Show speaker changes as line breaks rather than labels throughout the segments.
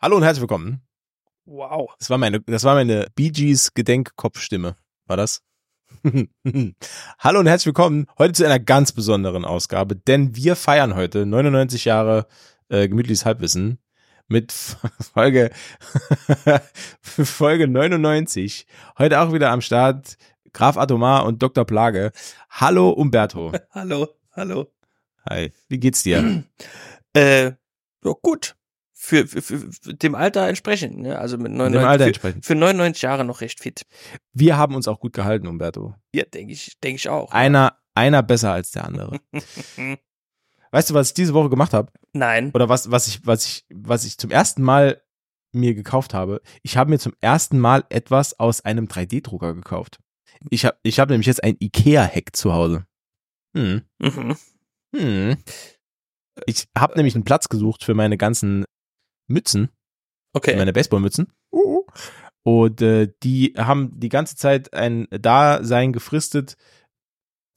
Hallo und herzlich willkommen.
Wow.
Das war meine, das war meine Bee Gees Gedenkkopfstimme. War das? Hallo und herzlich willkommen heute zu einer ganz besonderen Ausgabe, denn wir feiern heute 99 Jahre äh, gemütliches Halbwissen mit F- Folge, Folge 99. Heute auch wieder am Start Graf Atomar und Dr. Plage. Hallo Umberto.
Hallo, hallo.
Hi, wie geht's dir?
Äh, ja, gut. Für, für, für dem Alter entsprechend, ne? Also mit
In dem
99,
Alter entsprechend.
Für, für 99 Jahre noch recht fit.
Wir haben uns auch gut gehalten, Umberto.
Ja, denke ich, denke ich auch.
Einer, einer besser als der andere. Weißt du, was ich diese Woche gemacht habe?
Nein.
Oder was, was ich, was ich, was ich zum ersten Mal mir gekauft habe? Ich habe mir zum ersten Mal etwas aus einem 3D-Drucker gekauft. Ich habe ich hab nämlich jetzt ein IKEA-Hack zu Hause. Hm.
Mhm.
Hm. Ich habe nämlich einen Platz gesucht für meine ganzen Mützen, für
Okay.
meine Baseballmützen. Und äh, die haben die ganze Zeit ein Dasein gefristet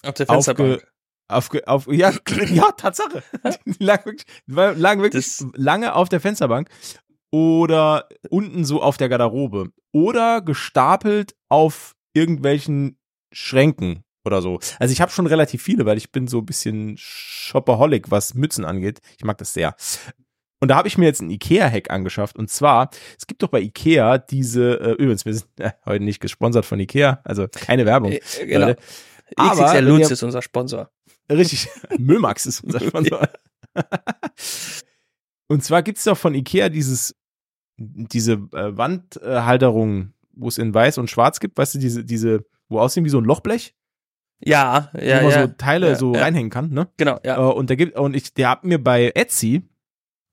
Auf der Fensterbank.
Auf, ge- auf, ja, ja, Tatsache. Die lagen wirklich, war- lagen wirklich
Das-
lange auf der Fensterbank oder unten so auf der Garderobe oder gestapelt auf irgendwelchen Schränken oder so. Also ich habe schon relativ viele, weil ich bin so ein bisschen Shopaholic, was Mützen angeht. Ich mag das sehr. Und da habe ich mir jetzt einen Ikea-Hack angeschafft. Und zwar, es gibt doch bei Ikea diese, äh, übrigens, wir sind äh, heute nicht gesponsert von Ikea, also keine Werbung.
Äh, genau.
Leute. Aber
XXL
wenn
Lutz
ihr-
ist unser Sponsor.
Äh, Richtig. Müllmax ist unser Sponsor. Und zwar gibt es doch von Ikea dieses, diese äh, Wandhalterung, wo es in weiß und schwarz gibt, weißt du, diese, diese, wo aussehen wie so ein Lochblech,
Ja, ja,
wo man
ja.
so Teile
Ja,
so
ja.
reinhängen kann, ne?
Genau, ja.
Äh, und da gibt, und ich, der hat mir bei Etsy,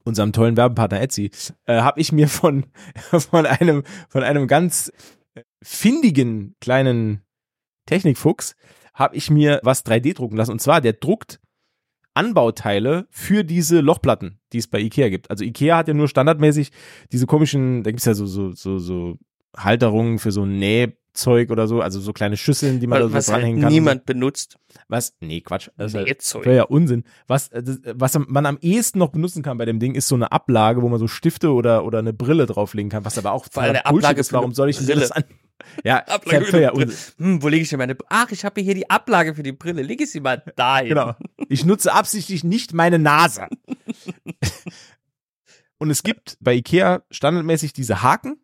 unserem tollen Werbepartner Etsy, äh, habe ich mir von, von einem, von einem ganz äh, findigen kleinen Technikfuchs, habe ich mir was 3D drucken lassen. Und zwar, der druckt Anbauteile für diese Lochplatten, die es bei Ikea gibt. Also Ikea hat ja nur standardmäßig diese komischen, da gibt es ja so, so, so, so Halterungen für so Nähzeug oder so, also so kleine Schüsseln, die man da so
Was halt
dranhängen kann.
niemand benutzt.
Was? Nee, Quatsch. Das ist halt-
Nähzeug.
Wäre ja Unsinn. Was, äh, das, äh, was man am ehesten noch benutzen kann bei dem Ding, ist so eine Ablage, wo man so Stifte oder, oder eine Brille drauflegen kann, was aber auch
Vor allem
totaler
eine Ablage
ist.
für eine
Warum soll ich denn
Brille.
das an? Ja,
Ablage
Ablage
für eine
ja
Brille.
Unsinn.
Hm, wo lege ich denn meine. Ach, ich habe hier die Ablage für die Brille. Leg ich sie mal dahin.
Genau. Ich nutze absichtlich nicht meine Nase. Und es gibt bei Ikea standardmäßig diese Haken,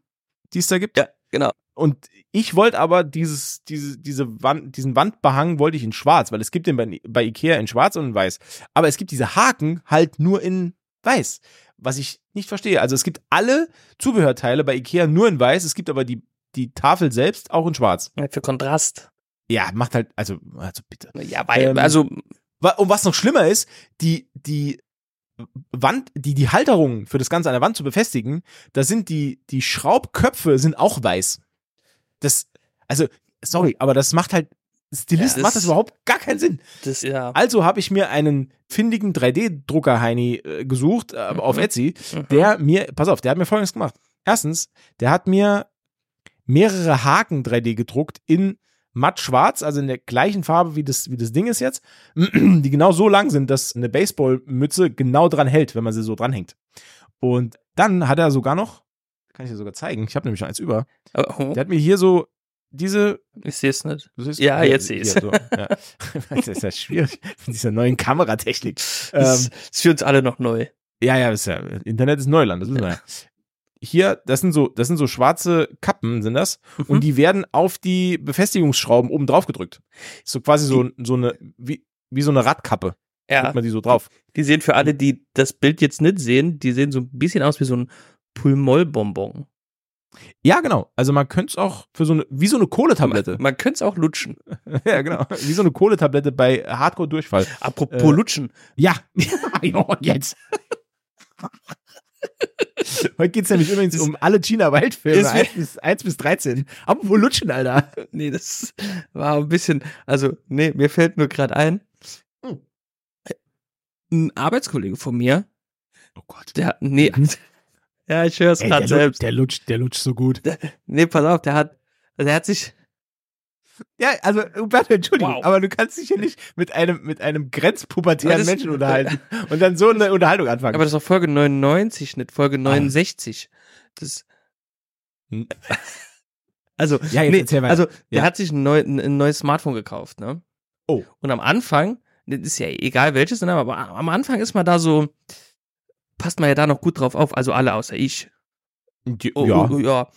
die es da gibt.
Ja, genau.
Und ich wollte aber dieses, diese, diese Wand, diesen Wandbehang wollte ich in schwarz, weil es gibt den bei, bei Ikea in schwarz und in weiß. Aber es gibt diese Haken halt nur in weiß, was ich nicht verstehe. Also es gibt alle Zubehörteile bei Ikea nur in weiß, es gibt aber die, die Tafel selbst auch in schwarz.
Für Kontrast.
Ja, macht halt, also, also bitte.
Ja, weil,
Ähm,
also
Wa- Und was noch schlimmer ist, die, die Wand, die, die Halterungen für das Ganze an der Wand zu befestigen, da sind die, die Schraubköpfe sind auch weiß. Das, also, sorry, aber das macht halt, Stilist
Ja, das-
macht das überhaupt gar keinen Sinn.
das Ah, ja.
Also habe ich mir einen findigen 3D-Drucker-Heini äh, gesucht äh, auf
Mhm.
Etsy,
Mhm.
der mir, pass auf, der hat mir folgendes gemacht. Erstens, der hat mir mehrere Haken 3D gedruckt in matt-schwarz, also in der gleichen Farbe wie das, wie das Ding ist jetzt, die genau so lang sind, dass eine Baseballmütze genau dran hält, wenn man sie so dranhängt. Und dann hat er sogar noch, kann ich dir sogar zeigen, ich habe nämlich noch eins über,
Oh,
der hat mir hier so diese
ich sehe es nicht.
Du siehst-
Ja, jetzt sehe ich's.
hier, so, ja. Das ist ja schwierig mit dieser neuen Kameratechnik.
Das
Ähm,
ist- das ist für uns alle noch neu.
ja, ja, ist ja, Internet ist Neuland, das wissen wir ja. Hier, das sind so, das sind so schwarze Kappen, sind das.
Mhm.
Und die werden auf die Befestigungsschrauben oben drauf gedrückt. Ist so quasi so, so eine, wie, wie so eine Radkappe.
ja,
Drückt man die so drauf.
die sehen für alle, die das Bild jetzt nicht sehen, die sehen so ein bisschen aus wie so ein Pulmol-Bonbon.
Ja, genau. Also man könnte es auch für so eine, wie so eine Kohletablette.
Man, man könnte es auch lutschen.
ja, genau. Wie so eine Kohletablette bei Hardcore-Durchfall.
Apropos
Äh,
lutschen.
Ja, ja jetzt. Heute geht's nämlich übrigens
Ist-
um alle China-Waldfilme,
ist-
1 bis, 1 bis 13. Apropos Lutschen, Alter.
Nee, das war ein bisschen, also, nee, mir fällt nur gerade ein.
Hm.
Ein Arbeitskollege von mir,
Oh Gott.
der hat, nee, ja, ich höre es
Mhm. Ey, der,
gerade
lutscht,
selbst.
der lutscht, der lutscht so gut.
Nee, pass auf, der hat, also der hat sich,
Ja, also, Umberto, Entschuldigung,
Wow.
aber du kannst dich hier nicht mit einem, mit einem grenzpubertären
Das-
Menschen unterhalten und dann so eine Unterhaltung anfangen.
aber das war Folge 99, nicht Folge 69. Das,
Ah. Hm.
also,
Ja, jetzt erzähl weiter.
also der
Ja.
hat sich ein, neu, ein, ein neues Smartphone gekauft, ne?
Oh.
Und am Anfang, das ist ja egal welches, ne, aber am Anfang ist man da so, passt man ja da noch gut drauf auf, also alle außer ich.
Die,
Oh,
ja.
oh, oh, ja.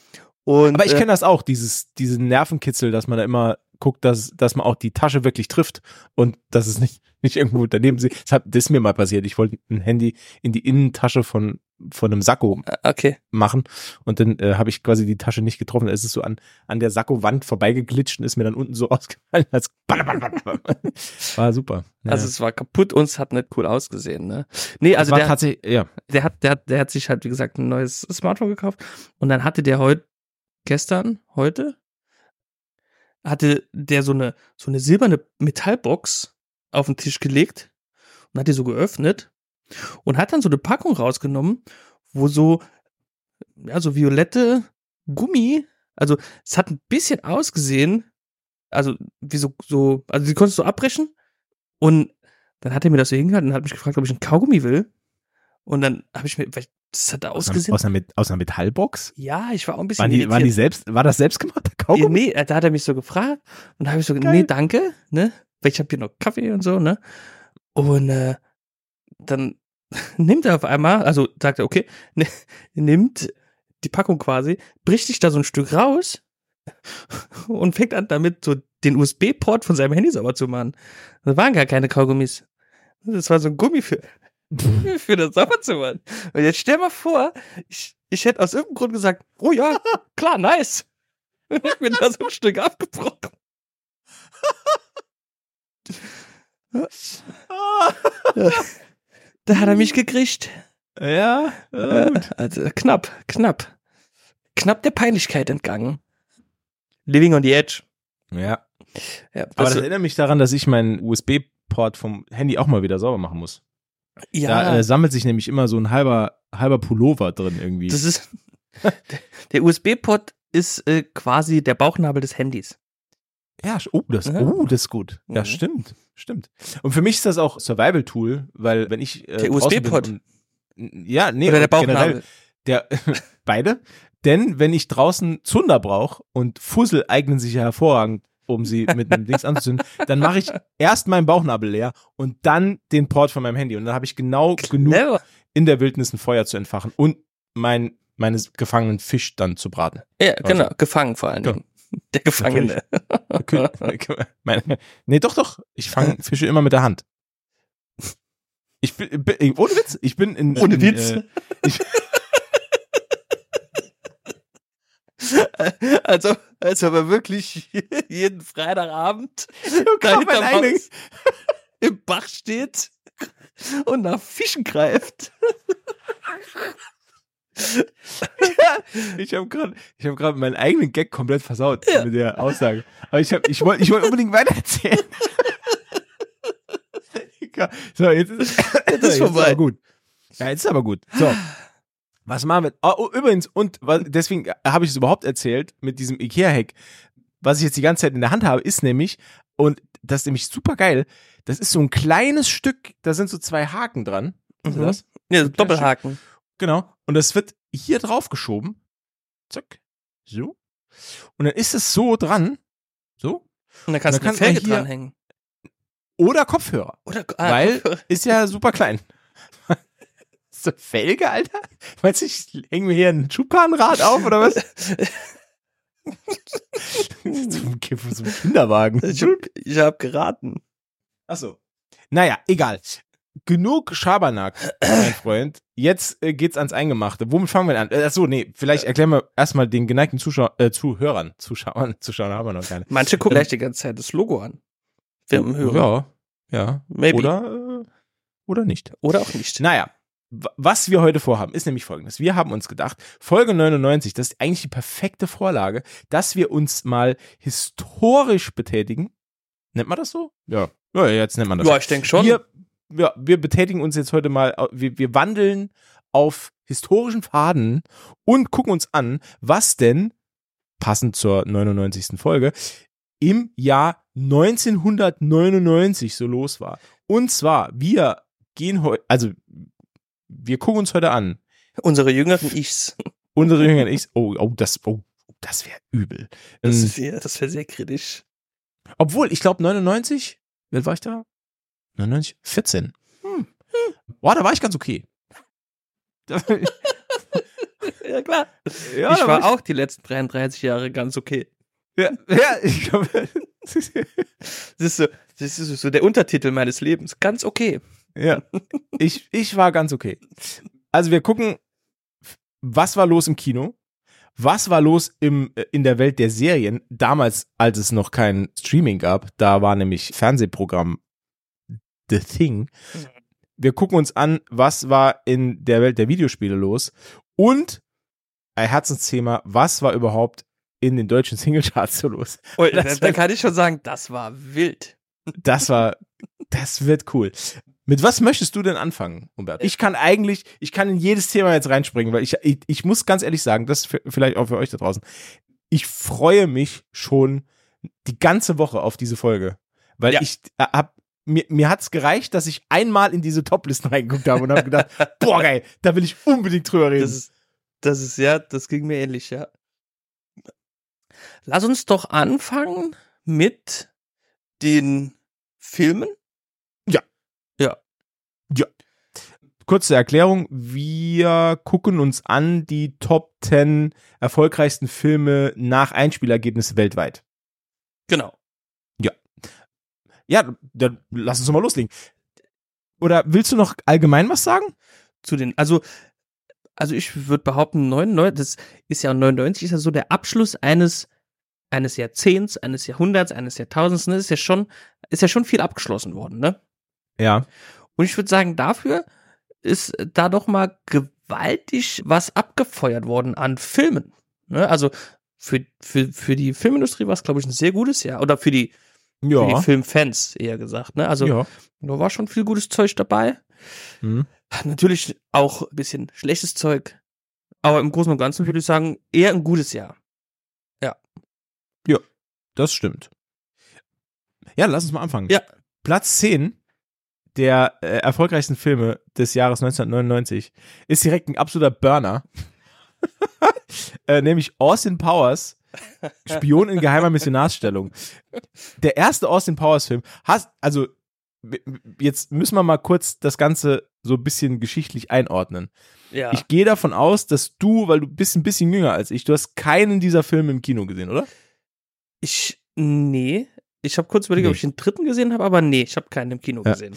Und,
Aber ich
äh,
kenne das auch, dieses, diesen Nervenkitzel, dass man da immer guckt, dass, dass man auch die Tasche wirklich trifft und dass es nicht, nicht irgendwo daneben sie. Das, hat, das ist mir mal passiert. Ich wollte ein Handy in die Innentasche von, von einem Sakko
okay.
machen und dann äh, habe ich quasi die Tasche nicht getroffen. Es ist so an, an der Sakkowand vorbeigeglitscht und ist mir dann unten so ausgefallen. Als war super. Ja.
Also es war kaputt und es hat nicht cool ausgesehen, ne? Nee,
Das
also
war
der,
tatsächlich, ja.
der hat, der hat, der hat sich halt, wie gesagt, ein neues Smartphone gekauft. Und dann hatte der heute, gestern, heute, hatte der so eine, so eine silberne Metallbox auf den Tisch gelegt und hat die so geöffnet und hat dann so eine Packung rausgenommen, wo so, ja, so violette Gummi, also es hat ein bisschen ausgesehen, also wie so, so, also die konntest du abbrechen und dann hat er mir das so hingehalten und hat mich gefragt, ob ich einen Kaugummi will. Und dann habe ich mir, weil das hat
Aus,
ausgesehen.
einer, aus, einer, Met- aus einer Metallbox?
Ja, ich war auch ein bisschen.
Waren die, waren die
irritiert.
selbst, war das selbstgemachter Kaugummi?
Ja, nee, äh, da hat er mich so gefragt und da habe ich so,
Geil.
nee, danke, ne? Weil ich habe hier noch Kaffee und so, ne? Und äh, dann nimmt er auf einmal, also sagt er, okay, ne, nimmt die Packung quasi, bricht sich da so ein Stück raus und fängt an damit so den USB-Port von seinem Handy sauber zu machen. Das waren gar keine Kaugummis. Das war so ein Gummi für, für das Sauberzummern. Und jetzt stell mal vor, ich, ich hätte aus irgendeinem Grund gesagt, oh ja, klar, nice. Und ich bin da so ein Stück abgebrochen. Da hat er mich gekriegt.
Ja, ja,
Äh,
gut.
also knapp, knapp. Knapp der Peinlichkeit entgangen. Living on the Edge.
ja.
Ja,
Aber das
also-
erinnert mich daran, dass ich meinen USB-Port vom Handy auch mal wieder sauber machen muss.
ja,
Da äh, sammelt sich nämlich immer so ein halber, halber Pullover drin irgendwie.
das ist. der USB-Port ist äh, quasi der Bauchnabel des Handys.
ja, sch- oh, das,
Ja.
oh, das ist gut. Ja,
Mhm.
stimmt, stimmt. Und für mich ist das auch Survival-Tool, weil wenn ich äh,
Der
draußen bin
USB-Port.
und- Ja, nee,
Oder der
und generell
Bauchnabel.
Der, beide. Denn wenn ich draußen Zunder brauche und Fussel eignen sich ja hervorragend, um sie mit einem Dings anzuzünden, dann mache ich erst meinen Bauchnabel leer und dann den Port von meinem Handy. Und dann habe ich genau genug
Never.
in der Wildnis ein Feuer zu entfachen und mein, meines gefangenen Fisch dann zu braten.
Ja, genau. Gefangen vor allen
Also. Ja.
Dingen. Der Gefangene.
Kü- mein, nee, doch, doch. Ich fange Fische immer mit der Hand. Ich bin, bin ohne Witz, ich bin in
Ohne
in,
Witz?
Äh,
Also, als ob er wirklich jeden Freitagabend da
kann man
hinterm
einen-
Haus im Bach steht und nach Fischen greift.
ich habe gerade, ich habe gerade meinen eigenen Gag komplett versaut mit der Aussage. Aber ich habe, ich wollte, ich wollte unbedingt weiter erzählen. so, jetzt ist, jetzt
vorbei.
aber gut. Ja, jetzt ist aber gut. So. Was machen wir? Oh, oh, übrigens, und wa- deswegen habe ich es überhaupt erzählt mit diesem Ikea-Hack. Was ich jetzt die ganze Zeit in der Hand habe, ist nämlich, und das ist nämlich super geil, das ist so ein kleines Stück, da sind so zwei Haken dran. Siehst du
Mhm.
das?
Ja, Doppelhaken.
Genau. Und das wird hier drauf geschoben. Zack. So. Und dann ist es so dran. So.
Und dann kannst du
Dann
eine
kann man
Felge
hier-
dranhängen.
Oder Kopfhörer.
Oder, ah,
Weil- Ist ja super klein. Ist das Felge, Alter? Meinst du, ich hänge mir hier ein Schubkarrenrad auf oder was? zum, Ki- zum Kinderwagen.
ich hab, ich hab geraten.
Ach so. Naja, egal. Genug Schabernack, mein Freund. Jetzt äh, geht's ans Eingemachte. Womit fangen wir denn an? Äh, achso, nee, vielleicht erklären wir erstmal den geneigten Zuschau äh, Zuhörern, Zuschauern, Zuschauern haben wir noch keine.
Manche gucken gleich die ganze Zeit das Logo an. Firmenhörer.
Ja, ja.
Maybe.
Oder, äh, oder nicht.
Oder auch nicht.
Naja, w- was wir heute vorhaben, ist nämlich folgendes. Wir haben uns gedacht, Folge 99, das ist eigentlich die perfekte Vorlage, dass wir uns mal historisch betätigen. Nennt man das so? Ja. Ja, jetzt nennt man das so.
ja, ich denke schon.
Wir, ja, wir betätigen uns jetzt heute mal, äh, wir, wir wandeln auf historischen Faden und gucken uns an, was denn, passend zur 99. Folge, im Jahr 1999 so los war. Und zwar, wir gehen heute, also wir gucken uns heute an,
Unsere jüngeren Ichs.
unsere Jünger und ich, oh, oh, das, oh, das wäre übel. Ähm,
Das wäre das wär sehr kritisch.
obwohl, ich glaube 99, wie alt war ich da? 99, 14. Hm. Boah, da war ich ganz okay. Da,
Ja, klar.
ja,
ich
da
war auch die letzten 33 Jahre ganz okay.
Ja, ja ich glaube.
Das ist, so, das ist so der Untertitel meines Lebens. Ganz okay.
Ja, ich, ich war ganz okay. Also wir gucken, was war los im Kino? Was war los im, äh, in der Welt der Serien? Damals, als es noch kein Streaming gab, da war nämlich Fernsehprogramm The Thing. Wir gucken uns an, was war in der Welt der Videospiele los? Und ein Herzensthema, was war überhaupt in den deutschen Singlecharts so los?
Und
Das
da, da kann ich schon sagen, das war wild.
Das war, das wird cool. Mit was möchtest du denn anfangen, Umberto? Ich kann eigentlich, ich kann in jedes Thema jetzt reinspringen, weil ich, ich, ich muss ganz ehrlich sagen, das für, vielleicht auch für euch da draußen. Ich freue mich schon die ganze Woche auf diese Folge, weil
Ja.
ich äh, hab, mir, mir hat's gereicht, dass ich einmal in diese Toplisten reingeguckt habe und habe gedacht, boah geil, da will ich unbedingt drüber reden.
Das ist, das ist ja, das ging mir ähnlich, ja. Lass uns doch anfangen mit den Filmen.
kurze Erklärung. Wir gucken uns an die Top 10 erfolgreichsten Filme nach Einspielergebnis weltweit.
Genau.
Ja, dann lass uns doch mal loslegen. Oder willst du noch allgemein was sagen?
Zu den, also, also ich würde behaupten, 99, das ist ja 99, ist ja so der Abschluss eines, eines Jahrzehnts, eines Jahrhunderts, eines Jahrtausends. Ne? Ist ja schon, ist ja schon viel abgeschlossen worden, ne?
Ja.
Und ich würde sagen, dafür ist äh, da doch mal gewaltig was abgefeuert worden an Filmen. Ne? Also für, für, für die Filmindustrie war es, glaube ich, ein sehr gutes Jahr. Oder für die, für die
Ja.
Filmfans eher gesagt. Ne? Also
ja.
da war schon viel gutes Zeug dabei.
Hm.
Natürlich auch ein bisschen schlechtes Zeug. Aber im Großen und Ganzen würde ich sagen, eher ein gutes Jahr.
Das stimmt. Ja, lass uns mal anfangen.
Ja.
Platz 10 der äh, erfolgreichsten Filme des Jahres 1999 ist direkt ein absoluter Burner. äh, nämlich Austin Powers, Spion in geheimer Missionarsstellung. Der erste Austin Powers Film hast, also w- w- jetzt müssen wir mal kurz das Ganze so ein bisschen geschichtlich einordnen.
Ja.
Ich gehe davon aus, dass du, weil du bist ein bisschen jünger als ich, du hast keinen dieser Filme im Kino gesehen, oder?
Ich, nee. Ich habe kurz überlegt,
Nee.
ob ich den dritten gesehen habe, aber nee, ich habe keinen im Kino
Ja.
gesehen.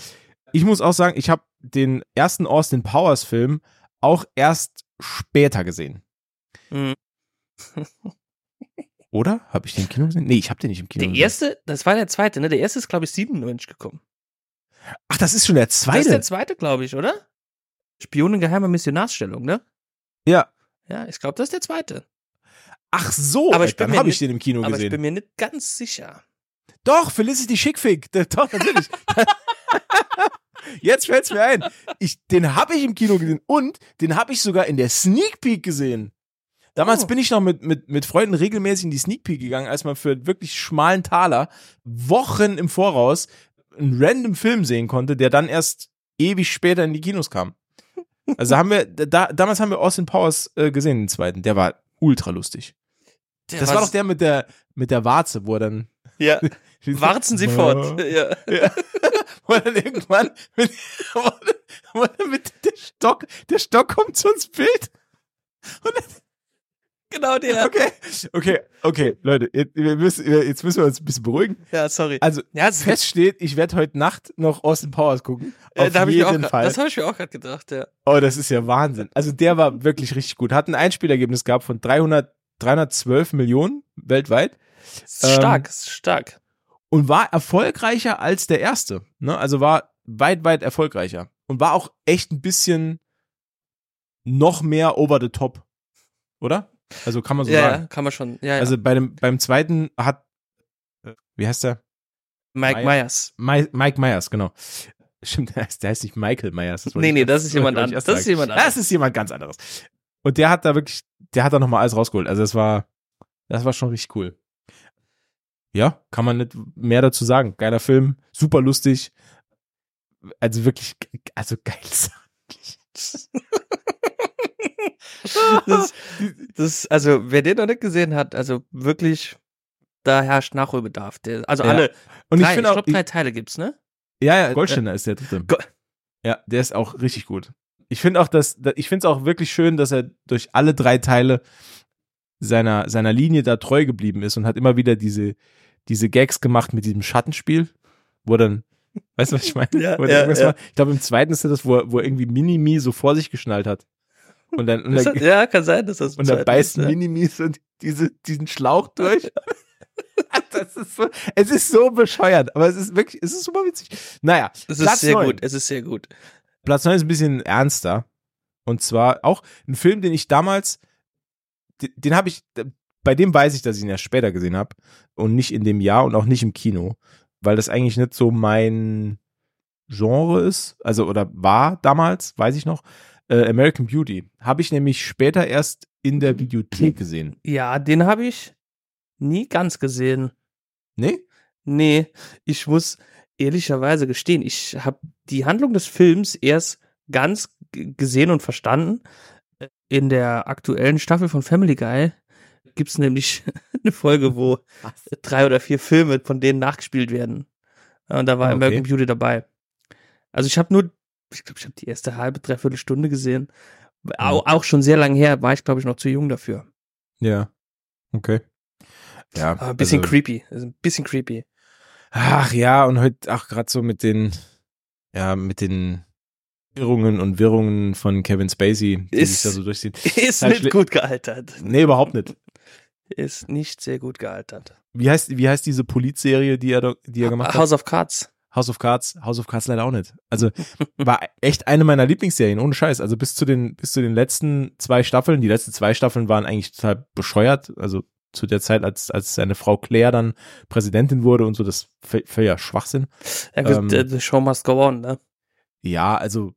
ich muss auch sagen, ich habe den ersten Austin Powers Film auch erst später gesehen.
Mhm.
Oder? Habe ich den im Kino gesehen? Nee, ich habe den nicht im Kino
Der
gesehen.
erste, das war der zweite, ne? Der erste ist, glaube ich, 97 gekommen.
Ach, das ist schon der zweite.
Das ist der zweite, glaube ich, oder? Spion in geheimer Missionarsstellung, ne?
ja.
Ja, ich glaube, das ist der zweite.
Ach so,
Aber
aber
ich bin
dann
mir
habe ich
nicht-
den im Kino
Aber ich bin
gesehen.
mir nicht ganz sicher.
Doch, Felicity Schickfick. Da- Doch, natürlich. Jetzt fällt's mir ein. Ich, den habe ich im Kino gesehen und den habe ich sogar in der Sneak Peek gesehen. Damals
Oh.
bin ich noch mit, mit, mit Freunden regelmäßig in die Sneak Peek gegangen, als man für wirklich schmalen Taler Wochen im Voraus einen random Film sehen konnte, der dann erst ewig später in die Kinos kam. Also haben wir, da, damals haben wir Austin Powers äh, gesehen, den zweiten. Der war ultra lustig.
Der
Das war doch der mit der, mit der Warze, wo er dann.
Ja, warzen Sie fort. Ja.
Ja. Und dann irgendwann mit, und mit der Stock, der Stock kommt zu uns Bild.
Genau der.
Okay, okay, okay, Leute, jetzt, wir müssen, jetzt müssen wir uns ein bisschen beruhigen.
Ja, sorry.
Also
Ja, das,
fest steht, ich werde heute Nacht noch Austin Powers gucken. Auf
äh, da hab ich mir auch
jeden
grad,
Fall.
Das habe ich mir auch gerade gedacht, ja.
oh, das ist ja Wahnsinn. Also der war wirklich richtig gut. Hat ein Einspielergebnis gehabt von 300, 312 Millionen weltweit
Ist
Ähm,
stark, ist stark.
und war erfolgreicher als der erste. Ne? Also war weit, weit erfolgreicher. Und war auch echt ein bisschen noch mehr over the top. Oder? Also kann man so
ja,
sagen.
ja, kann man schon. Ja, ja.
Also bei dem, beim zweiten hat, äh, wie heißt der?
Mike
Meyer.
Myers.
Mi- Mike Myers, genau. Stimmt, der heißt, der heißt nicht Michael Myers. wollte
Nee,
ich
nee,
ganz-
das ist jemand
wollte ich
anderes.
erst
Das ist
sagen.
jemand
Das
anderes.
ist jemand ganz anderes. Und der hat da wirklich, der hat da nochmal alles rausgeholt. Also das war, das war schon richtig cool. Ja, kann man nicht mehr dazu sagen. Geiler Film, super lustig. Also wirklich, also geil.
das, das, also, wer den noch nicht gesehen hat, also wirklich, da herrscht Nachholbedarf. Der, also
Ja.
alle,
Und ich
drei, ich,
finde auch,
glaube, drei Teile gibt's, ne?
ja, ja, Goldständer ist der dritte.
Go-
ja, der ist auch richtig gut. Ich finde auch, dass, da- ich finde es auch wirklich schön, dass er durch alle drei Teile seiner, seiner Linie da treu geblieben ist und hat immer wieder diese, diese Gags gemacht mit diesem Schattenspiel, wo dann, weißt du, was ich meine?
Ja,
Wo er
ja,
irgendwas
ja.
macht. Ich glaube, im zweiten ist er das, wo, er- wo er irgendwie Minimi so vor sich geschnallt hat. Und dann, und
Ist
dann,
das, ja, kann sein, dass das
und dann
Bescheid
beißt
ist, ja.
Minimi so diese, diesen Schlauch durch. das ist so, es ist so bescheuert, aber es ist wirklich, es ist super witzig. Naja,
Es
Platz
ist sehr
neun.
gut, es ist sehr gut.
Platz 9 ist ein bisschen ernster. Und zwar auch ein Film, den ich damals, den, den habe ich, bei dem weiß ich, dass ich ihn erst später gesehen habe. Und nicht in dem Jahr und auch nicht im Kino. Weil das eigentlich nicht so mein Genre ist. Also, oder war damals, weiß ich noch. Äh, American Beauty. Habe ich nämlich später erst in der Videothek gesehen.
Ja, den habe ich nie ganz gesehen.
Nee?
Nee, ich muss ehrlicherweise gestehen, ich habe die Handlung des Films erst ganz g- gesehen und verstanden. Äh, In der aktuellen Staffel von Family Guy gibt es nämlich eine Folge, wo drei oder vier Filme von denen nachgespielt werden. Und da war
Ah, okay.
American Beauty dabei. Also ich habe nur, ich glaube, ich habe die erste halbe, dreiviertel Stunde gesehen. Au,
Mhm.
auch schon sehr lange her, war ich, glaube ich, noch zu jung dafür.
Ja. Okay. Ja.
Aber ein bisschen
also-
creepy. Also ein bisschen creepy.
Ach ja, und heute auch gerade so mit den, ja, mit den Irrungen und Wirrungen von Kevin Spacey, die
Ist-
sich da so durchziehen.
Ist
Halt
nicht
schle-
gut gealtert.
Nee, überhaupt nicht.
Ist nicht sehr gut gealtert.
Wie heißt, wie heißt diese Polizserie, die er, do- die er gemacht hat?
House of Cards.
House of Cards. House of Cards leider auch nicht. Also war echt eine meiner Lieblingsserien, ohne Scheiß. Also bis zu den, bis zu den letzten zwei Staffeln. Die letzten zwei Staffeln waren eigentlich total bescheuert. Also zu der Zeit, als, als seine Frau Claire dann Präsidentin wurde und so, das vö- völliger Schwachsinn.
Ja, gut, äh,
Ähm,
the show must go on, ne?
Ja, also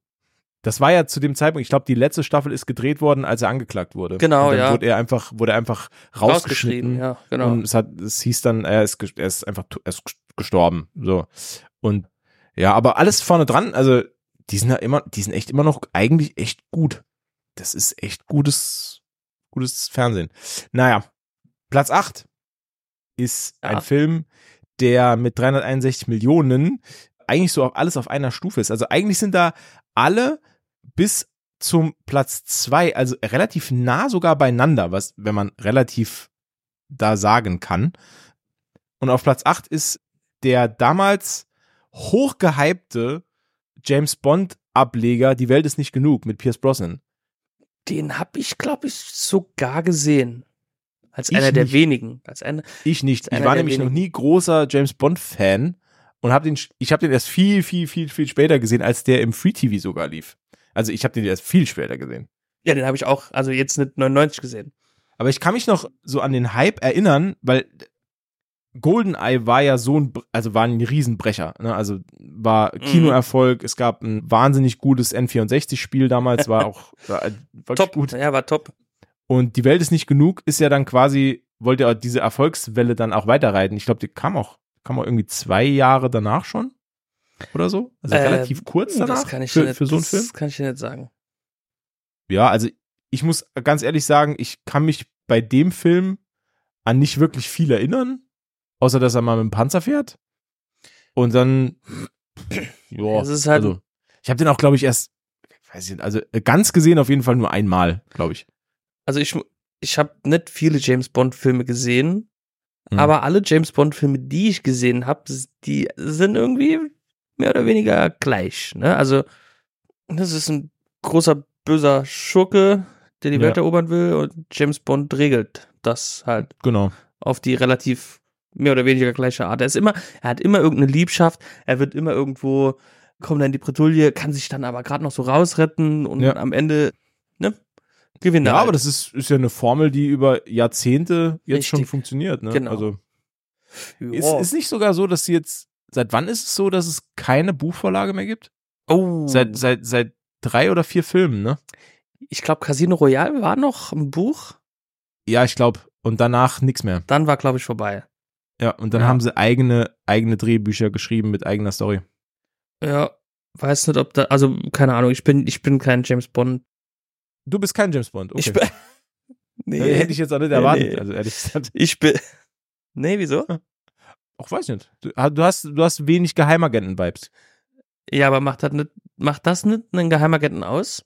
das war ja zu dem Zeitpunkt, ich glaube, die letzte Staffel ist gedreht worden, als er angeklagt wurde.
Genau,
und dann
ja.
Wurde er einfach, wurde er einfach rausgeschnitten.
ja, genau.
Und es, hat, es hieß dann, er ist, ges- er ist einfach to- er ist ges- gestorben. So. Und ja, aber alles vorne dran, also die sind ja immer, die sind echt immer noch eigentlich echt gut. Das ist echt gutes, gutes Fernsehen. Naja, Platz 8 ist
Ja.
ein Film, der mit 361 Millionen eigentlich so auf alles auf einer Stufe ist. Also eigentlich sind da alle bis zum Platz zwei, also relativ nah sogar beieinander, was, wenn man relativ da sagen kann. Und auf Platz acht ist der damals hochgehypte James Bond Ableger Die Welt ist nicht genug mit Pierce Brosnan.
Den habe ich, glaube ich, sogar gesehen. Als
Ich
einer der
nicht.
wenigen. Als einer.
Ich nicht.
Ist einer
Ich war
der
nämlich noch
wenigen.
nie großer James Bond Fan und habe den sch- ich habe den erst viel viel viel viel später gesehen, als der im Free TV sogar lief. Also ich habe den erst viel später gesehen.
Ja, den habe ich auch, also jetzt nicht 99 gesehen.
Aber ich kann mich noch so an den Hype erinnern, weil Goldeneye war ja so ein, also war ein Riesenbrecher. Ne? Also war
Mhm.
Kinoerfolg, es gab ein wahnsinnig gutes N64-Spiel damals, war auch war wirklich
Top.
gut.
Ja, war top.
Und die Welt ist nicht genug, ist ja dann quasi, wollte ja diese Erfolgswelle dann auch weiterreiten. Ich glaube, die kam auch, kam auch irgendwie zwei Jahre danach schon. Oder so? Also
Ähm,
relativ kurz danach
Das kann ich dir
für,
nicht,
für so einen
das
Film.
kann ich dir nicht sagen.
Ja, also ich muss ganz ehrlich sagen, ich kann mich bei dem Film an nicht wirklich viel erinnern, außer dass er mal mit dem Panzer fährt. Und dann, ja,
Es ist halt-
also, ich habe den auch, glaube ich, erst, weiß ich nicht, also äh, ganz gesehen auf jeden Fall nur einmal, glaube ich.
Also ich, mu- ich habe nicht viele James Bond-Filme gesehen,
Mhm.
aber alle James Bond-Filme, die ich gesehen habe, die sind irgendwie mehr oder weniger gleich. Ne? Also das ist ein großer böser Schurke, der die
Ja.
Welt erobern will und James Bond regelt das halt
Genau.
auf die relativ mehr oder weniger gleiche Art. Er ist immer, er hat immer irgendeine Liebschaft, er wird immer irgendwo, kommt dann in die Bretouille, kann sich dann aber gerade noch so rausretten und
Ja.
am Ende, ne, gewinnt er.
Ja,
halt.
aber das ist, ist ja eine Formel, die über Jahrzehnte jetzt schon
Richtig.
funktioniert. Ne?
Genau.
Also
Ja.
ist, ist nicht sogar so, dass sie jetzt, seit wann ist es so, dass es keine Buchvorlage mehr gibt?
oh,
Seit, seit, seit drei oder vier Filmen, ne?
ich glaube, Casino Royale war noch ein Buch,
Ja, ich glaube. Und danach nichts mehr.
dann war, glaube ich, vorbei.
Ja, und dann
Ja.
haben sie eigene, eigene Drehbücher geschrieben mit eigener Story.
Ja, weiß nicht, ob da, also keine Ahnung, ich bin, ich bin kein James Bond
Du bist kein James Bond. Okay.
Ich bin.
Äh, Hätte ich jetzt auch nicht erwartet.
nee.
Also ehrlich gesagt.
Ich bin. Nee, wieso?
Ah. Auch weiß nicht. Du, ah, du, hast, du hast wenig Geheimagenten-Vibes.
Ja, aber macht das nicht, macht das nicht einen Geheimagenten aus?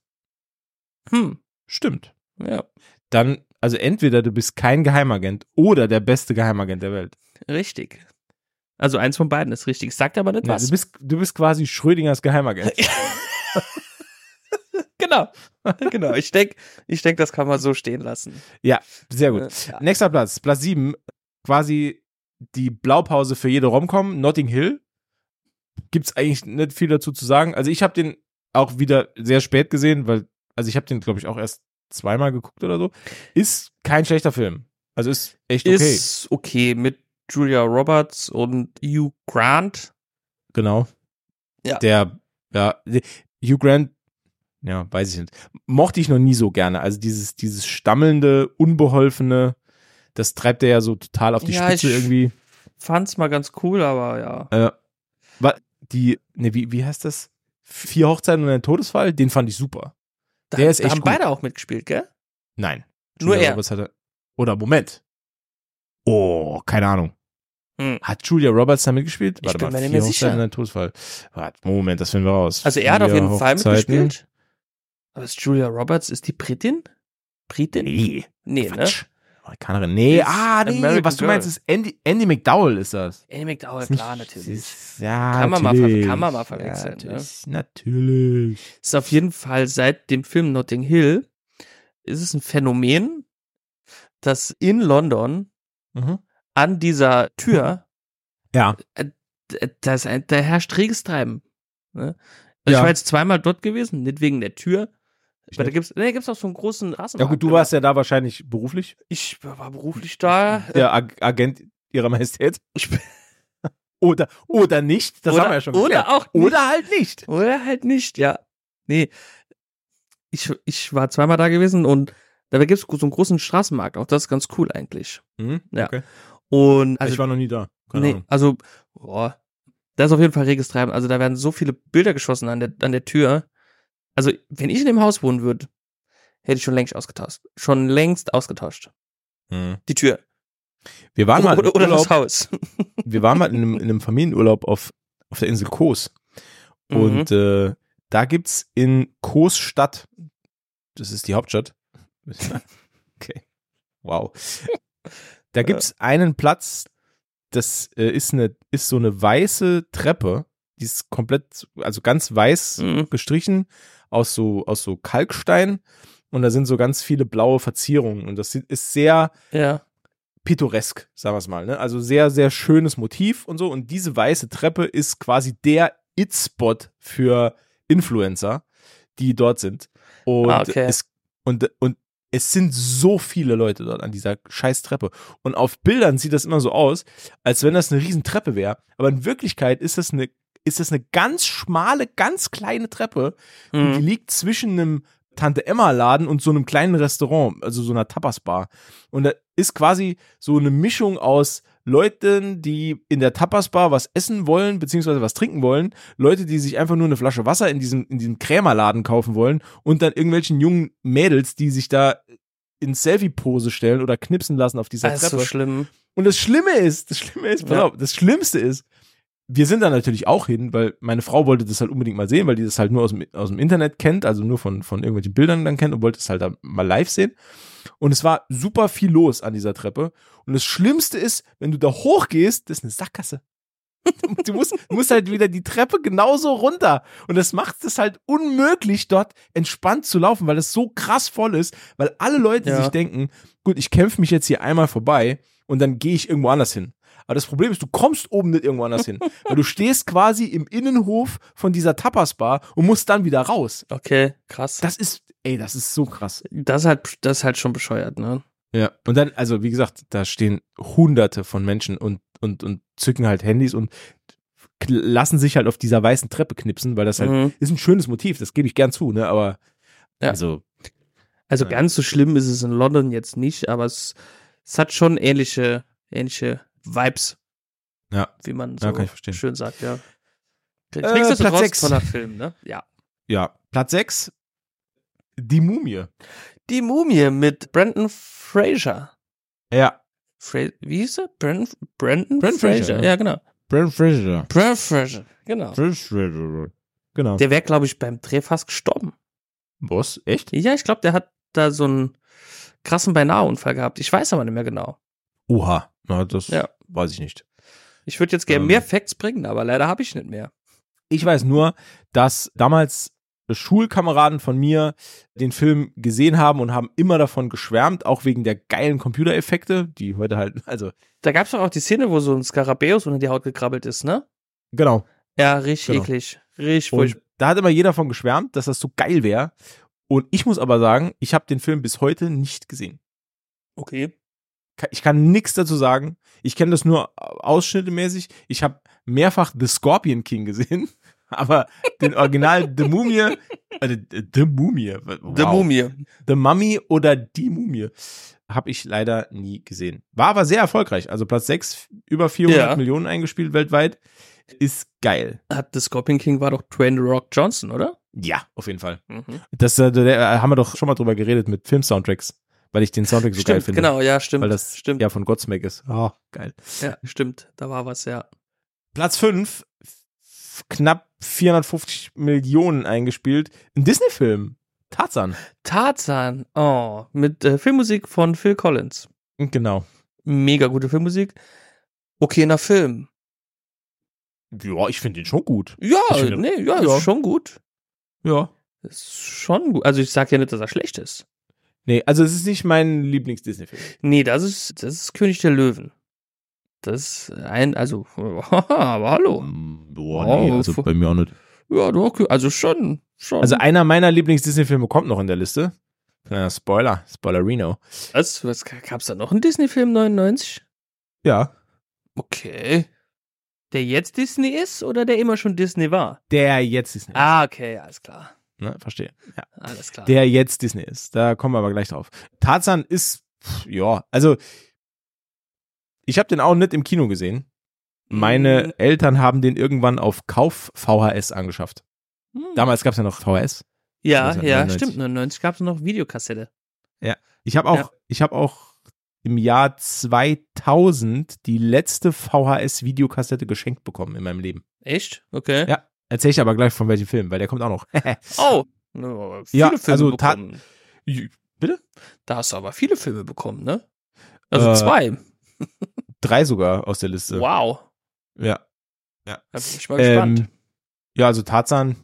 Hm,
Stimmt.
ja,
Dann, also entweder du bist kein Geheimagent oder der beste Geheimagent der Welt.
richtig. Also eins von beiden ist richtig. Sagt aber nicht
Ja,
was.
du, bist, du bist quasi Schrödingers Geheimagent.
genau. genau. Ich denke, ich denk, das kann man so stehen lassen.
Sehr gut.
Äh, Ja.
Nächster Platz, Platz 7, quasi die Blaupause für jede Romcom, Notting Hill. Gibt's eigentlich nicht viel dazu zu sagen. Also ich habe den auch wieder sehr spät gesehen, weil also ich habe den glaube ich auch erst zweimal geguckt oder so. Ist kein schlechter Film. Also ist echt okay.
Ist okay mit Julia Roberts und Hugh Grant.
genau.
Ja.
Der ja Hugh Grant ja, weiß ich nicht. Mochte ich noch nie so gerne. Also dieses dieses stammelnde, unbeholfene, das treibt er ja so total auf die
Ja,
Spitze
ich-
irgendwie.
Fand's mal ganz cool, aber ja.
Wa- die, ne, wie, wie heißt das? Vier Hochzeiten und ein Todesfall, den fand ich super.
Da,
Der ist
da
echt
haben
gut.
beide auch mitgespielt, gell?
Nein.
Nur
Julia
er.
Roberts hatte, oder Moment. Oh, keine Ahnung.
Hm.
Hat Julia Roberts da mitgespielt?
Ich bin mir nicht mehr
Hochzeiten
sicher.
und ein Todesfall. Warte, Moment, das finden wir raus.
Also er hat auf
Vier
jeden Fall
Hochzeiten.
mitgespielt. Aber ist Julia Roberts, ist die Britin? Britin?
Nee,
Nee, ne?
Quatsch. Amerikanerin. Nee,
Ist
ah, nee,
American
was du meinst,
Girl.
ist Andy, Andy McDowell ist das.
Annie McDowell,
Ist nicht-
klar, natürlich.
ist- Ja,
Kann man mal ver-
natürlich.
kann man mal verwechseln, ne?
Ja, natürlich. natürlich.
Ist auf jeden Fall seit dem Film Notting Hill ist es ein Phänomen, dass in London
Mhm.
an dieser Tür,
Ja.
d- da, ist ein, da herrscht reges Treiben. Ne? Also Ich
Ja.
war jetzt zweimal dort gewesen, nicht wegen der Tür.
Ich
Aber da
nicht.
gibt's, nee, da gibt's auch so einen großen
Ja
Rasenmarkt.
gut, du
genau.
warst ja da wahrscheinlich beruflich.
Ich war beruflich da. äh,
der Ag Agent ihrer Majestät.
Ich bin-
Oder, oder nicht, das
äh, oder,
haben wir ja schon
Oder
geklärt.
auch nicht.
Oder halt nicht.
Oder halt nicht, ja. Nee. Ich, ich war zweimal da gewesen und da gibt's so einen großen Straßenmarkt. Auch das ist ganz cool eigentlich. Ja.
Okay.
Und also,
Hm? ich war noch nie da. Keine
nee,
Ahnung.
also boah, da ist auf jeden Fall reges Treiben. Also da werden so viele Bilder geschossen an der, an der Tür. Also wenn ich in dem Haus wohnen würde, hätte ich schon längst ausgetauscht. Schon längst ausgetauscht.
Mhm.
Die Tür.
Wir waren mal
oder
im
oder das
Urlaub,
Haus.
wir waren mal in einem, in einem Familienurlaub auf, auf der Insel Kos.
Mhm.
Und äh, da gibt's in Kos Stadt, das ist die Hauptstadt. Okay. Wow. Da gibt's einen Platz, das äh, ist, eine, ist so eine weiße Treppe, die ist komplett, also ganz weiß
Mhm. Mhm.
gestrichen aus so, aus so Kalkstein und da sind so ganz viele blaue Verzierungen und das sieht- ist sehr
Ja.
pittoresk, sagen wir es mal. Ne? Also sehr, sehr schönes Motiv und so und diese weiße Treppe ist quasi der It-Spot für Influencer, die dort sind. Und,
Ah, okay.
es, und, und es sind so viele Leute dort an dieser scheiß Treppe. Und auf Bildern sieht das immer so aus, als wenn das eine riesen Treppe wäre. Aber in Wirklichkeit ist das eine, ist das eine ganz schmale, ganz kleine Treppe, und die
Mhm.
liegt zwischen einem Tante Emma Laden und so einem kleinen Restaurant, also so einer Tapas-Bar. Und da ist quasi so eine Mischung aus Leuten, die in der Tapas-Bar was essen wollen, beziehungsweise was trinken wollen, Leute, die sich einfach nur eine Flasche Wasser in diesem, in diesem Krämerladen kaufen wollen und dann irgendwelchen jungen Mädels, die sich da in Selfie-Pose stellen oder knipsen lassen auf dieser
Das Ah, ist so
Treppe.
schlimm.
Und das Schlimme ist, das Schlimme ist, pass
Ja.
auf, das Schlimmste ist, wir sind da natürlich auch hin, weil meine Frau wollte das halt unbedingt mal sehen, weil die das halt nur aus dem, aus dem Internet kennt, also nur von, von irgendwelchen Bildern dann kennt und wollte es halt da mal live sehen. Und es war super viel los an dieser Treppe. Und das Schlimmste ist, wenn du da hochgehst, das ist eine Sackgasse. Du musst, du musst halt wieder die Treppe genauso runter. Und das macht es halt unmöglich, dort entspannt zu laufen, weil es so krass voll ist, weil alle Leute
Ja.
sich denken, gut, ich kämpfe mich jetzt hier einmal vorbei und dann gehe ich irgendwo anders hin. Aber das Problem ist, du kommst oben nicht irgendwo anders hin. Weil du stehst quasi im Innenhof von dieser Tapas-Bar und musst dann wieder raus.
Okay, krass.
Das ist, ey, das ist so krass.
Das ist halt, das ist halt schon bescheuert, ne?
Ja. Und dann, also wie gesagt, da stehen hunderte von Menschen und, und, und zücken halt Handys und kl- lassen sich halt auf dieser weißen Treppe knipsen, weil das halt
Mhm.
ist ein schönes Motiv, das gebe ich gern zu, ne? Aber
Ja.
also,
Also
Ja.
ganz so schlimm ist es in London jetzt nicht, aber es, es hat schon ähnliche, ähnliche Vibes,
ja,
wie man so
Ja, kann ich verstehen.
schön sagt, ja.
Äh, Platz
Nichtsdestotrotz
sechs.
toller Film, ne? Ja.
ja. Platz 6, Die Mumie.
Die Mumie mit Brandon Fraser.
Ja.
Fra Wie hieß er? Brandon, Brandon,
Brandon
Fraser.
Fraser, ja.
Ja, genau.
Brent Fraser.
Brandon Fraser. Genau.
Genau.
Der wäre, glaube ich, beim Dreh fast gestorben.
Boss, echt?
Ja, ich glaube, der hat da so einen krassen Beinahe-Unfall gehabt. Ich weiß aber nicht mehr genau.
Oha. Na, das
Ja.
weiß ich nicht.
Ich würde jetzt gerne
Ähm.
mehr Facts bringen, aber leider habe ich nicht mehr.
Ich weiß nur, dass damals Schulkameraden von mir den Film gesehen haben und haben immer davon geschwärmt, auch wegen der geilen Computereffekte, die heute halt, also,
Da gab es doch auch die Szene, wo so ein Skarabäus unter die Haut gekrabbelt ist, ne?
genau.
Ja, richtig
Genau.
eklig. Richtig
Und
furchtbar.
da hat immer jeder davon geschwärmt, dass das so geil wäre. Und ich muss aber sagen, ich habe den Film bis heute nicht gesehen.
Okay.
Ka- Ich kann nichts dazu sagen. Ich kenne das nur ausschnittemäßig. Ich habe mehrfach The Scorpion King gesehen, aber den Original The Mumie, äh, The Mumie, wow.
The Mumie.
The Mummy oder Die Mumie habe ich leider nie gesehen. War aber sehr erfolgreich. Also Platz 6, über 400
Ja.
Millionen eingespielt weltweit. Ist geil.
Hat The Scorpion King war doch Dwayne The Rock Johnson, oder?
Ja, auf jeden Fall.
Mhm.
Das äh, da- da haben wir doch schon mal drüber geredet mit Film-Soundtracks, weil ich den Soundtrack so
stimmt,
geil finde.
genau, ja, stimmt.
Weil das
stimmt.
ja von Godsmack ist. Oh, geil.
ja, stimmt. Da war was, ja.
Platz 5, knapp 450 Millionen eingespielt. Ein Disney-Film. Tarzan.
Tarzan, oh, mit äh, Filmmusik von Phil Collins.
Genau.
Mega gute Filmmusik. Okay, na Film.
Ja, ich finde den schon gut.
Ja,
Ich finde-
nee, ja,
ja.
ist schon gut.
Ja.
Ist schon gut. Also ich sag ja nicht, dass er schlecht ist.
Nee, also es ist nicht mein Lieblings-Disney-Film.
Nee, das ist, das ist König der Löwen. Das ist ein, also, aber hallo.
Mm, Boah,
nee, also bei
mir auch nicht.
Ja, doch, also schon, schon.
Also einer meiner Lieblings-Disney-Filme kommt noch in der Liste. Kleiner Spoiler, Spoilerino.
was, was gab's da noch einen Disney-Film 99?
Ja.
Okay. Der jetzt Disney ist oder der immer schon Disney war?
Der jetzt Disney ist.
Ah, okay, alles klar.
Ne, verstehe. Ja.
Alles klar.
Der jetzt Disney ist. Da kommen wir aber gleich drauf. Tarzan ist, pff, ja, also ich habe den auch nicht im Kino gesehen.
Mhm.
Meine Eltern haben den irgendwann auf Kauf VHS angeschafft.
Hm.
Damals gab es ja noch VHS.
Ja,
Das war
ja,
99.
stimmt. 99 gab es noch Videokassette.
Ich habe auch,
Ja.
ich habe auch im Jahr 2000 die letzte VHS-Videokassette geschenkt bekommen in meinem Leben.
Echt? Okay.
Ja. Erzähle ich aber gleich von welchem Film, weil der kommt auch noch.
Oh. Viele
Ja,
Filme
also ta-
bekommen.
Bitte?
Da hast du aber viele Filme bekommen, ne? Also
Äh,
zwei.
Drei sogar aus der Liste.
Wow.
Ja. Ja.
Da bin ich mal gespannt.
Ähm, ja, also Tarzan.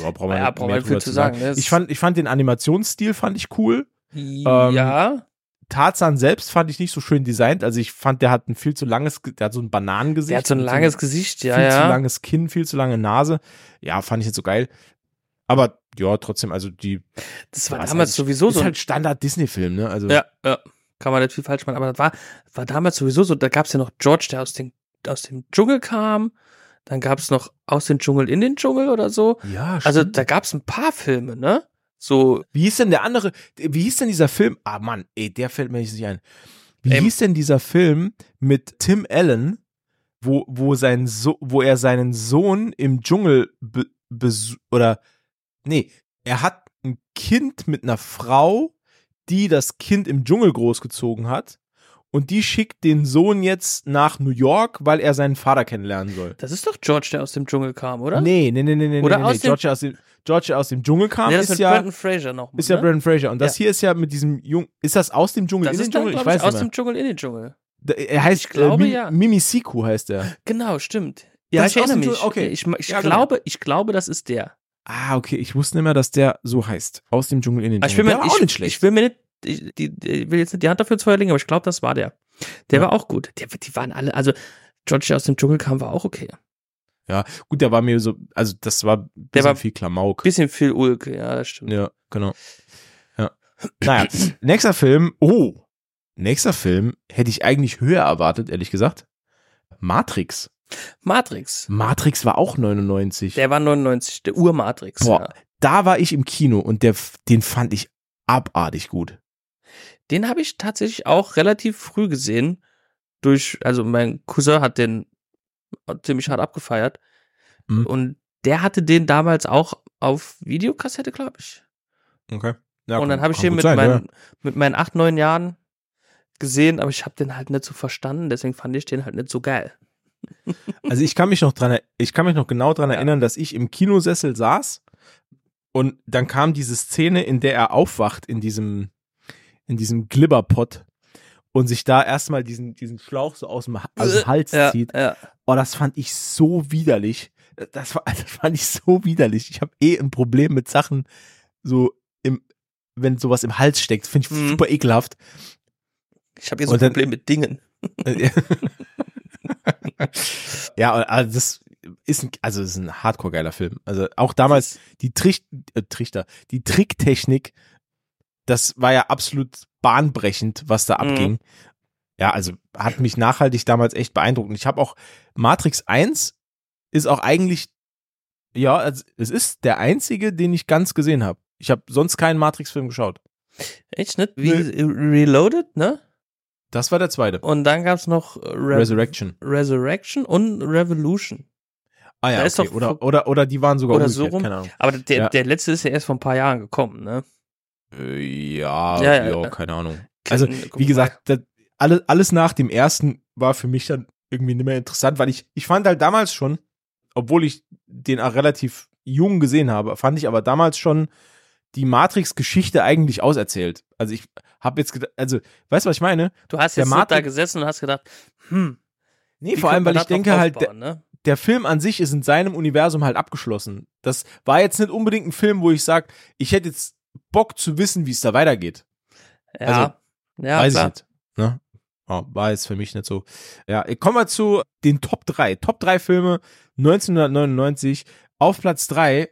Boah, braucht man
Ja,
nicht
braucht
mehr
man viel
drüber
zu sagen. ne?
Ich fand, ich fand den Animationsstil fand ich cool. Ähm,
ja.
Tarzan selbst fand ich nicht so schön designt. Also ich fand, der hat ein viel zu langes, Ge- der hat so ein Bananengesicht.
Der hat so ein
mit
langes Gesicht, ja,
viel zu
ja.
langes Kinn, viel zu lange Nase. Ja, fand ich nicht so geil. Aber ja, trotzdem, also die
Das war
Ja, ist
damals
halt-
sowieso
ist
so. ein-
halt Standard Disney-Film, ne? Also
ja, ja. Kann man nicht viel falsch machen. Aber das war, war damals sowieso so. Da gab es ja noch George, der aus, den, aus dem Dschungel kam. Dann gab es noch aus dem Dschungel in den Dschungel oder so.
ja
Also
stimmt.
da gab es ein paar Filme, ne? So,
wie hieß denn der andere? Wie hieß denn dieser Film? Ah Mann, ey, der fällt mir jetzt nicht ein. Wie
Ähm.
hieß denn dieser Film mit Tim Allen, wo wo sein so wo er seinen Sohn im Dschungel be, besu- oder nee, er hat ein Kind mit einer Frau, die das Kind im Dschungel großgezogen hat. Und die schickt den Sohn jetzt nach New York, weil er seinen Vater kennenlernen soll.
das ist doch George, der aus dem Dschungel kam, oder?
Nee, nee, nee, nee, nee.
Oder
nee,
aus
nee.
dem-
George, aus dem, George aus dem Dschungel kam,
Nee, das
ist,
mit
ja,
Brandon Fraser nochmal.
ist ja
ne?
Brandon Fraser. Und das hier ist ja mit diesem Jungen. Ist das aus dem Dschungel
Das
in
ist
den Dschungel?
Dann,
ich
glaub
weiß
ich, aus
nicht.
dem
Mehr.
Dschungel in den Dschungel.
Da- Er heißt
Ich glaube,
äh, Mimi,
ja.
Mimisiku heißt er.
Genau, stimmt. Ja,
Das
ich
ist aus
erinnere
dem
mich.
Dschungel, okay.
Ich, ich,
Ja, genau.
glaube, ich glaube, das ist der.
Ah, okay. Ich wusste nicht mehr, dass der so heißt. Aus dem Dschungel in den
Aber Ah, ich will
Dschungel.
mir,
Der war
ich,
auch nicht schlecht.
ich will mir nicht, ich, die, ich will jetzt nicht die Hand dafür ins Feuer legen, aber ich glaube, das war der. Der war auch gut. Der, die waren alle, also George, der aus dem Dschungel kam, war auch okay.
Gut, der war mir so, also das war ein bisschen
war-
viel Klamauk.
Bisschen viel Ulke, ja, das stimmt.
Ja, genau. Ja. Naja, nächster Film. Oh, nächster Film hätte ich eigentlich höher erwartet, ehrlich gesagt. Matrix.
Matrix.
Matrix war auch 99.
Der war 99, der Ur-Matrix.
Boah.
Ja.
da war ich im Kino und der, den fand ich abartig gut.
Den habe ich tatsächlich auch relativ früh gesehen. Durch, also mein Cousin hat den ziemlich hart abgefeiert.
Mhm.
Und der hatte den damals auch auf Videokassette, glaube ich.
Okay. Ja,
und dann
kann-
habe ich
kann
den
gut
mit,
sein,
meinen, mit meinen acht, neun Jahren gesehen, aber ich habe den halt nicht so verstanden, deswegen fand ich den halt nicht so geil.
Also ich kann mich noch dran, er- ich kann mich noch genau dran
Ja.
erinnern, dass ich im Kinosessel saß und dann kam diese Szene, in der er aufwacht in diesem, in diesem Glibberpot und sich da erstmal diesen, diesen Schlauch so aus dem, Ha- aus dem Hals
Äh, Ja,
zieht.
ja.
Oh, das fand ich so widerlich. Das, war, das fand ich so widerlich. Ich habe eh ein Problem mit Sachen, so im, wenn sowas im Hals steckt, finde ich
Mhm.
super ekelhaft.
Ich habe eh so ein
Und dann-
Problem mit Dingen.
ja, also das ist ein, also das ist ein hardcore geiler Film. Also auch damals die Trich, äh, Trichter, die Tricktechnik, das war ja absolut bahnbrechend, was da
Mhm.
abging. Ja, also hat mich nachhaltig damals echt beeindruckt. Und ich habe auch Matrix 1 ist auch eigentlich ja, also es ist der einzige, den ich ganz gesehen habe. Ich habe sonst keinen Matrix Film geschaut.
Echt nicht? Wie Reloaded, ne?
Das war der zweite.
Und dann gab's noch äh, Re
Resurrection.
Resurrection und Revolution.
Ah ja,
Da ist
okay.
doch-
oder oder oder die waren sogar
Oder so
umgekehrt,
rum.
keine Ahnung.
Aber der,
Ja.
der letzte ist ja erst vor ein paar Jahren gekommen, ne?
Äh, Ja,
Ja,
ja,
ja, ja.
keine Ahnung. Also,
Guck
Wie
mal.
gesagt, das, alles, alles nach dem ersten war für mich dann irgendwie nicht mehr interessant, weil ich, ich fand halt damals schon, obwohl ich den auch relativ jung gesehen habe, fand ich aber damals schon die Matrix-Geschichte eigentlich auserzählt. Also ich habe jetzt gedacht, also, weißt du, was ich meine?
du hast
der
jetzt nicht da
Matrix-
gesessen und hast gedacht, hm, wie
Nee, vor allem,
könnte man
weil ich
das noch
denke halt, der,
aufbauen, ne?
der Film an sich ist in seinem Universum halt abgeschlossen. Das war jetzt nicht unbedingt ein Film, wo ich sage, ich hätte jetzt Bock zu wissen, wie es da weitergeht.
Ja,
also,
ja
Weiß
klar.
ich nicht. Ne? Ja, war jetzt für mich nicht so. Ja, kommen wir zu den Top 3. Top 3 Filme 1999. Auf Platz 3,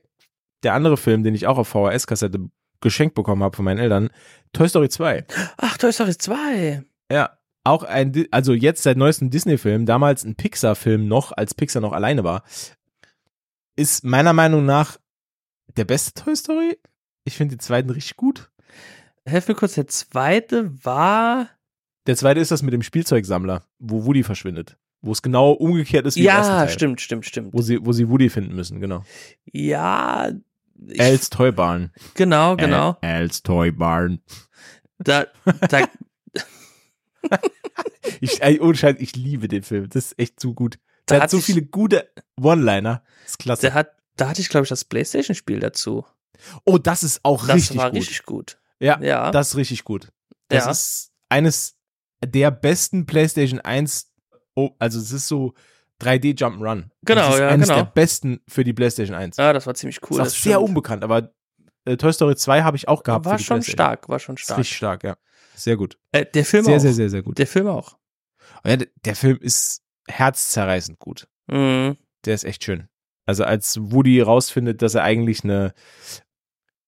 der andere Film, den ich auch auf VHS-Kassette geschenkt bekommen habe von meinen Eltern, Toy Story 2.
Ach, Toy Story 2.
Ja, auch ein, Di- also jetzt seit neuestem Disney-Film, damals ein Pixar-Film noch, als Pixar noch alleine war, ist meiner Meinung nach der beste Toy Story. Ich finde den zweiten richtig gut.
Helf mir kurz, der zweite war.
Der zweite ist das mit dem Spielzeugsammler, wo Woody verschwindet. Wo es genau umgekehrt ist wie im ersten
Ja,
Teil.
stimmt, stimmt, stimmt.
Wo sie, wo sie Woody finden müssen, genau.
Ja, ich,
Els Toy Barn. Äh.
genau, genau.
Al- Els Toy Barn.
Da, da,
Ich, ey, ohne Scheiß, ich liebe den Film. Das ist echt zu gut. Der
Da
hat,
hat
so
sich-
viele gute One-Liner. Das ist klasse.
der hat, da hatte ich, glaube ich, das Playstation-Spiel dazu.
oh, das ist auch
Das
richtig
war
gut.
richtig gut.
Ja,
Ja,
das ist richtig gut. Das
ja.
ist eines der besten PlayStation 1. Oh, also es ist so 3D Jump'n'Run.
Genau,
das ist
ja,
eines
genau.
der besten für die PlayStation 1.
ja, das war ziemlich cool.
ist auch
das
sehr
stimmt.
unbekannt, aber äh, Toy Story 2 habe ich auch gehabt.
War
für die
schon
PlayStation.
stark, war schon
Ist
stark.
richtig stark, ja. Sehr gut.
Äh, der Film
Sehr,
auch.
sehr, sehr, sehr gut. Oh
Der Film auch.
Ja, d- der Film ist herzzerreißend gut.
Mhm.
Der ist echt schön. Also als Woody rausfindet, dass er eigentlich eine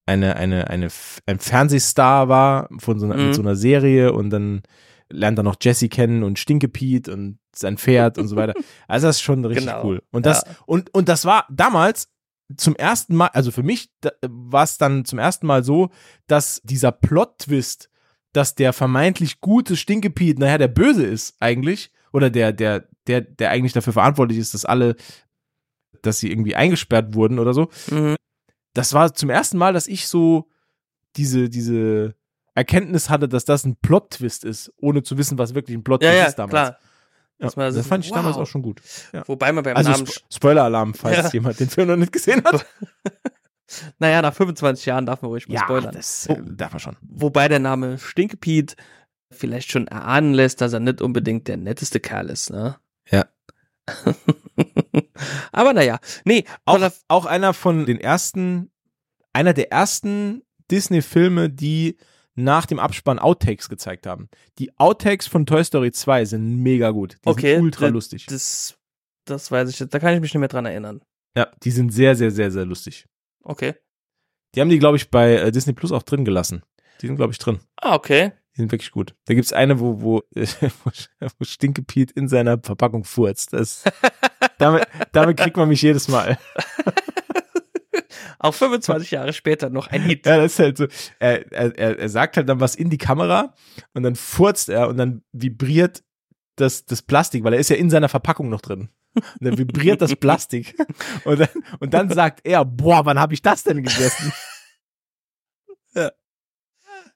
eine eine eine F- ein Fernsehstar war von so einer,
Mhm.
mit so einer Serie und dann lernt er noch Jesse kennen und Stinkepiet und sein Pferd und so weiter. Also das ist schon richtig
Genau,
cool. Und das und und das war damals zum ersten Mal, also für mich da- war es dann zum ersten Mal so, dass dieser Plot-Twist, dass der vermeintlich gute Stinkepiet, naja, der böse ist eigentlich, oder der, der, der, der eigentlich dafür verantwortlich ist, dass alle, dass sie irgendwie eingesperrt wurden oder so,
Mhm.
das war zum ersten Mal, dass ich so diese, diese Erkenntnis hatte, dass das ein Plot-Twist ist, ohne zu wissen, was wirklich ein
Ja,
Plot-Twist
ja,
ist damals.
klar.
Ja,
Dass man
das
das-
fand ich damals
wow.
auch schon gut. Ja.
Wobei man beim
Also
Namen.
Spo Spoiler-Alarm, falls
Ja.
jemand den Film noch nicht gesehen hat.
Naja, nach 25 Jahren darf man ruhig mal spoilern.
das äh, darf man schon.
Wobei der Name Stinkepiet vielleicht schon erahnen lässt, dass er nicht unbedingt der netteste Kerl ist, ne?
Ja.
Aber naja, nee,
Auch,
voller-
auch einer von den ersten, einer der ersten Disney-Filme, die nach dem Abspann Outtakes gezeigt haben. Die Outtakes von Toy Story 2 sind mega gut. Die
Okay,
sind ultra
d-
lustig.
das, das weiß ich jetzt, da kann ich mich nicht mehr dran erinnern.
Ja, die sind sehr, sehr, sehr, sehr lustig.
Okay.
Die haben die, glaube ich, bei äh, Disney Plus auch drin gelassen. Die sind, glaube ich, drin.
Ah, okay.
Die sind wirklich gut. Da gibt es eine, wo, wo, äh, wo Stinkepiet in seiner Verpackung furzt. Das, damit, damit kriegt man mich jedes Mal.
Auch 25 Jahre später noch ein Hit.
Ja, das ist halt so. Er, er, er er sagt halt dann was in die Kamera und dann furzt er und dann vibriert das, das Plastik, weil er ist ja in seiner Verpackung noch drin. Und dann vibriert das Plastik. Und dann, und dann sagt er, boah, wann habe ich das denn gegessen?
Ja.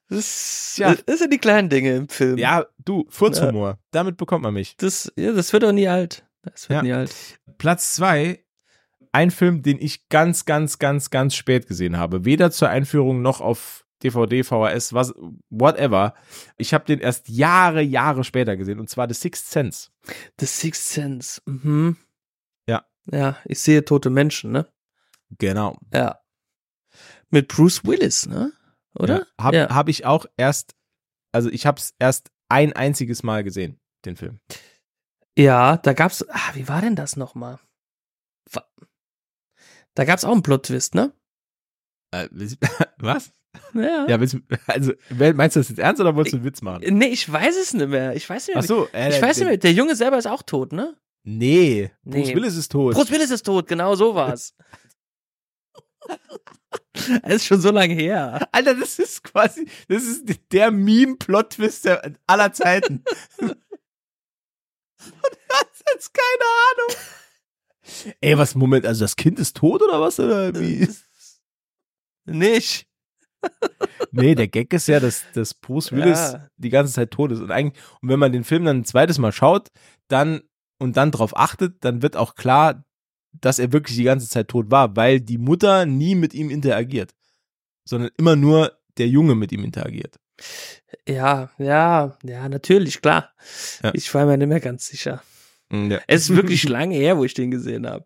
Das,
Ja.
das sind die kleinen Dinge im Film.
Ja, du, Furzhumor. Damit bekommt man mich.
Das, ja, das wird auch nie alt. Das wird
Ja.
nie alt.
Platz zwei, ein Film, den ich ganz, ganz, ganz, ganz spät gesehen habe. Weder zur Einführung noch auf DVD, VHS, was, whatever. Ich habe den erst Jahre, Jahre später gesehen und zwar The Sixth Sense.
The Sixth Sense. Mhm.
Ja.
Ja, ich sehe tote Menschen, ne?
Genau.
Ja. Mit Bruce Willis, ne? Oder?
Ja, habe
Ja.
hab ich auch erst, also ich habe es erst ein einziges Mal gesehen, den Film.
Ja, da gab's. Ah, wie war denn das nochmal? Wa- Da gab's auch einen Plot-Twist, ne?
was?
Ja.
Ja, willst, du- also wel- meinst du das jetzt ernst oder wolltest du einen Witz machen?
Nee, ich weiß es nicht mehr. Ich weiß nicht
Ach
mehr.
so, äh,
ich weiß
den-
nicht mehr. Der Junge selber ist auch tot, ne?
Nee, Bruce
Nee.
Willis ist tot.
Bruce Willis ist tot, genau so war's. Das ist schon so lange her.
Alter, das ist quasi, das ist der Meme-Plot-Twist der- aller Zeiten. das ist jetzt keine Ahnung. Ey, was, Moment, also das Kind ist tot oder was? Oder wie?
Nicht.
Nee, der Gag ist ja, dass, dass Bruce Willis
Ja.
die ganze Zeit tot ist. Und, eigentlich, und wenn man den Film dann ein zweites Mal schaut dann, und dann drauf achtet, dann wird auch klar, dass er wirklich die ganze Zeit tot war, weil die Mutter nie mit ihm interagiert, sondern immer nur der Junge mit ihm interagiert.
Ja, ja, ja, natürlich, klar.
Ja.
Ich war mir nicht mehr ganz sicher.
Ja.
Es ist wirklich lange her, wo ich den gesehen habe.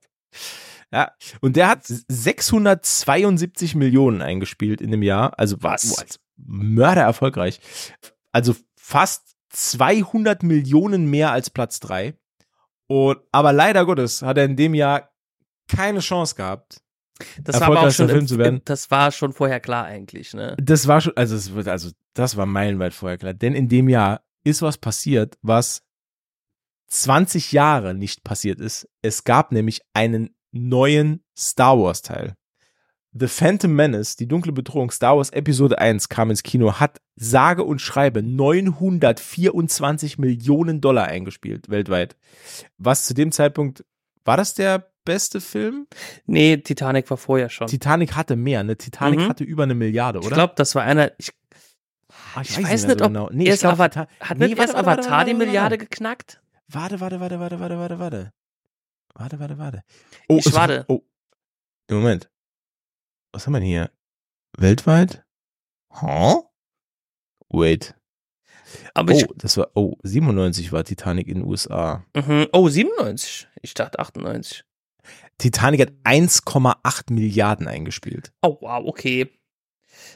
Ja, und der hat 672 Millionen eingespielt in dem Jahr. Also war
Was?
boah, als Mörder erfolgreich. Also fast 200 Millionen mehr als Platz 3. Und, aber leider Gottes hat er in dem Jahr keine Chance gehabt.
Das war aber auch
Erfolgreichster
schon im-
Film zu werden.
Das war schon vorher klar eigentlich, ne?
Das war schon, also, es wird, also das war meilenweit vorher klar. Denn in dem Jahr ist was passiert, was 20 Jahre nicht passiert ist. Es gab nämlich einen neuen Star Wars Teil. The Phantom Menace, die dunkle Bedrohung Star Wars Episode 1 kam ins Kino, hat sage und schreibe 924 Millionen Dollar eingespielt weltweit. Was zu dem Zeitpunkt, war das der beste Film?
Nee, Titanic war vorher schon.
Titanic hatte mehr, ne? Titanic
Mhm.
hatte über eine Milliarde, oder?
Ich glaube, das war einer. Ich,
Ah,
Ich weiß nicht, ob
Nee,
erst
glaub,
Avatar-
Titan-
hat
Nee,
nicht
warte,
erst
warte,
Avatar
warte,
die
warte,
Milliarde geknackt?
Warte, warte, warte, warte, warte, warte, warte, warte. Warte, warte, warte. Oh,
Ich
es-
warte.
Oh. Moment. Was haben wir denn hier? Weltweit? Huh? Wait.
Aber
Oh,
ich.
das war, oh, 97 war Titanic in den USA.
Mhm. Oh, 97. Ich dachte 98.
Titanic hat 1,8 Milliarden eingespielt.
Oh, wow, okay.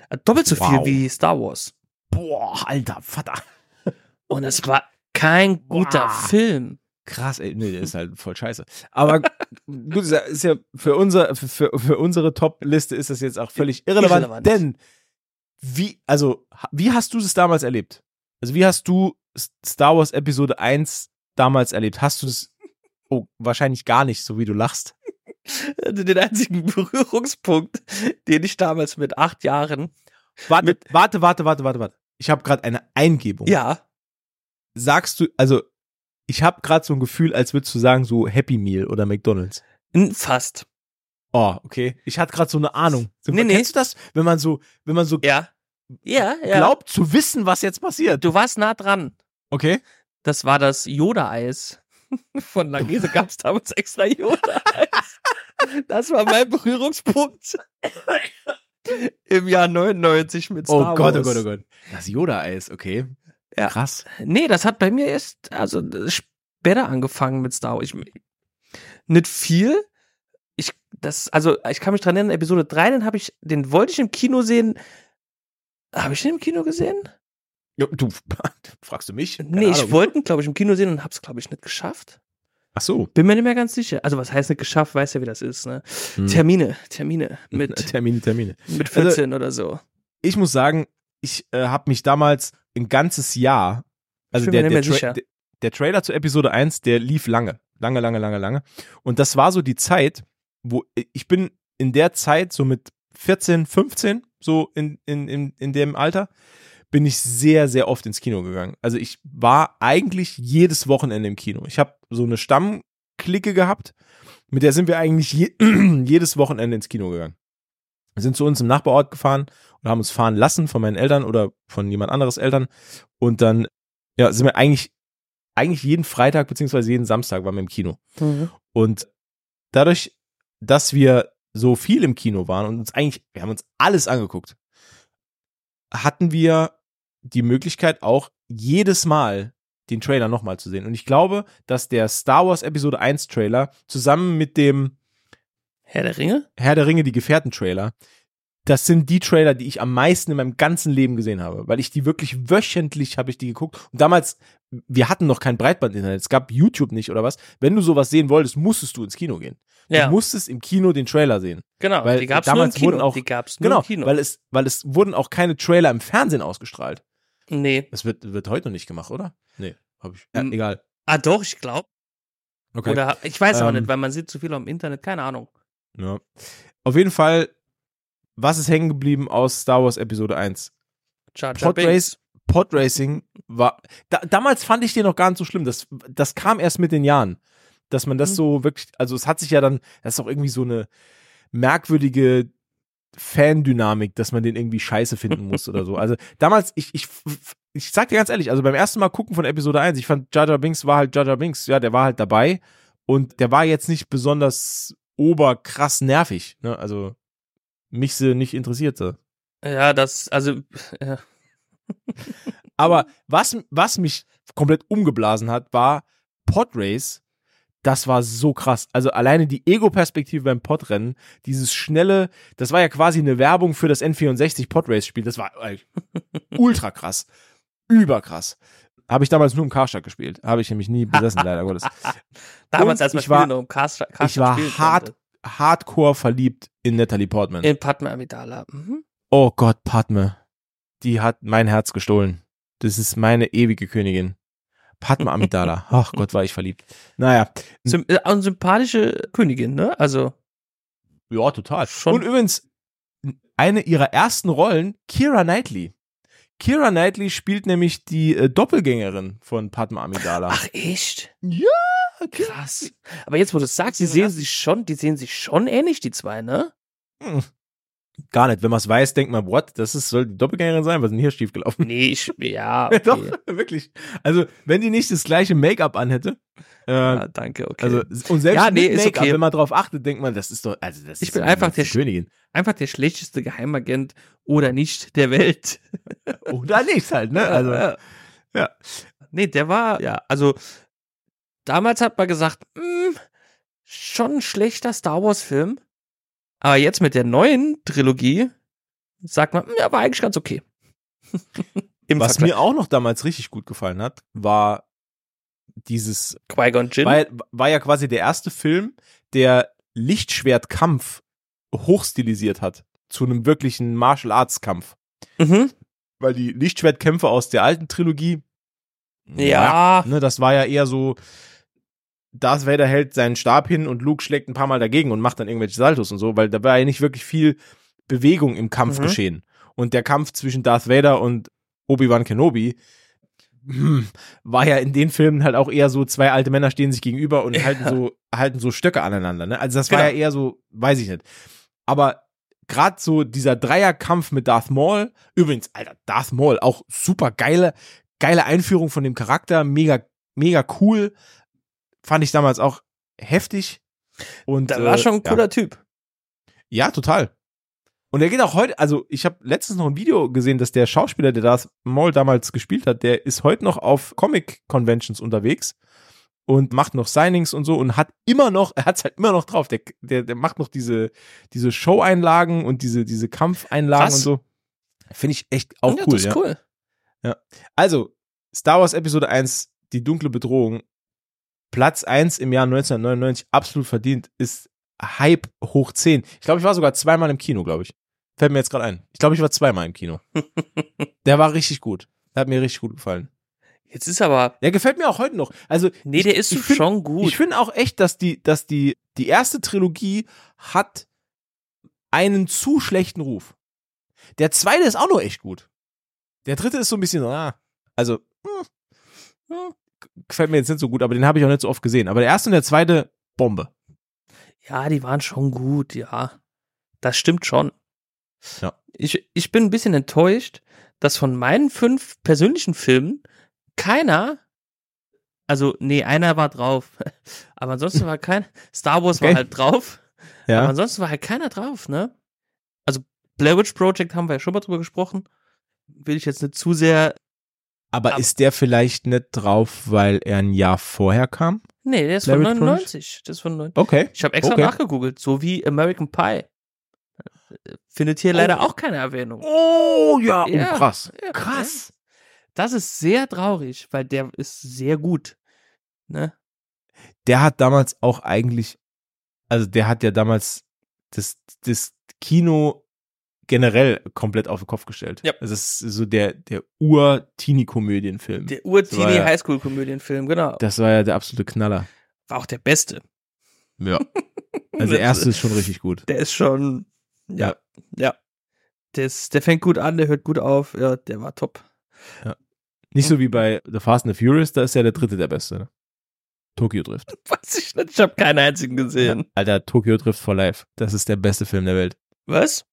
Äh, Doppelt so
Wow.
viel wie Star Wars.
Boah, alter, Vater.
Und es war kein guter
Wow.
Film.
Krass, ey, nee, der ist halt voll scheiße. Aber gut, ist ja- ist ja für, unser, für- für, für unsere Top-Liste ist das jetzt auch völlig irrelevant,
Irrelevant.
denn wie, also, ha- wie hast du es damals erlebt? Also, wie hast du S- Star Wars Episode 1 damals erlebt? Hast du das, oh, wahrscheinlich gar nicht, so wie du lachst.
Also Den einzigen Berührungspunkt, den ich damals mit acht Jahren.
Warte, warte, warte, warte, warte, warte. Ich habe gerade eine Eingebung.
Ja.
Sagst du, also, ich habe gerade so ein Gefühl, als würdest du sagen, so Happy Meal oder McDonalds.
n- Fast.
Oh, okay. Ich hatte gerade so eine Ahnung. So,
Nee, nee.
kennst du das, wenn man so, wenn man so
Ja. Ja, ja.
glaubt zu wissen, was jetzt passiert?
Du warst nah dran.
Okay.
Das war das Yoda-Eis. Von Langese gab es damals extra Yoda-Eis. Das war mein Berührungspunkt. Im Jahr 99 mit
Oh
Star
Gott,
Wars.
oh Gott, oh Gott. Das Yoda-Eis, okay.
Ja.
Krass.
Nee, das hat bei mir erst, also äh, später angefangen mit Star Wars. Ich, nicht viel. Ich, das, also, ich kann mich dran erinnern, Episode 3, den habe ich, den wollte ich im Kino sehen. Habe ich den im Kino gesehen?
Ja, du, fragst du mich? Keine
nee, ich
Ahnung.
wollte ihn, glaube ich, im Kino sehen und habe es, glaube ich, nicht geschafft.
Ach so.
Bin mir nicht mehr ganz sicher. Also, was heißt nicht geschafft? Weiß ja, wie das ist, ne?
Hm.
Termine, Termine mit,
Termine, Hm. Äh, Termine.
mit
Also-
14 oder so.
Ich muss sagen, ich äh, habe mich damals ein ganzes Jahr,
Ich
also
bin
der,
mir
der,
nicht mehr
Tra-
sicher.
der, der Trailer zu Episode 1, der lief lange. Lange, lange, lange, lange. Und das war so die Zeit, wo ich bin in der Zeit, so mit 14, 15, so in, in, in, in dem Alter, bin ich sehr, sehr oft ins Kino gegangen. Also ich war eigentlich jedes Wochenende im Kino. Ich habe so eine Stammklicke gehabt, mit der sind wir eigentlich je, jedes Wochenende ins Kino gegangen. Wir sind zu uns im Nachbarort gefahren und haben uns fahren lassen von meinen Eltern oder von jemand anderes Eltern. Und dann, ja, sind wir eigentlich, eigentlich jeden Freitag beziehungsweise jeden Samstag waren wir im Kino. Und dadurch, dass wir so viel im Kino waren und uns eigentlich, wir haben uns alles angeguckt, hatten wir die Möglichkeit auch jedes Mal den Trailer nochmal zu sehen. Und ich glaube, dass der Star Wars Episode 1 Trailer zusammen mit dem
Herr der Ringe?
Herr der Ringe, die Gefährten-Trailer, das sind die Trailer, die ich am meisten in meinem ganzen Leben gesehen habe, weil ich die wirklich wöchentlich habe ich die geguckt. Und damals, wir hatten noch kein Breitbandinternet, es gab YouTube nicht oder was. Wenn du sowas sehen wolltest, musstest du ins Kino gehen.
Ja,
Du musstest im Kino den Trailer sehen.
genau.
weil
die gab's
damals
nur im
wurden
Kino.
auch-
die gab's nur
Genau,
im Kino.
weil es, weil es wurden auch keine Trailer im Fernsehen ausgestrahlt.
nee.
Das wird, wird heute noch nicht gemacht, oder? Nee, habe ich.
Hm.
egal.
Ah, doch, ich glaube.
Okay.
Oder ich weiß aber
Ähm.
nicht, weil man sieht zu viel am Internet, keine Ahnung.
Ja. Auf jeden Fall, was ist hängen geblieben aus Star Wars Episode 1?
Jar Jar Binks.
Podrace, Podracing war. Da, damals fand ich den noch gar nicht so schlimm. Das, das kam erst mit den Jahren. Dass man das
Mhm.
so wirklich. Also, es hat sich ja dann. Das ist auch irgendwie so eine merkwürdige Fandynamik, dass man den irgendwie scheiße finden muss oder so. Also, damals, ich. ich ich sag dir ganz ehrlich, also beim ersten Mal gucken von Episode 1, ich fand Jar Jar Binks war halt Jar Jar Binks, ja, der war halt dabei und der war jetzt nicht besonders oberkrass nervig, ne? Also mich sie nicht interessierte.
Ja, das, also, äh,
Aber was, was mich komplett umgeblasen hat, war Podrace. Das war so krass. Also alleine die Ego-Perspektive beim Podrennen, dieses schnelle, das war ja quasi eine Werbung für das N64 Podrace-Spiel. Das war äh, ultra krass. Überkrass. Habe ich damals nur im Karstadt gespielt. Habe ich nämlich nie besessen, leider Gottes.
damals,
Und
als man
ich war-
Spiele noch im Cast, Cast
ich war hart- Hardcore verliebt in Natalie Portman.
In Padma Amidala. Mhm.
Oh Gott, Padme. Die hat mein Herz gestohlen. Das ist meine ewige Königin. Padme Amidala. Ach Gott, war ich verliebt. Naja.
Sym äh, und sympathische Königin, ne? Also,
Ja, total.
Schon.
Und übrigens, eine ihrer ersten Rollen, Kira Knightley. Kira Knightley spielt nämlich die äh, Doppelgängerin von Padme Amidala.
ach echt?
ja, Kira-
Krass. Aber jetzt, wo du es sagst, die
Diese
sehen
Rasse-
sich schon, die sehen sich schon ähnlich, die zwei, ne?
Gar nicht. Wenn man es weiß, denkt man, what? Das ist, soll die Doppelgängerin sein? Was ist denn hier schiefgelaufen?
Nee, ich, ja,
Ja,
okay.
Doch, wirklich. Also, wenn die nicht das gleiche Make-up anhätte, äh,
Ja, danke, okay.
Also,
Also,
und selbst
Ja, nee,
mit
ist
Make-up,
okay.
wenn man drauf achtet, denkt man, das ist doch, also das
Ich
ist
bin
doch
einfach
die
der Sch-
Königin.
Einfach der schlechteste Geheimagent oder nicht der Welt.
Oder nicht halt, ne? Also,
Ja,
ja.
Nee, der war, ja, also damals hat man gesagt, "Hm, schon ein schlechter Star Wars-Film. Aber jetzt mit der neuen Trilogie sagt man, "Hm, ja, war eigentlich ganz okay. Im
was
Vergleich.
mir auch noch damals richtig gut gefallen hat, war dieses,
Qui-Gon Jinn.
war, ja- war ja quasi der erste Film, der Lichtschwertkampf hochstilisiert hat zu einem wirklichen Martial Arts Kampf.
mhm.
Weil die Lichtschwertkämpfe aus der alten Trilogie,
Ja.
ne, das war ja eher so, Darth Vader hält seinen Stab hin und Luke schlägt ein paar Mal dagegen und macht dann irgendwelche Saltos und so, weil da war ja nicht wirklich viel Bewegung im Kampf
Mhm.
geschehen. Und der Kampf zwischen Darth Vader und Obi-Wan Kenobi hm, war ja in den Filmen halt auch eher so, zwei alte Männer stehen sich gegenüber und
Ja.
halten, so, halten so Stöcke aneinander. Ne? Also das war
Genau.
ja eher so, weiß ich nicht. Aber gerade so dieser Dreierkampf mit Darth Maul, übrigens, Alter, Darth Maul, auch super geile, geile Einführung von dem Charakter, mega, mega cool. Fand ich damals auch heftig. Und,
Da war
äh,
schon ein cooler Typ.
Ja, ja, total. Und er geht auch heute, also ich habe letztens noch ein Video gesehen, dass der Schauspieler, der Darth Maul damals gespielt hat, der ist heute noch auf Comic-Conventions unterwegs und macht noch Signings und so und hat immer noch, er hat's halt immer noch drauf. Der, der, der macht noch diese, diese Show-Einlagen und diese, diese Kampfeinlagen
Krass.
und so. Finde ich echt auch
ja,
cool,
das
ja.
ist cool.
Also, Star Wars Episode 1, die dunkle Bedrohung, Platz 1 im Jahr 1999, absolut verdient, ist Hype hoch 10. Ich glaube, ich war sogar zweimal im Kino, glaube ich. Fällt mir jetzt gerade ein. Ich glaube, ich war zweimal im Kino. Der war richtig gut. Der hat mir richtig gut gefallen.
Jetzt ist aber,
Der gefällt mir auch heute noch. Also,
nee, der ist
ich find-
schon gut.
ich finde auch echt, dass die, dass die, die erste Trilogie hat einen zu schlechten Ruf. Der zweite ist auch noch echt gut. Der dritte ist so ein bisschen, ah, also, hm, hm, gefällt mir jetzt nicht so gut, aber den habe ich auch nicht so oft gesehen. Aber der erste und der zweite, Bombe.
ja, die waren schon gut, ja. Das stimmt schon.
Ja.
Ich, ich bin ein bisschen enttäuscht, dass von meinen fünf persönlichen Filmen keiner, also nee, einer war drauf, aber ansonsten war kein, Star Wars
Okay.
war halt drauf, aber
Ja.
ansonsten war halt keiner drauf, ne? Also Blair Witch Project haben wir ja schon mal drüber gesprochen, will ich jetzt nicht zu sehr,
Aber
aber-
ist der vielleicht nicht drauf, weil er ein Jahr vorher kam?
nee, der ist
Blair
von
Witch Project?
99, das ist von 99.
Okay.
Ich habe extra
Okay.
nachgegoogelt, so wie American Pie. Äh, Findet hier leider
Oh.
auch keine Erwähnung.
Oh ja,
Ja.
Oh, krass.
Ja,
Krass.
Das ist sehr traurig, weil der ist sehr gut. Ne?
der hat damals auch eigentlich, also der hat ja damals das, das Kino generell komplett auf den Kopf gestellt.
Ja.
Das ist so der, der Ur-Teenie-Komödienfilm.
Der
Das war
Ur-Teenie
ja-
Highschool-Komödienfilm, genau.
Das war ja der absolute Knaller.
War auch der beste.
Ja. Also der erste ist schon richtig gut.
Der ist schon. Ja. Ja. Der, ist, der fängt gut an, der hört gut auf. Ja, der war top.
Nicht so wie bei The Fast and the Furious, da ist ja der dritte der beste. ne? Tokyo Drift.
Weiß ich nicht, ich habe keinen einzigen gesehen.
Alter, Tokyo Drift for Life. Das ist der beste Film der Welt.
Was?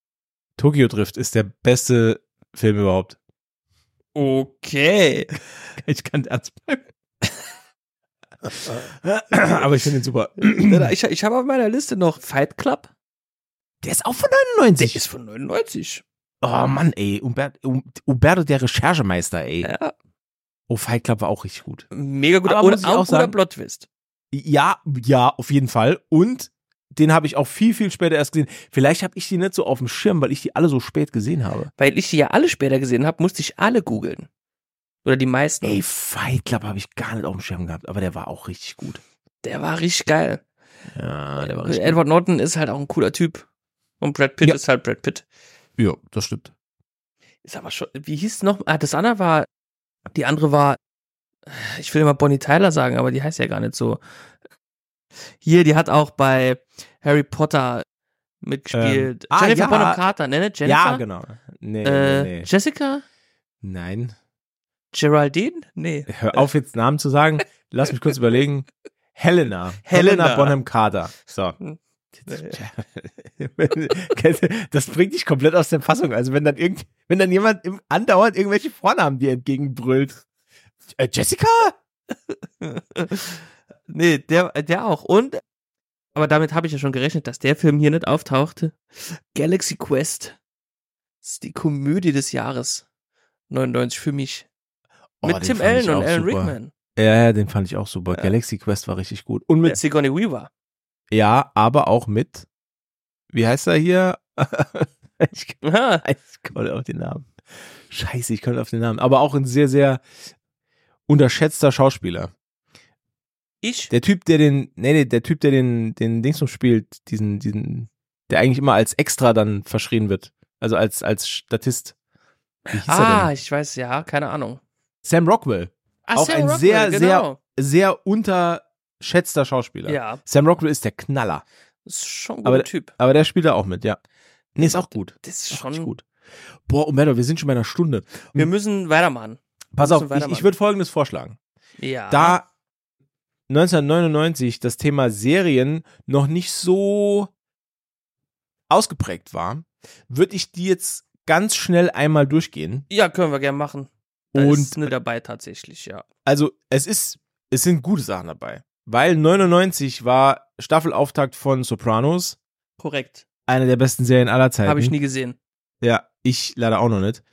Tokyo Drift ist der beste Film überhaupt.
Okay.
Ich kann ernst bleiben. Aber ich finde ihn super.
ich ich habe auf meiner Liste noch Fight Club.
Der ist auch von
Der
99.
ist von 99.
oh Mann, ey. Umber- Um- Umberto, der Recherchemeister, ey.
Ja.
Oh, Fight Club war auch richtig gut.
Mega gut.
Aber
Und
muss ich
auch,
auch
guter
sagen-
Plot-Twist.
Ja, ja, auf jeden Fall. Und den habe ich auch viel, viel später erst gesehen. Vielleicht habe ich die nicht so auf dem Schirm, weil ich die alle so spät gesehen habe.
Weil ich die ja alle später gesehen habe, musste ich alle googeln. Oder die meisten.
Ey, Fight Club habe ich gar nicht auf dem Schirm gehabt, aber der war auch richtig gut. Äh,
Der war richtig geil.
Ja, Ah, der war richtig
Edward Norton ist halt auch ein cooler Typ. Und Brad Pitt
Ja.
ist halt Brad Pitt.
gut. Ja, das stimmt.
Ist aber schon, wie hieß noch? Ah, das andere war, die andere war, ich will immer Bonnie Tyler sagen, aber die heißt ja gar nicht so. Hier, die hat auch bei Harry Potter mitgespielt.
Ähm, ah,
Jennifer
ja.
Bonham Carter, ne? ne? Jennifer?
Ja, genau. Nee,
Äh,
nee, nee.
Jessica?
Nein.
Geraldine? Nee.
Hör auf, jetzt Namen zu sagen. Lass mich kurz überlegen. Helena.
Helena.
Helena, Bonham Carter. So.
Hm.
Äh, Das bringt dich komplett aus der Fassung. Also, wenn dann, irgend, wenn dann jemand im, andauernd irgendwelche Vornamen dir entgegenbrüllt. Äh, Jessica?
nee, der, äh, der auch. Und, aber damit habe ich ja schon gerechnet, dass der Film hier nicht auftauchte. Galaxy Quest. Das ist die Komödie des Jahres. 99 für mich.
Oh,
mit
den
Tim
fand
Allen
ich
und
auch
Alan
super.
Rickman.
Ja, ja, den fand ich auch super.
Ja.
Galaxy Quest war richtig gut. Und
Mit
mit,
Sigourney Weaver.
ja, aber auch mit, wie heißt er hier? ich
Aha.
Ich komme auf den Namen. Scheiße, ich komme auf den Namen. Aber auch ein sehr, sehr unterschätzter Schauspieler.
Ich?
Der Typ, der den, nee, nee, der Typ, der den, den Dingsum spielt, diesen, diesen, der eigentlich immer als Extra dann verschrien wird. Also als, als Statist. Wie hieß er
ah,
denn?
ich weiß, ja, keine Ahnung.
Sam Rockwell.
Ah,
Auch
Sam
ein
Rockwell,
sehr,
genau.
Sehr unterschätzter Schauspieler.
Ja,
Sam Rockwell ist der Knaller.
ist schon ein
Aber-
guter Typ.
Aber der spielt da auch mit, ja. Nee, ist auch gut.
Das ist
Ist
schon
richtig gut. Boah, Umberto, wir sind schon bei einer Stunde.
Wir müssen weitermachen.
Pass
müssen
auf, ich,
weitermachen.
ich würde Folgendes vorschlagen.
Ja.
da 1999 das Thema Serien noch nicht so ausgeprägt war, würde ich die jetzt ganz schnell einmal durchgehen.
Ja, können wir gerne machen. Da
Und-
ist eine dabei tatsächlich, ja.
Also es ist, es sind gute Sachen dabei, weil 99 war Staffelauftakt von Sopranos,
Korrekt.
eine der besten Serien aller Zeiten.
Habe ich nie gesehen.
Ja, ich leider auch noch nicht.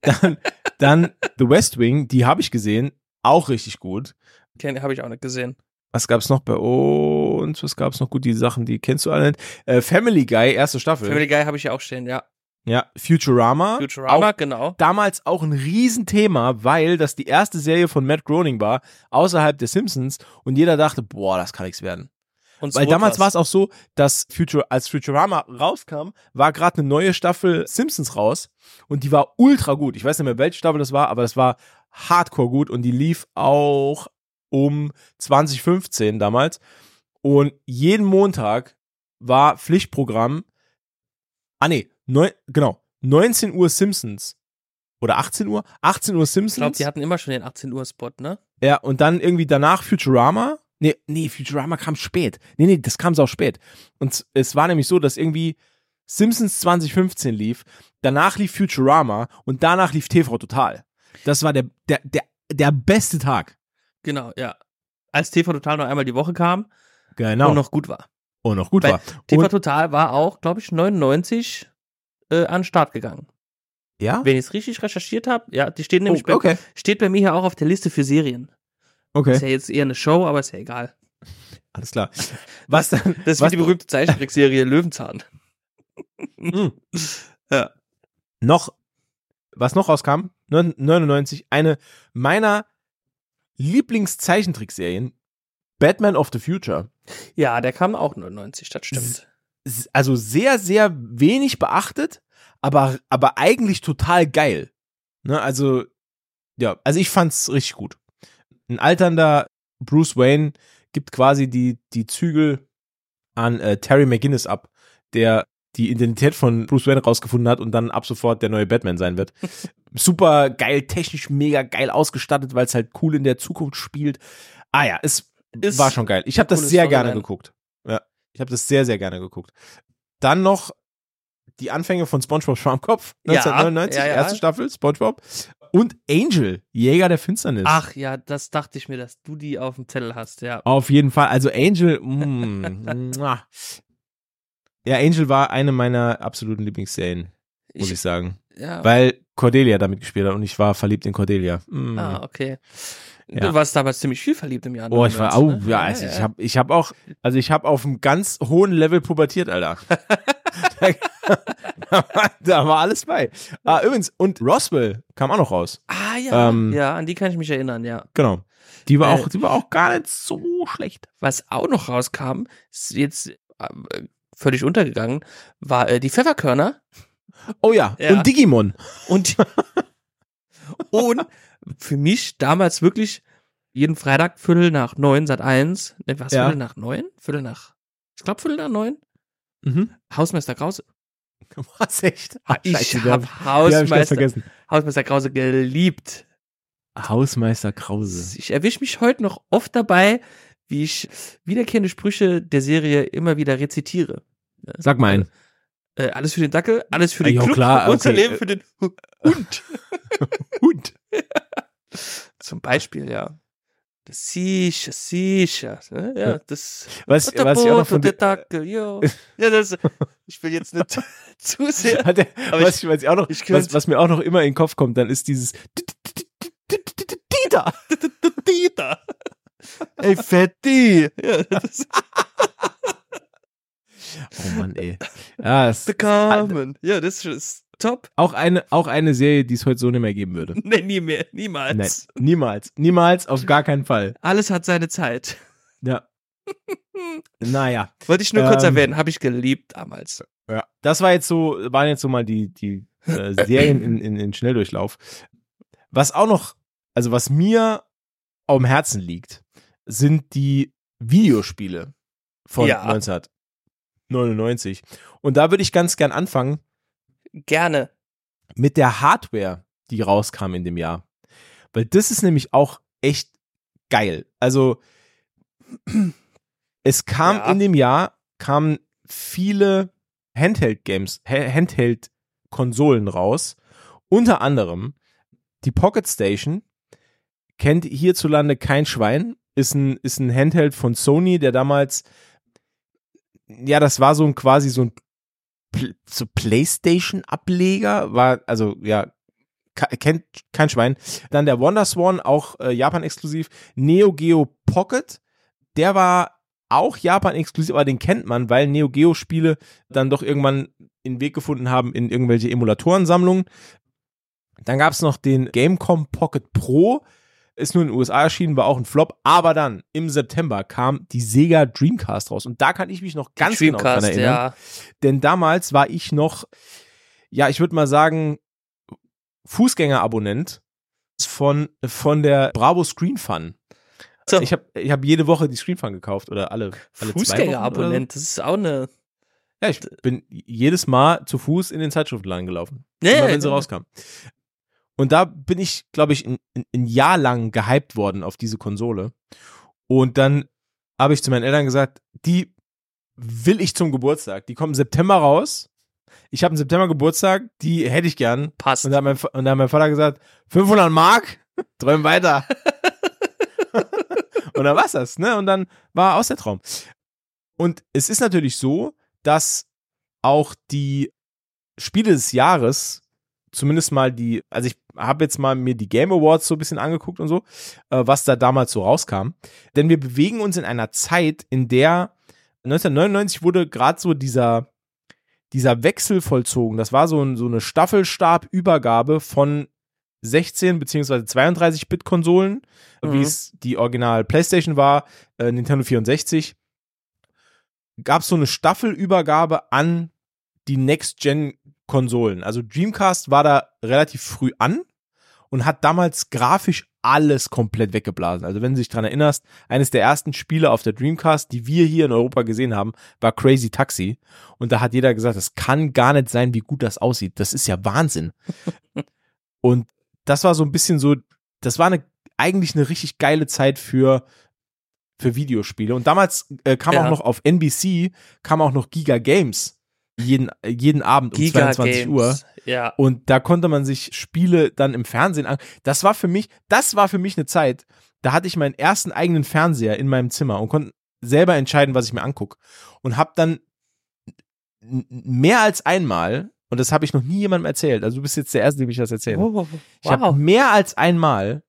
Dann, dann The West Wing, die habe ich gesehen, auch richtig gut.
Habe ich auch nicht gesehen.
Was gab's noch bei uns? Was gab's noch gut? Die Sachen, die kennst du alle nicht. Äh, Family Guy, erste Staffel.
Family Guy habe ich ja auch stehen, ja.
ja, Futurama.
Futurama,
Ah, Auch
genau.
damals auch ein Riesenthema, weil das die erste Serie von Matt Groening war, außerhalb der Simpsons. Und jeder dachte, boah, das kann nichts werden.
Und
weil
so
damals war
was.
es auch so, dass Future, als Futurama rauskam, war gerade eine neue Staffel Simpsons raus. Und die war ultra gut. Ich weiß nicht mehr, welche Staffel das war, aber das war hardcore gut. Und die lief auch um 2015 damals. Und jeden Montag war Pflichtprogramm. Ah, nee, neun, genau. 19 Uhr Simpsons. Oder 18 Uhr? 18 Uhr Simpsons.
Ich glaube, die hatten immer schon den 18 Uhr Spot, ne?
Ja, und dann irgendwie danach Futurama. Nee, nee, Futurama kam spät. Nee, nee, das kam sau spät. Und es war nämlich so, dass irgendwie Simpsons 2015 lief, danach lief Futurama und danach lief TV Total. Das war der, der, der, der beste Tag.
Genau, ja. Als TV Total noch einmal die Woche kam
Genau.
und noch gut war.
und noch gut
Weil
war.
TV
Und,
Total war auch, glaube ich, 99 äh, an den Start gegangen.
ja?
Wenn ich es richtig recherchiert habe, ja, die stehen
Oh,
nämlich bei,
okay,
steht bei mir hier auch auf der Liste für Serien. Ist
okay,
ja jetzt eher eine Show, aber ist ja egal.
alles klar. Was dann?
Das ist wie
was
die berühmte Zeichentrickserie Löwenzahn.
Mm.
Ja.
Noch, was noch rauskam, 99, eine meiner Lieblingszeichentrickserien, Batman of the Future.
Ja, der kam auch 99, das stimmt.
S- Also sehr, sehr wenig beachtet, aber, aber eigentlich total geil. Ne, also, ja, also ich fand's richtig gut. Ein alternder Bruce Wayne gibt quasi die, die Zügel an äh, Terry McGinnis ab, der die Identität von Bruce Wayne rausgefunden hat und dann ab sofort der neue Batman sein wird. Super geil, technisch mega geil ausgestattet, weil es halt cool in der Zukunft spielt. Ah ja, es
Ist
war schon geil. Ich habe das
cooles
sehr gerne
Storyline.
geguckt. Ja, ich habe das sehr, sehr gerne geguckt. Dann noch die Anfänge von SpongeBob Schwammkopf,
Ja,
1999,
ja, ja.
erste Staffel, SpongeBob. Und Angel, Jäger der Finsternis.
Ach ja, das dachte ich mir, dass du die auf dem Zettel hast, ja.
Auf jeden Fall. Also Angel, mm, mua. ja, Angel war eine meiner absoluten Lieblingsserien, muss ich,
Ich,
sagen.
ja.
Weil Cordelia damit gespielt hat und ich war verliebt in Cordelia. Mm.
Ah, okay.
Ja.
Du warst damals ziemlich viel verliebt im Jahr.
Oh, ich war,
99,
au,
ne?
ja, also ich habe ich hab auch, also ich habe auf einem ganz hohen Level pubertiert, Alter. da, war- da war alles bei. Ah, übrigens, und Roswell kam auch noch raus.
Ah, ja.
Ähm,
ja, an die kann ich mich erinnern, ja.
Genau. Die war
Äh,
auch, die war auch gar nicht so schlecht.
Was auch noch rauskam, ist jetzt äh, völlig untergegangen, war äh, die Pfefferkörner
Oh ja,
Ja.
und Digimon.
und, und für mich damals wirklich jeden Freitag Viertel nach neun, Sat eins. Ne, was,
Ja.
Viertel nach neun? Viertel nach, ich glaube Viertel nach neun.
Mhm.
Hausmeister Krause.
Was echt?
Ich
Scheiße, die
habe
hab- die hab ich ganz
Hausmeister,
vergessen.
Hausmeister Krause geliebt.
Hausmeister Krause.
Also Ich erwische mich heute noch oft dabei, wie ich wiederkehrende Sprüche der Serie immer wieder rezitiere.
Sag mal einen.
Äh, alles für den Dackel, alles für den
Ja,
Club,
klar, also, äh,
unser
okay.
Leben für den Hu- Hund.
Hund.
Zum Beispiel, ja. Das sicher, sicher. ne? Ja,
Ja.
das
Was,
der
was ich auch
Boot
noch von
und der
dir,
Dackel, jo. ja. das, ich will jetzt nicht zu sehr.
hat der,
Aber
was, ich, was, ich auch noch,
ich könnte-
was, was mir auch noch immer in den Kopf kommt, dann ist dieses Dieter.
Dieter. Ey, Fetti. Ja, das ist
Oh Mann, ey. Ja, es
The Carmen. Ja, das ist top.
auch eine, auch eine Serie, die es heute so nicht mehr geben würde.
Nee, nie mehr, niemals.
Nein, niemals. Niemals, auf gar keinen Fall.
Alles hat seine Zeit.
Ja. Naja.
Wollte ich nur kurz
Ähm,
erwähnen, habe ich geliebt damals.
Ja. Das war jetzt so, waren jetzt so mal die, die äh, Serien in, in, in Schnelldurchlauf. Was auch noch, also was mir am Herzen liegt, sind die Videospiele von
Ja.
1999. Und da würde ich ganz gern anfangen
Gerne.
mit der Hardware, die rauskam in dem Jahr. Weil das ist nämlich auch echt geil. Also es kam
Ja.
in dem Jahr kamen viele Handheld Games, Ha- Handheld Konsolen raus, unter anderem die Pocket Station kennt hierzulande kein Schwein, ist ein ist ein Handheld von Sony, der damals ja, das war so ein quasi so ein Pl- so PlayStation-Ableger, war, also ja, ka- kennt kein Schwein. Dann der Wonderswan, auch äh, Japan-exklusiv. Neo Geo Pocket, der war auch Japan-exklusiv, aber den kennt man, weil Neo Geo-Spiele dann doch irgendwann den Weg gefunden haben in irgendwelche Emulatorensammlungen. Dann gab es noch den Gamecom Pocket Pro, ist nur in den USA erschienen, war auch ein Flop, aber dann im September kam die Sega Dreamcast raus und da kann ich mich noch ganz genau dran erinnern.
ja.
Denn damals war ich noch, ja, ich würde mal sagen, Fußgängerabonnent von, von der Bravo Screen Fun.
So,
Ich habe ich hab jede Woche die Screen Fun gekauft oder alle, alle zwei Wochen oder so.
Fußgängerabonnent, das ist auch eine.
Ja, ich bin jedes Mal zu Fuß in den Zeitschriftenladen gelaufen, immer
ne?
wenn sie rauskam. Und da bin ich, glaube ich, ein, ein- ein Jahr lang gehypt worden auf diese Konsole. Und dann habe ich zu meinen Eltern gesagt, die will ich zum Geburtstag. Die kommen im September raus ich habe im September Geburtstag, die hätte ich gern.
Passt.
Und da hat mein, Fa- und da hat mein Vater gesagt, 500 Mark, träum weiter. und dann war's das, ne? Und dann war aus der Traum. Und es ist natürlich so, dass auch die Spiele des Jahres, zumindest mal die, also ich habe jetzt mal mir die Game Awards so ein bisschen angeguckt und so, äh, was da damals so rauskam. Denn wir bewegen uns in einer Zeit, in der 1999 wurde gerade so dieser, dieser Wechsel vollzogen. Das war so, ein, so eine Staffelstabübergabe von 16 bzw. 32-Bit-Konsolen, wie
Mhm.
es die Original PlayStation war, äh, Nintendo 64. Gab es so eine Staffelübergabe an die Next-Gen-Konsolen. Also Dreamcast war da relativ früh an und hat damals grafisch alles komplett weggeblasen. Also wenn du dich dran erinnerst, eines der ersten Spiele auf der Dreamcast, die wir hier in Europa gesehen haben, war Crazy Taxi. Und da hat jeder gesagt, das kann gar nicht sein, wie gut das aussieht. Das ist ja Wahnsinn. Und das war so ein bisschen so, das war eine, eigentlich eine richtig geile Zeit für, für Videospiele. Und damals äh, kam
Ja.
auch noch auf NBC, kam auch noch Giga Games jeden, jeden Abend um 22
Games.
Uhr.
Ja.
Und da konnte man sich Spiele dann im Fernsehen an. Das war für mich, das war für mich eine Zeit, da hatte ich meinen ersten eigenen Fernseher in meinem Zimmer und konnte selber entscheiden, was ich mir angucke. Und habe dann n- mehr als einmal, und das habe ich noch nie jemandem erzählt, also du bist jetzt der Erste, dem ich das erzähle.
Wow.
Ich habe mehr als einmal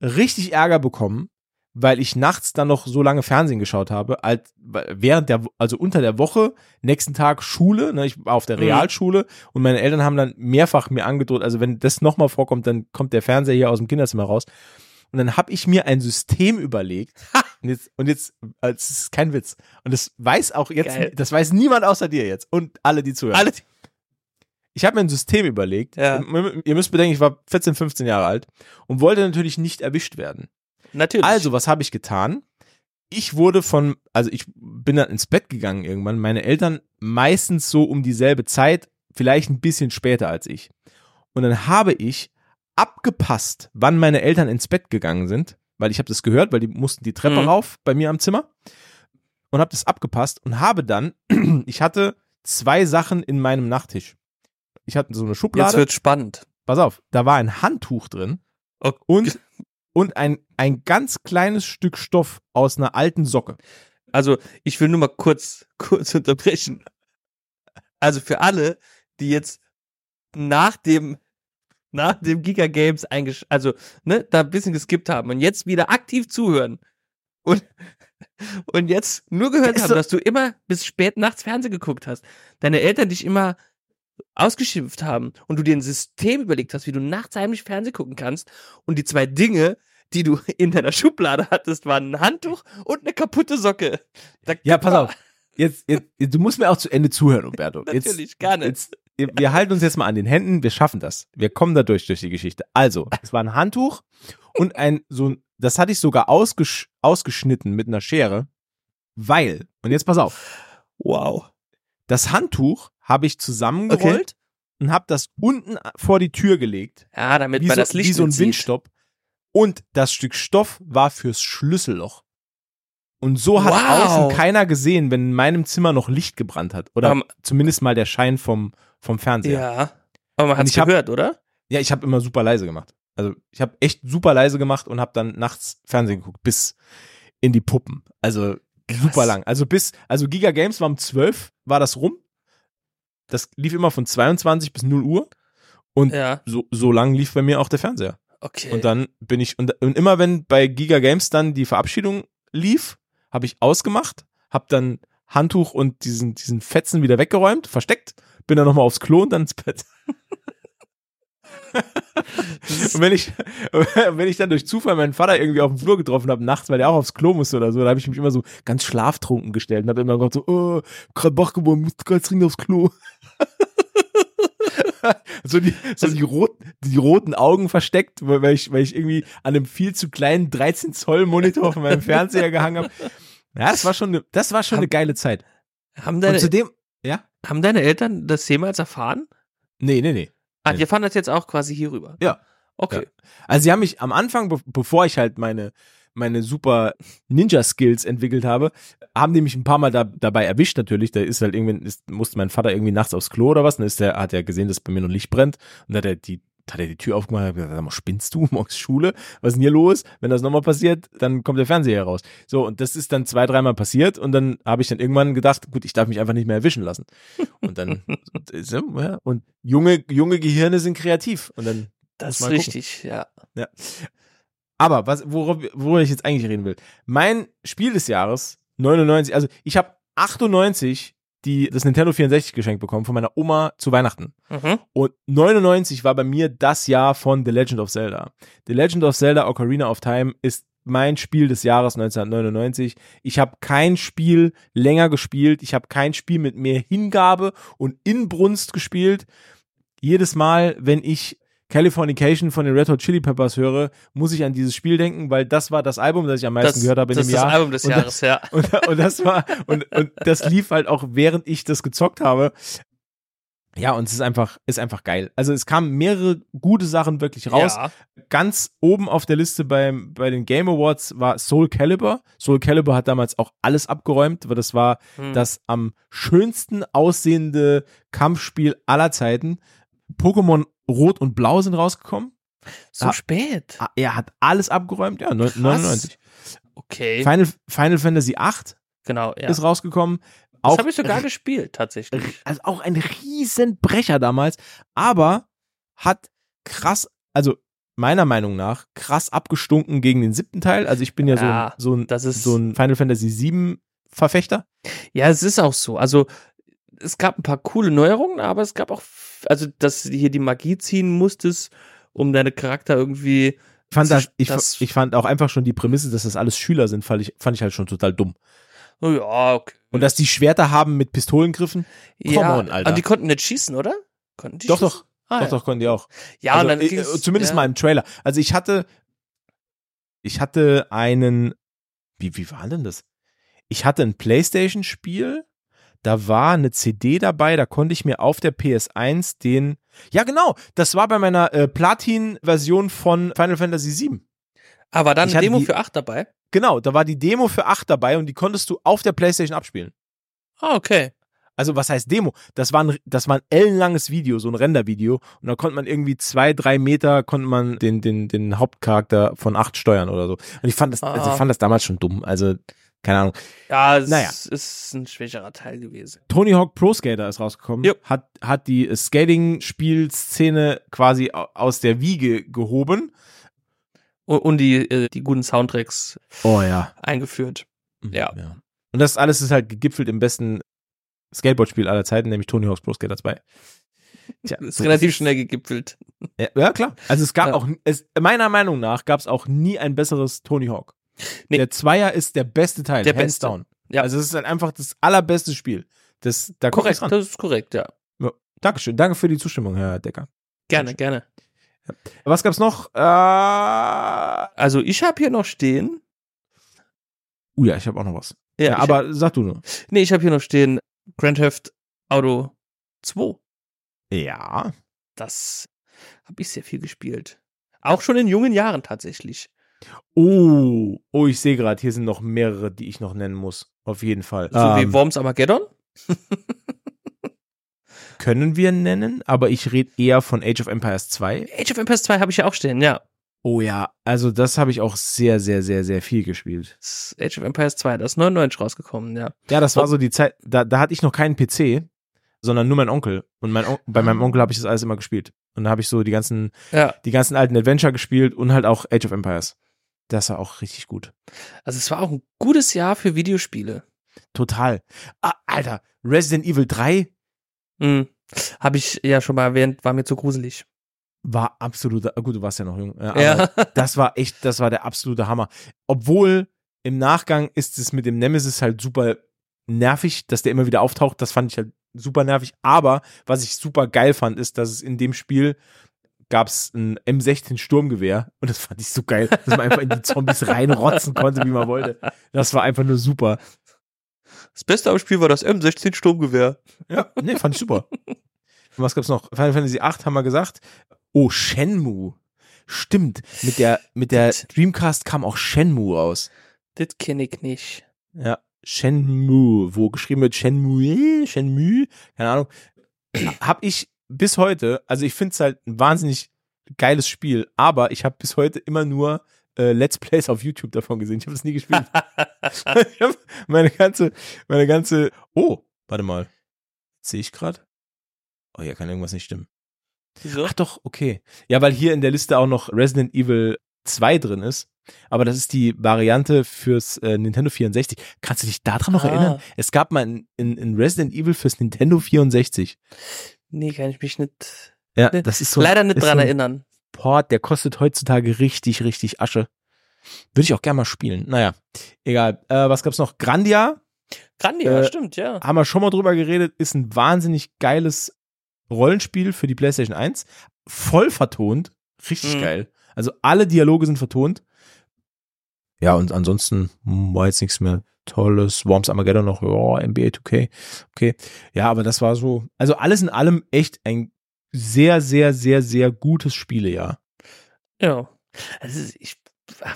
richtig Ärger bekommen, weil ich nachts dann noch so lange Fernsehen geschaut habe, als während der, also unter der Woche, nächsten Tag Schule, ne, ich war auf der
Mhm.
Realschule und meine Eltern haben dann mehrfach mir angedroht, also wenn das nochmal vorkommt, dann kommt der Fernseher hier aus dem Kinderzimmer raus. Und dann habe ich mir ein System überlegt. Und jetzt, und jetzt, äh, es ist kein Witz. Und das weiß auch jetzt,
Geil.
das weiß niemand außer dir jetzt und alle, die zuhören
Alle,
ich habe mir ein System überlegt.
Ja.
M- Ihr müsst bedenken, ich war 14, 15 Jahre alt und wollte natürlich nicht erwischt werden.
natürlich.
Also, was habe ich getan? Ich wurde von, also ich bin dann ins Bett gegangen irgendwann, meine Eltern meistens so um dieselbe Zeit, vielleicht ein bisschen später als ich. Und dann habe ich abgepasst, wann meine Eltern ins Bett gegangen sind, weil ich habe das gehört, weil die mussten die Treppe
Mhm.
rauf bei mir am Zimmer und habe das abgepasst und habe dann, ich hatte zwei Sachen in meinem Nachttisch. Ich hatte so eine Schublade.
jetzt wird spannend.
Pass auf, da war ein Handtuch drin
Oh,
und, und ein, ein ganz kleines Stück Stoff aus einer alten Socke.
Also, ich will nur mal kurz, kurz unterbrechen. Also für alle, die jetzt nach dem, nach dem Giga Games eingesch, also, ne, da ein bisschen geskippt haben und jetzt wieder aktiv zuhören und, und jetzt nur gehört
Ist
haben,
so-
dass du immer bis spät nachts Fernsehen geguckt hast, deine Eltern dich immer ausgeschimpft haben und du dir ein System überlegt hast, wie du nachts heimlich Fernsehen gucken kannst und die zwei Dinge, die du in deiner Schublade hattest, waren ein Handtuch und eine kaputte Socke. Da-
Ja, pass auf. Jetzt, jetzt, du musst mir auch zu Ende zuhören, Umberto. Jetzt,
Natürlich, gar nicht.
Jetzt, wir wir halten uns jetzt mal an den Händen, wir schaffen das. Wir kommen da durch, durch die Geschichte. Also, es war ein Handtuch und ein, so ein, das hatte ich sogar ausgesch ausgeschnitten mit einer Schere, weil, und jetzt pass auf,
Wow.
das Handtuch habe ich zusammengerollt und habe das unten vor die Tür gelegt
Ja, damit
wie
man
so,
das Licht
wie so ein
nicht sieht.
Windstopp. Und das Stück Stoff war fürs Schlüsselloch. Und so hat
Wow.
außen keiner gesehen, wenn in meinem Zimmer noch Licht gebrannt hat. Oder
Ähm,
zumindest mal der Schein vom, vom Fernseher. Ja,
Ja. Aber man hat es
ich hab-
gehört, oder?
ich habe immer super leise gemacht. Also ich habe echt super leise gemacht und habe dann nachts Fernsehen geguckt, bis in die Puppen. Also super lang. Also bis, also Giga Games war um 12, war das rum. Das lief immer von 22 bis 0 Uhr.
Ja,
So, so lang lief bei mir auch der Fernseher.
okay.
Und dann bin ich, und, und immer wenn bei Giga Games dann die Verabschiedung lief, habe ich ausgemacht, habe dann Handtuch und diesen, diesen Fetzen wieder weggeräumt, versteckt, bin dann nochmal aufs Klo und dann ins Bett. und wenn ich, wenn ich dann durch Zufall meinen Vater irgendwie auf dem Flur getroffen habe, nachts, weil der auch aufs Klo musste oder so, da habe ich mich immer so ganz schlaftrunken gestellt und habe immer gedacht so, oh, gerade Bach geworden, muss ganz dringend aufs Klo. so die, so die, roten, die roten Augen versteckt, weil weil ich, weil ich irgendwie an einem viel zu kleinen 13 Zoll Monitor von meinem Fernseher gehangen habe. Ja, das war schon eine, das war schon eine geile Zeit.
haben,
Und
deine,
zudem,
haben deine Eltern das jemals erfahren?
nee, nee, nee.
Ah,
Nee.
die erfahren das jetzt auch quasi hierüber.
Ja.
Okay.
Also sie haben mich am Anfang, be bevor ich halt meine, meine super Ninja-Skills entwickelt habe, haben die mich ein paar Mal da, dabei erwischt natürlich. Da ist halt irgendwann, ist, musste mein Vater irgendwie nachts aufs Klo oder was. Und dann ist der, hat er gesehen, dass bei mir noch Licht brennt. Und da hat er die, hat er die Tür aufgemacht und hat gesagt, sag mal, spinnst du? Morgens Schule? Was ist denn hier los? Wenn das nochmal passiert, dann kommt der Fernseher raus. So, und das ist dann zwei, dreimal passiert. Und dann habe ich dann irgendwann gedacht, gut, ich darf mich einfach nicht mehr erwischen lassen. Und dann, und, äh, ja, und junge, junge Gehirne sind kreativ. Und dann
Das
Mal
ist
gucken.
richtig, ja.
aber was, worauf, worüber ich jetzt eigentlich reden will. Mein Spiel des Jahres, 99, also ich habe 98 die, das Nintendo 64 geschenkt bekommen von meiner Oma zu Weihnachten.
Mhm.
Und 99 war bei mir das Jahr von The Legend of Zelda. The Legend of Zelda Ocarina of Time ist mein Spiel des Jahres 1999. Ich habe kein Spiel länger gespielt. Ich habe kein Spiel mit mehr Hingabe und Inbrunst gespielt. Jedes Mal, wenn ich Californication von den Red Hot Chili Peppers höre, muss ich an dieses Spiel denken, weil das war das Album, das ich am meisten
Das,
gehört habe in
das ist
dem
das
Jahr.
Album des
Und
Jahres,
das-
ja.
Und, und das war, und, und das lief halt auch, während ich das gezockt habe. Ja, und es ist einfach, ist einfach geil. Also es kamen mehrere gute Sachen wirklich raus.
Ja.
Ganz oben auf der Liste beim, bei den Game Awards war Soul Calibur. Soul Calibur hat damals auch alles abgeräumt, weil das war
Hm.
das am schönsten aussehende Kampfspiel aller Zeiten. Pokémon Rot und Blau sind rausgekommen.
so
ah,
spät.
Ah, Er hat alles abgeräumt, ja, neun- 99.
Okay,
Final, Final Fantasy VIII
genau, ja.
ist rausgekommen.
das
Auch
habe ich sogar gespielt, tatsächlich.
also auch ein Riesenbrecher damals, aber hat krass, also meiner Meinung nach, krass abgestunken gegen den siebten Teil. Also ich bin ja,
Ja,
so, ein, so, ein,
Das ist
so ein Final Fantasy VII Verfechter.
Ja, es ist auch so. Also es gab ein paar coole Neuerungen, aber es gab auch, f- also dass du hier die Magie ziehen musstest, um deine Charakter irgendwie.
Ich Fand
Das-
das, ich,
das-
ich fand auch einfach schon die Prämisse, dass das alles Schüler sind, fand ich, fand ich halt schon total dumm.
Oh ja, okay.
Und dass die Schwerter haben mit Pistolengriffen. come
ja,
on, Alter.
Aber die konnten nicht schießen, oder? Konnten die
Doch,
schießen?
doch,
Ah,
doch, doch, konnten die auch.
Ja,
also,
und dann
äh,
ging's-
äh, zumindest
ja.
mal im Trailer. Also ich hatte, ich hatte einen, wie, wie war denn das? Ich hatte ein Playstation-Spiel, da war eine CD dabei, da konnte ich mir auf der PS1 den, ja genau, das war bei meiner äh, Platin-Version von Final Fantasy VII.
Ah, war da
Ich
eine
hatte
Demo
die-
für 8 dabei?
Genau, da war die Demo für 8 dabei und die konntest du auf der Playstation abspielen.
Ah, okay.
Also was heißt Demo? Das war ein, das war ein ellenlanges Video, so ein Render-Video. Und da konnte man irgendwie zwei, drei Meter konnte man den, den, den Hauptcharakter von acht steuern oder so. Und ich fand das, also
Ah.
ich fand das damals schon dumm. Also, keine Ahnung.
Ja, es
Naja.
ist ein schwächerer Teil gewesen.
Tony Hawk Pro Skater ist rausgekommen,
Jo.
hat, hat die Skating-Spielszene quasi au- aus der Wiege gehoben.
Und, und die, äh, die guten Soundtracks
Oh ja.
eingeführt. Ja.
Mhm, Und das alles ist halt gegipfelt im besten Skateboard-Spiel aller Zeiten, nämlich Tony Hawk's Pro Skater 2. Tja,
Ist
so
relativ schnell gegipfelt.
Ja, ja, klar. Also es gab
Ja.
auch, es, meiner Meinung nach gab es auch nie ein besseres Tony Hawk.
Nee.
Der Zweier ist der beste Teil,
Der
hands
beste.
down.
Ja.
Also es ist halt einfach das allerbeste Spiel. Das, da kommt
Korrekt,
nichts ran.
das ist korrekt, ja.
Dankeschön, danke für die Zustimmung, Herr Decker.
Gerne, gerne.
Was gab's noch? Äh, uh
Also ich habe hier noch stehen.
oh ja, ich habe auch noch was.
Ja,
Ja,
ich
aber sag du nur.
Nee, ich habe hier noch stehen Grand Theft Auto 2.
Ja.
Das habe ich sehr viel gespielt. Auch schon in jungen Jahren tatsächlich.
Oh, oh, ich sehe gerade, hier sind noch mehrere, die ich noch nennen muss. Auf jeden Fall.
So
Ähm,
wie Worms Armageddon.
können wir nennen, aber ich rede eher von Age of Empires 2.
Age of Empires 2 habe ich ja auch stehen, ja.
Oh ja, also das habe ich auch sehr, sehr, sehr, sehr viel gespielt.
Das ist Age of Empires 2, das ist 99 rausgekommen, ja.
Ja, das war so die Zeit, da, da hatte ich noch keinen PC, sondern nur mein Onkel. Und mein On bei meinem Onkel habe ich das alles immer gespielt. Und da habe ich so die ganzen,
Ja,
die ganzen alten Adventure gespielt und halt auch Age of Empires. Das war auch richtig gut.
also es war auch ein gutes Jahr für Videospiele.
Total. Ah, Alter, Resident Evil 3
Mhm. Habe ich ja schon mal erwähnt, war mir zu gruselig.
war absoluter, gut, du warst ja noch jung. äh, Aber
Ja,
Das war echt, das war der absolute Hammer. Obwohl im Nachgang ist es mit dem Nemesis halt super nervig, dass der immer wieder auftaucht. Das fand ich halt super nervig. Aber was ich super geil fand, ist, dass es in dem Spiel gab es ein M16 Sturmgewehr und das fand ich so geil, dass man einfach in die Zombies reinrotzen konnte, wie man wollte. Das war einfach nur super.
das Beste am Spiel war das M16 Sturmgewehr.
Ja, nee, fand ich super. Und was gab's noch? Final Fantasy VIII haben wir gesagt. Oh, Shenmue. Stimmt, mit der, mit der Dreamcast kam auch Shenmue aus.
Das kenne ich nicht.
Ja, Shenmue, wo geschrieben wird Shenmue, Shenmue, keine Ahnung. Hab ich bis heute, also ich finde es halt ein wahnsinnig geiles Spiel, aber ich habe bis heute immer nur äh, Let's Plays auf YouTube davon gesehen. Ich habe es nie gespielt. ich hab meine ganze, meine ganze, oh, warte mal. Sehe ich gerade? Oh, hier kann irgendwas nicht stimmen.
Wieso?
Ach doch, okay. Ja, weil hier in der Liste auch noch Resident Evil 2 drin ist. Aber das ist die Variante fürs äh, Nintendo 64. Kannst du dich daran noch
Ah.
erinnern? Es gab mal ein, ein, ein Resident Evil fürs Nintendo 64.
Nee, kann ich mich nicht.
Ja,
Nee,
das ist so
leider nicht
ist
dran
so ein
erinnern.
Port, der kostet heutzutage richtig, richtig Asche. Würde ich auch gerne mal spielen. Naja, egal. Äh, was gab's noch? Grandia,
Grandia,
Äh,
stimmt, ja.
haben wir schon mal drüber geredet, ist ein wahnsinnig geiles Rollenspiel für die PlayStation 1. Voll vertont. Richtig
Mhm.
geil. Also alle Dialoge sind vertont. Ja, und ansonsten hm, war jetzt nichts mehr Tolles. Worms Armageddon noch, ja, NBA 2K. Okay. Ja, aber das war so. Also alles in allem echt ein sehr, sehr, sehr, sehr gutes Spielejahr.
Ja. Also ich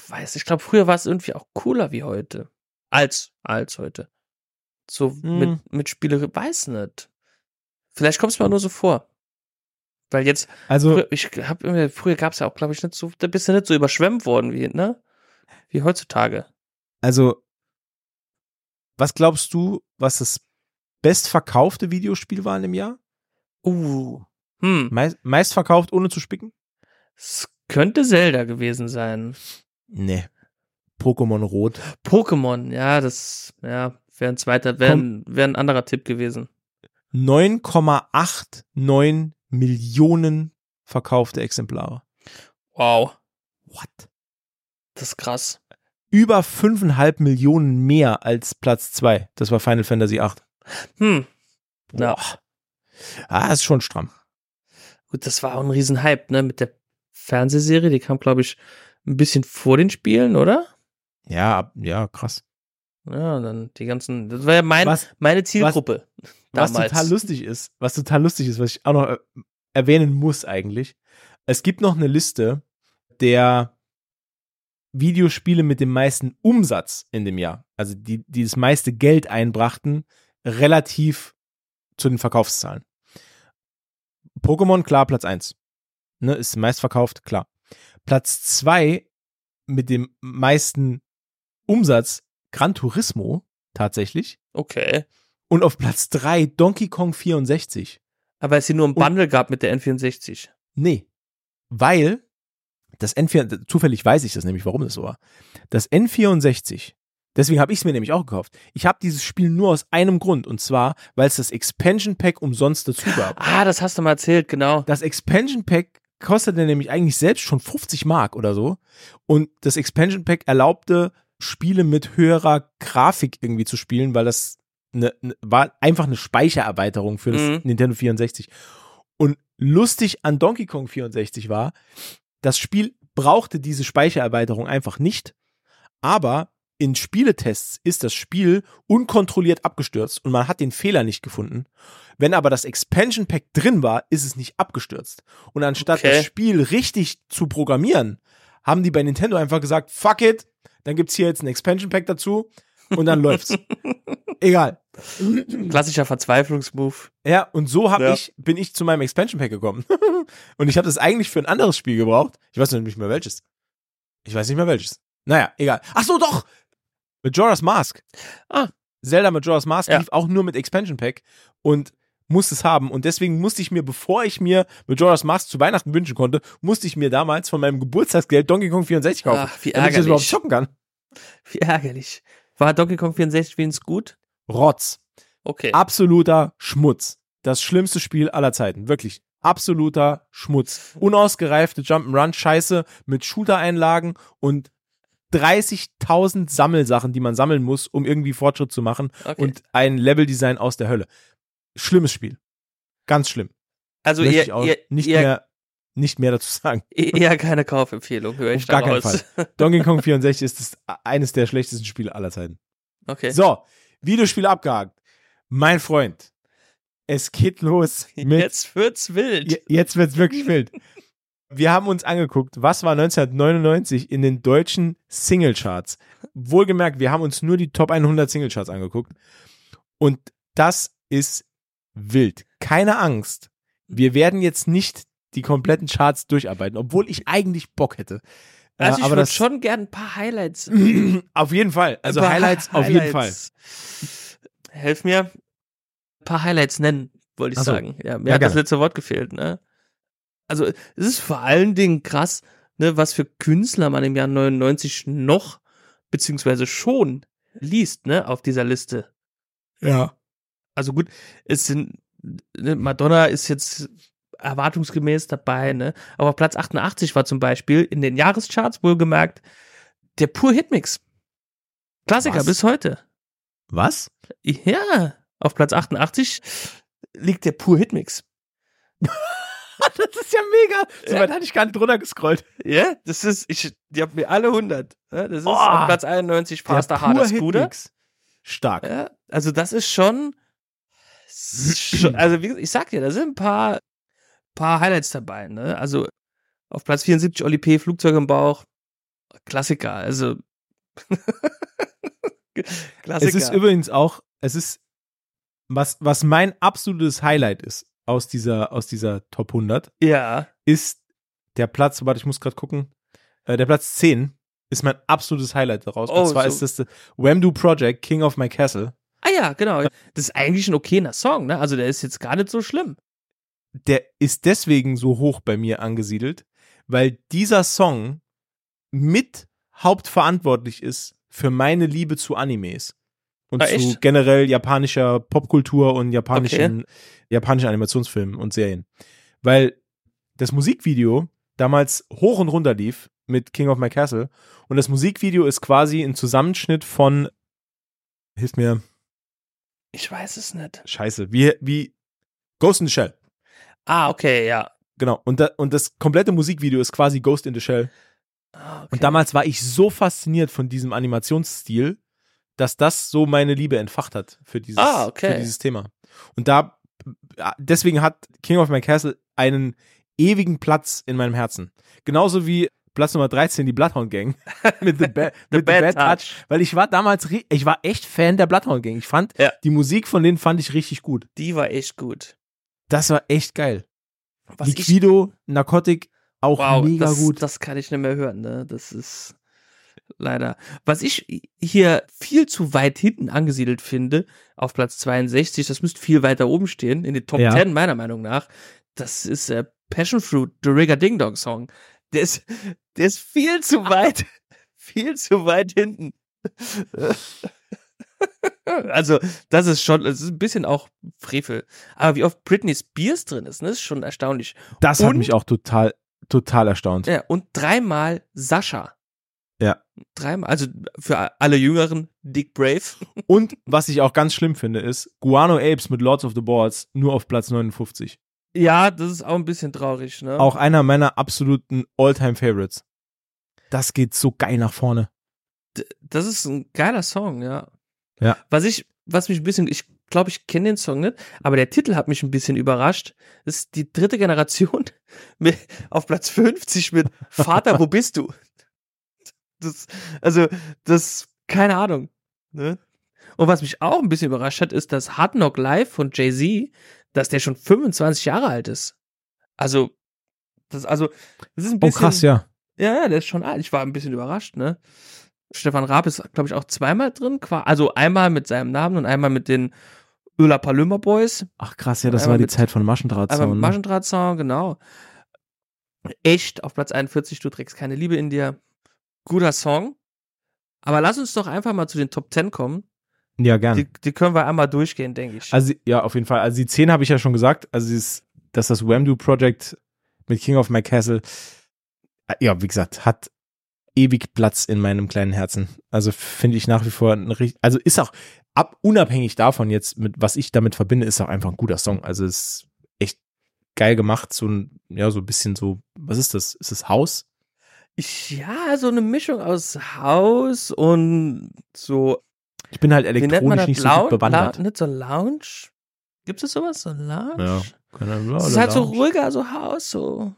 weiß, ich glaube, früher war es irgendwie auch cooler wie heute. Als, als heute. So
Hm.
mit, mit Spiele, weiß nicht. Vielleicht kommt es mir auch nur so vor. Weil jetzt,
Also,
früher, ich hab irgendwie, früher gab es ja auch, glaube ich, nicht so, da bist du nicht so überschwemmt worden wie, ne? Wie heutzutage.
also, was glaubst du, was das bestverkaufte Videospiel war in dem Jahr?
Uh. Hm.
Meist, meistverkauft, ohne zu spicken?
Es könnte Zelda gewesen sein.
Nee. Pokémon Rot.
Pokémon, ja, das, ja, wäre ein zweiter, wäre ein, wär ein anderer Tipp gewesen.
9,89 Millionen verkaufte Exemplare.
Wow.
What?
Das ist krass.
Über 5,5 Millionen mehr als Platz 2. Das war Final Fantasy VIII.
Hm. Ja.
Boah. Ah, ist schon stramm.
Gut, das war auch ein Riesenhype, ne? Mit der Fernsehserie, die kam, glaube ich, ein bisschen vor den Spielen, oder?
Ja, ab- ja, krass.
Ja, und dann die ganzen. Das war ja mein,
Was,
meine Zielgruppe
was
damals.
total lustig ist, was total lustig ist, was ich auch noch äh, erwähnen muss eigentlich. Es gibt noch eine Liste der Videospiele mit dem meisten Umsatz in dem Jahr, also die, die das meiste Geld einbrachten, relativ zu den Verkaufszahlen. Pokémon, klar, Platz 1. Ne, ist meistverkauft, klar. Platz 2 mit dem meisten Umsatz, Gran Turismo, tatsächlich.
okay.
Und auf Platz 3 Donkey Kong 64.
Aber es hier nur ein
Und-
Bundle gab mit der N64.
Nee. Weil das N4, zufällig weiß ich das nämlich, warum das so war. Das N64, deswegen habe ich es mir nämlich auch gekauft. Ich habe dieses Spiel nur aus einem Grund und zwar, weil es das Expansion Pack umsonst dazu gab.
Ah, das hast du mal erzählt, genau.
Das Expansion Pack kostete nämlich eigentlich selbst schon 50 Mark oder so. Und das Expansion Pack erlaubte, Spiele mit höherer Grafik irgendwie zu spielen, weil das ne, ne, war einfach eine Speichererweiterung für das
Mhm.
Nintendo 64. Und lustig an Donkey Kong 64 war, das Spiel brauchte diese Speichererweiterung einfach nicht, aber in Spieletests ist das Spiel unkontrolliert abgestürzt und man hat den Fehler nicht gefunden. Wenn aber das Expansion Pack drin war, ist es nicht abgestürzt. Und anstatt
Okay.
das Spiel richtig zu programmieren, haben die bei Nintendo einfach gesagt, fuck it, dann gibt's hier jetzt ein Expansion Pack dazu und dann läuft's. Egal.
Klassischer Verzweiflungsmove.
Ja, und so hab
Ja.
ich, bin ich zu meinem Expansion Pack gekommen. und ich habe das eigentlich für ein anderes Spiel gebraucht. Ich weiß nämlich nicht mehr welches. Ich weiß nicht mehr welches. Naja, egal. Ach so, doch! Majora's Mask.
Ah.
Zelda Majora's Mask
Ja.
lief auch nur mit Expansion Pack und musste es haben. Und deswegen musste ich mir, bevor ich mir Majora's Mask zu Weihnachten wünschen konnte, musste ich mir damals von meinem Geburtstagsgeld Donkey Kong 64 kaufen.
Ach, wie
damit ich das überhaupt
Ah, ärgerlich.
zocken kann.
Wie ärgerlich. War Donkey Kong 64 wenigstens gut?
Rotz.
Okay.
Ah, absoluter Schmutz. Das schlimmste Spiel aller Zeiten. Wirklich. Absoluter Schmutz. Unausgereifte Jump'n'Run-Scheiße mit Shooter-Einlagen und 30.000 Sammelsachen, die man sammeln muss, um irgendwie Fortschritt zu machen
okay.
und ein Level-Design aus der Hölle. Schlimmes Spiel. Ganz schlimm.
also
Möchte
ihr,
ich auch
ihr,
nicht,
ihr, e-,
mehr, nicht mehr dazu sagen.
eher keine Kaufempfehlung, höre ich
Auf gar keinen
daraus.
Fall. Donkey Kong 64 ist das, eines der schlechtesten Spiele aller Zeiten.
Okay.
So, Videospiel abgehakt. Mein Freund, es geht los mit
Jetzt wird's wild.
Je- Jetzt wird's wirklich wild. Wir haben uns angeguckt, was war 1999 in den deutschen Singlecharts. Wohlgemerkt, wir haben uns nur die Top 100 Singlecharts angeguckt. Und das ist wild. Keine Angst. Wir werden jetzt nicht die kompletten Charts durcharbeiten, obwohl ich eigentlich Bock hätte. Äh,
Also ich
aber
würde
das
schon gern ein paar Highlights.
auf jeden Fall. Also
ein paar
Highlights, auf jeden Fall.
Highlights. Helf mir. Ein paar Highlights nennen, wollte ich
Ach so.
sagen. Ja, mir
Ja,
hat das
gerne.
letzte Wort gefehlt, ne? Also, es ist vor allen Dingen krass, ne, was für Künstler man im Jahr 99 noch, beziehungsweise schon liest, ne, auf dieser Liste.
Ja.
Also gut, es sind ne, Madonna ist jetzt erwartungsgemäß dabei, ne? Aber auf Platz 88 war zum Beispiel in den Jahrescharts wohlgemerkt der pur Hitmix. Klassiker
Was?
bis heute.
Was?
Ja, auf Platz 88 liegt der pur Hitmix.
Das ist ja mega. So
Ja.
weit hatte ich gar nicht drunter gescrollt.
Ja, das ist, ich, die haben mir alle 100. ne? das ist
Oh.
auf Platz 91 Faster, harder, Scooter.
Hitmix. Stark.
Ja, also das ist schon, s- schon also wie, gesagt, ich sag dir, da sind ein paar, paar Highlights dabei. Ne? Also auf Platz 74 Oli P., Flugzeug im Bauch, Klassiker, also Klassiker.
Es ist übrigens auch, es ist, was, was mein absolutes Highlight ist aus dieser, aus dieser Top 100,
ja,
ist der Platz, warte, ich muss gerade gucken, äh, der Platz 10 ist mein absolutes Highlight daraus.
Oh,
Und zwar
so-
ist das Wamdu Project, King of My Castle.
ah ja, genau, das ist eigentlich ein okayer Song, ne? also der ist jetzt gar nicht so schlimm.
Der ist deswegen so hoch bei mir angesiedelt, weil dieser Song mit hauptverantwortlich ist für meine Liebe zu Animes. Und
Ah,
zu
echt?
generell japanischer Popkultur und japanischen, japanischen Animationsfilmen und Serien. Weil das Musikvideo damals hoch und runter lief mit King of My Castle. Und das Musikvideo ist quasi ein Zusammenschnitt von, hilf mir,
Ich weiß es nicht.
scheiße, wie, wie Ghost in the Shell.
Ah, okay, ja.
Genau. Und, da, und das komplette Musikvideo ist quasi Ghost in the Shell.
Ah, okay.
Und damals war ich so fasziniert von diesem Animationsstil, dass das so meine Liebe entfacht hat für dieses,
Ah, okay.
für dieses Thema. Und da, äh, deswegen hat King of My Castle einen ewigen Platz in meinem Herzen. Genauso wie Platz Nummer 13, die Bloodhound Gang. mit The, ba
The
mit
Bad
the Bad Touch. Weil ich war damals, ri- ich war echt Fan der Bloodhound Gang. Ich fand,
Ja.
die Musik von denen fand ich richtig gut.
Die war echt gut.
Das war echt geil.
Was ich-
Liquido, Narcotic, auch
wow,
mega
das,
gut.
das kann ich nicht mehr hören. Ne? Das ist leider. Was ich hier viel zu weit hinten angesiedelt finde, auf Platz 62, das müsste viel weiter oben stehen, in den Top
Ja.
10 meiner Meinung nach, das ist äh, Passion Fruit, The Rigger Ding Dong Song. Der ist, der ist viel zu
Ah.
weit, viel zu weit hinten. Also, das ist schon, es ist ein bisschen auch Frevel. Aber wie oft Britney Spears drin ist, ne, ist schon erstaunlich.
Das hat
Und-
mich auch total, total erstaunt.
Ja, und dreimal Sascha.
Ja.
Dreimal, also für alle Jüngeren, Dick Brave.
Und was ich auch ganz schlimm finde, ist Guano Apes mit Lords of the Boards nur auf Platz 59.
Ja, das ist auch ein bisschen traurig, ne?
Auch einer meiner absoluten All-Time-Favorites. Das geht so geil nach vorne.
Das ist ein geiler Song, ja.
Ja.
Was ich, was mich ein bisschen, ich glaube, ich kenne den Song nicht, aber der Titel hat mich ein bisschen überrascht. Das ist die dritte Generation mit, auf Platz 50 mit Vater, wo bist du? Das, also, das, keine Ahnung. Ne? Und was mich auch ein bisschen überrascht hat, ist, dass Hard Knock Live von Jay-Z, dass der schon 25 Jahre alt ist. Also, das, also, das ist ein
Oh
bisschen.
krass, ja.
Ja, ja, der ist schon alt. Ich war ein bisschen überrascht, ne? Stefan Raab ist, glaube ich, auch zweimal drin. qua- Also einmal mit seinem Namen und einmal mit den Öla Palömer Boys.
Ach krass, ja, das
Einmal
war die
mit-
Zeit von
Einmal mit
Maschendrahtzaun. ne?
Maschendrahtzaun, genau. Echt, auf Platz 41, du trägst keine Liebe in dir. Guter Song. Aber lass uns doch einfach mal zu den Top 10 kommen.
Ja, gern.
Die, die können wir einmal durchgehen, denke ich.
Also, ja, auf jeden Fall. Also die 10 habe ich ja schon gesagt. Also dieses, dass das Wamdu Project mit King of My Castle, äh, ja, wie gesagt, hat ewig Platz in meinem kleinen Herzen. Also finde ich nach wie vor ein richtig, also ist auch ab, unabhängig davon jetzt, mit was ich damit verbinde, ist auch einfach ein guter Song. Also ist echt geil gemacht, so ein, ja, so ein bisschen so, was ist das? Ist das Haus?
ich, ja, so eine Mischung aus Haus und so
Ich bin halt
Wie nennt man
elektronisch
das?
nicht so
Lou-
gut bewandert.
Lou- nicht so Lounge? Gibt es sowas? So Lounge?
Ja. Keine Ahnung,
Es ist halt so
Lounge.
ruhiger, so Haus, so.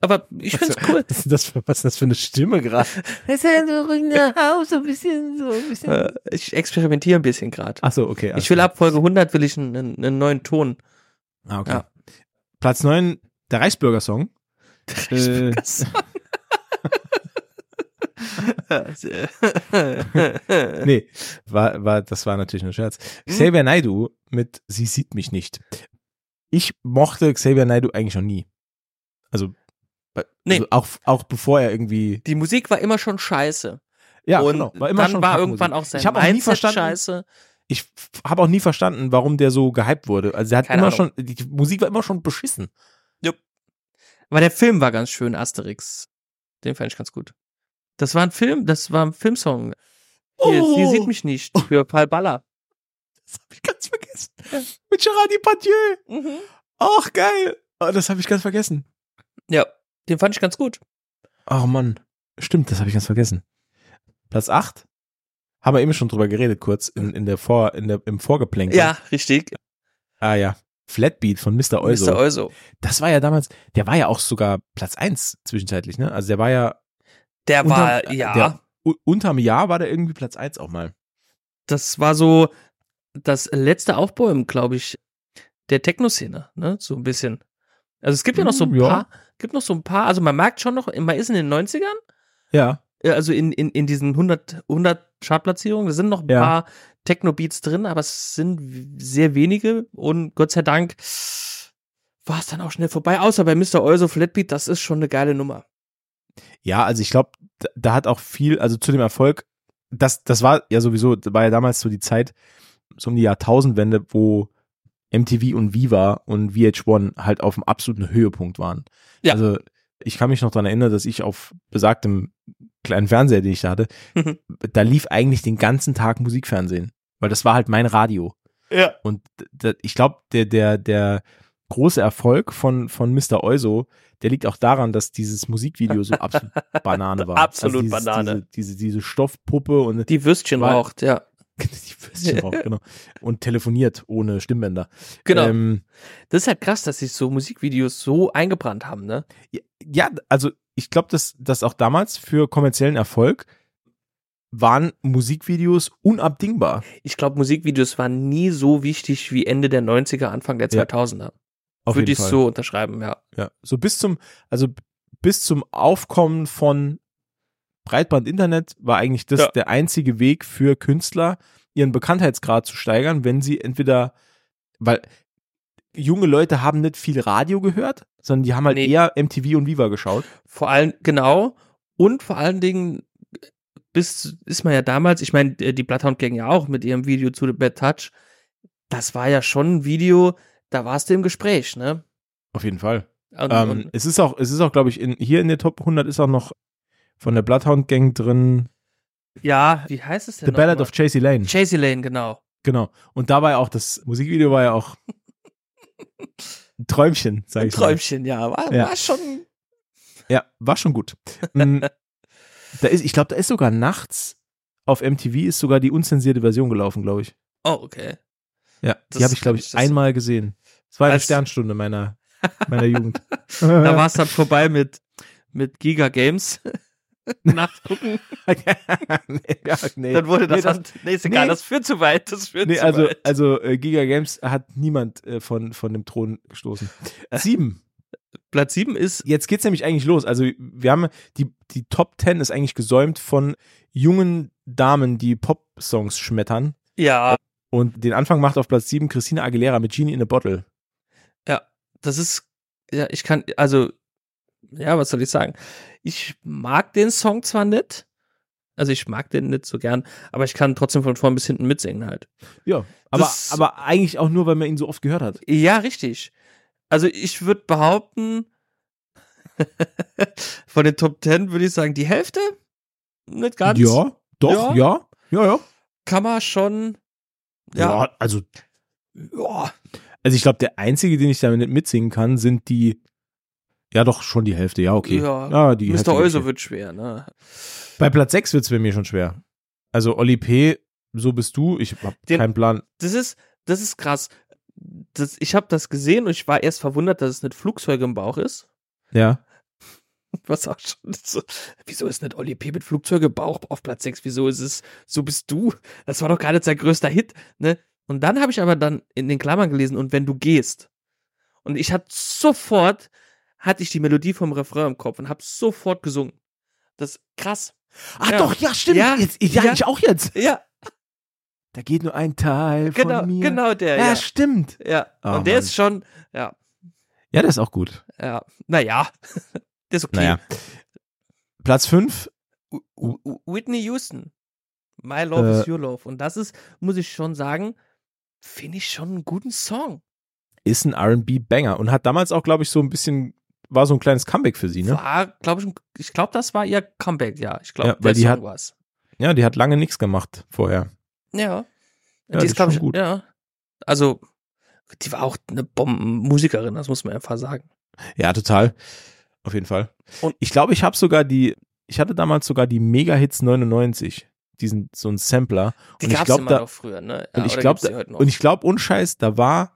Aber ich find's cool.
Was ist das für, was ist das für eine Stimme gerade?
Das ist ja so Haus, so ein bisschen, so ein bisschen. Äh, ich experimentiere ein bisschen gerade.
Ach so, okay.
Ich will ab Folge 100 will ich einen, einen neuen Ton.
Ah, okay.
Ja.
Platz 9, der Reichsbürger-Song. Äh, nee, war, war, das war natürlich nur ein Scherz. Xavier Naidu mit Sie sieht mich nicht. Ich mochte Xavier Naidu eigentlich noch nie. Also,
Nee.
also auch, auch bevor er irgendwie.
Die Musik war immer schon scheiße.
Ja,
und
genau. War immer
dann
schon
war
Kackmusik.
irgendwann auch sein
Ich habe auch nie
Mindset
verstanden,
scheiße.
ich habe auch nie verstanden, warum der so gehypt wurde. Also er hat
Keine
immer
Ahnung.
schon, die Musik war immer schon beschissen.
Aber der Film war ganz schön, Asterix. Den fand ich ganz gut. Das war ein Film, das war ein Filmsong. Hier,
Oh.
Sie sieht mich nicht. Für Paul Baller.
Das habe ich ganz vergessen. Mit Gerard Depardieu. Ach, geil. Oh, das habe ich ganz vergessen.
Ja, den fand ich ganz gut.
Ach Mann. Stimmt, das habe ich ganz vergessen. Platz 8. Haben wir eben schon drüber geredet, kurz in, in der Vor, in der, im Vorgeplänkel.
Ja, richtig.
Ah ja. Flatbeat von Mr. Euso.
Mr. Euso.
Das war ja damals, der war ja auch sogar Platz 1 zwischenzeitlich, ne? Also der war ja
Der
Unter-
war, ja,
äh, der- u- unterm Jahr war der irgendwie Platz 1 auch mal.
das war so das letzte Aufbäumen, glaube ich, der Techno-Szene, ne? So ein bisschen. Also es gibt ja noch so ein
Mm, ja.
paar, gibt noch so ein paar, also man merkt schon noch, man ist in den 90ern,
Ja.
äh, also in, in, in diesen 100, 100 Chartplatzierungen, da sind noch ein
Ja.
paar Techno-Beats drin, aber es sind w- sehr wenige und Gott sei Dank war es dann auch schnell vorbei, außer bei Mr. Euso Flatbeat, das ist schon eine geile Nummer.
Ja, also ich glaube, da, da hat auch viel, also zu dem Erfolg, das, das war ja sowieso, das war ja damals so die Zeit, so um die Jahrtausendwende, wo MTV und Viva und VH1 halt auf dem absoluten Höhepunkt waren.
Ja.
Also ich kann mich noch dran erinnern, dass ich auf besagtem kleinen Fernseher, den ich da hatte,
Mhm.
da lief eigentlich den ganzen Tag Musikfernsehen, weil das war halt mein Radio.
Ja.
Und d- d- ich glaube, der, der, der große Erfolg von, von Mr. Euso, der liegt auch daran, dass dieses Musikvideo so absolut Banane war. Also
Absolut
dieses,
Banane.
Diese, diese, diese Stoffpuppe und die,
Die Würstchen
War-
raucht, ja.
Würstchen auch, genau. Und telefoniert ohne Stimmbänder.
Genau.
Ähm,
Das ist halt krass, dass sich so Musikvideos so eingebrannt haben, ne?
ja, also ich glaube, dass, dass auch damals für kommerziellen Erfolg waren Musikvideos unabdingbar.
Ich glaube, Musikvideos waren nie so wichtig wie Ende der 90er, Anfang der
Ja,
2000er.
Auf
Würde
jeden
ich
Fall.
so unterschreiben, ja.
Ja, so bis zum, also b- bis zum Aufkommen von Breitband-Internet war eigentlich das
Ja.
der einzige Weg für Künstler, ihren Bekanntheitsgrad zu steigern, wenn sie entweder, weil junge Leute haben nicht viel Radio gehört, sondern die haben halt
Nee.
eher MTV und Viva geschaut.
Vor allem, genau. Und vor allen Dingen bis, ist man ja damals, ich meine, die Bloodhound Gang ja auch mit ihrem Video zu The Bad Touch. Das war ja schon ein Video, da warst du im Gespräch, ne?
Auf jeden Fall.
Und,
Ähm,
und
es ist auch, es ist auch, glaube ich, in, hier in der Top 100 ist auch noch von der Bloodhound Gang drin
ja, wie heißt es denn?
The
noch
Ballad
mal?
of Chasey Lane.
Chasey Lane, genau.
Genau. Und dabei auch das Musikvideo war ja auch ein Träumchen, sag
Ein
ich mal.
Träumchen, ja. War,
Ja.
war schon
Ja, war schon gut. Mm, da ist, ich glaube, da ist sogar nachts auf MTV ist sogar die unzensierte Version gelaufen, glaube ich.
Oh, okay.
Ja,
Das
die habe ich, glaube
kann ich-
ich,
das-
einmal gesehen. Es war eine
Als-
Sternstunde meiner, meiner Jugend.
Da war es dann vorbei mit, mit Giga Games. Nachgucken.
nee, ja, nee.
Dann wurde das.
Nee,
Nee, ist egal,
nee.
das führt zu weit. Das führt
nee
zu
also,
weit.
also äh, Giga Games hat niemand äh, von, von dem Thron gestoßen. Sieben.
Platz 7 ist.
Jetzt geht's nämlich eigentlich los. Also wir haben die, die Top Ten ist eigentlich gesäumt von jungen Damen, die Pop-Songs schmettern.
Ja,
Und den Anfang macht auf Platz 7 Christina Aguilera mit Genie in a Bottle.
das ist. Ja, ich kann. Also. Ja, was soll ich sagen? Ich mag den Song zwar nicht. Also, ich mag den nicht so gern. Aber ich kann trotzdem von vorn bis hinten mitsingen halt.
Ja, aber,
Das-
aber eigentlich auch nur, weil man ihn so oft gehört hat.
Ja, richtig. Also ich würde behaupten, von den Top 10 würde ich sagen, die Hälfte, nicht ganz,
Ja, doch, ja, ja, ja.
kann man schon,
Ja,
ja,
also,
ja.
also ich glaube, der einzige, den ich damit nicht mitsingen kann, sind die, ja doch, schon die Hälfte, ja, okay.
Ja.
die
Mr.
Hälfte
Euso
geht.
wird schwer, ne?
Bei Platz 6 wird's bei mir schon schwer. Also Oli P., so bist du, ich habe
Den-
keinen Plan.
Das ist, das ist krass. Das, ich habe das gesehen und ich war erst verwundert, dass es nicht Flugzeuge im Bauch ist.
Ja,
was auch schon so, wieso ist nicht Olli P. mit Flugzeuge Bauch auf Platz 6? Wieso ist es, so bist du? Das war doch gerade sein größter Hit, ne? Und dann habe ich aber dann in den Klammern gelesen, und wenn du gehst. Und ich hatte sofort, hatte ich die Melodie vom Refrain im Kopf und habe sofort gesungen. Das ist krass.
Ach
Ja.
Ah, doch, ja, stimmt.
Ja.
Jetzt, ja,
Ja.
ich auch jetzt.
Ja,
Da geht nur ein Teil
genau,
von mir.
genau der.
Ja,
Ja,
stimmt.
ja.
Oh,
und der
Mann.
ist schon, ja,
Ja, das ist auch gut.
ja, naja, der ist okay.
Naja. Platz 5.
U- U- U- Whitney Houston. My Love is
Hm. Äh.
Your Love. Und das ist, muss ich schon sagen, finde ich schon einen guten Song.
ist ein R&B-Banger und hat damals auch, glaube ich, so ein bisschen, war so ein kleines Comeback für sie, ne?
War, glaube ich, ein- ich glaube, das war ihr Comeback, ja. Ich glaube,
Ja,
der
weil die
Song
hat-
war's.
Ja, die hat lange nichts gemacht vorher.
Ja.
Ja,
die
die
ist,
ist
glaube
schon
ich,
gut.
ja. Also, die war auch eine Bombenmusikerin, das muss man einfach sagen.
Ja, total. Auf jeden Fall.
Und-
ich glaube, ich habe sogar die, ich hatte damals sogar die Mega-Hits 99, diesen, so ein Sampler.
Die
Und ich
gab es
glaub,
immer
da-
noch früher, ne?
und ich
oder
glaub,
gibt's die heute noch?
Und ich glaube, unscheiß, da war,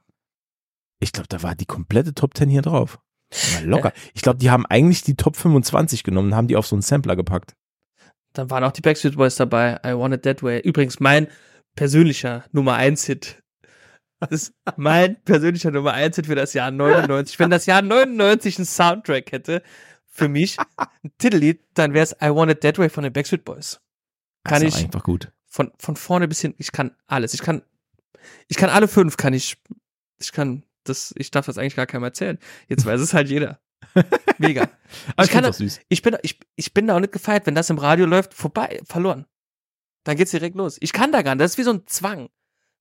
ich glaube, da war die komplette Top 10 hier drauf. Aber locker. Ich glaube, die haben eigentlich die Top 25 genommen und haben die auf so einen Sampler gepackt.
Dann waren auch die Backstreet Boys dabei. I Want It That Way. Übrigens mein persönlicher Nummer 1 Hit. Das ist mein persönlicher Nummer 1 Hit für das Jahr 99. Wenn das Jahr 99 einen Soundtrack hätte, für mich, ein Titellied, dann wäre es I Want It That Way von den Backstreet Boys. Kann
Das ist
ich-
auch einfach gut.
Von, von vorne bis hinten, ich kann alles. Ich kann, ich kann alle fünf, kann ich, ich kann, das, ich darf das eigentlich gar keinem erzählen. Jetzt weiß es halt jeder. Mega.
Aber ich
kann
find's
da-
auch süß.
Ich bin, ich, ich bin da auch nicht gefeit. Wenn das im Radio läuft, vorbei, verloren. Dann geht's direkt los. Ich kann da gar nicht. Das ist wie so ein Zwang.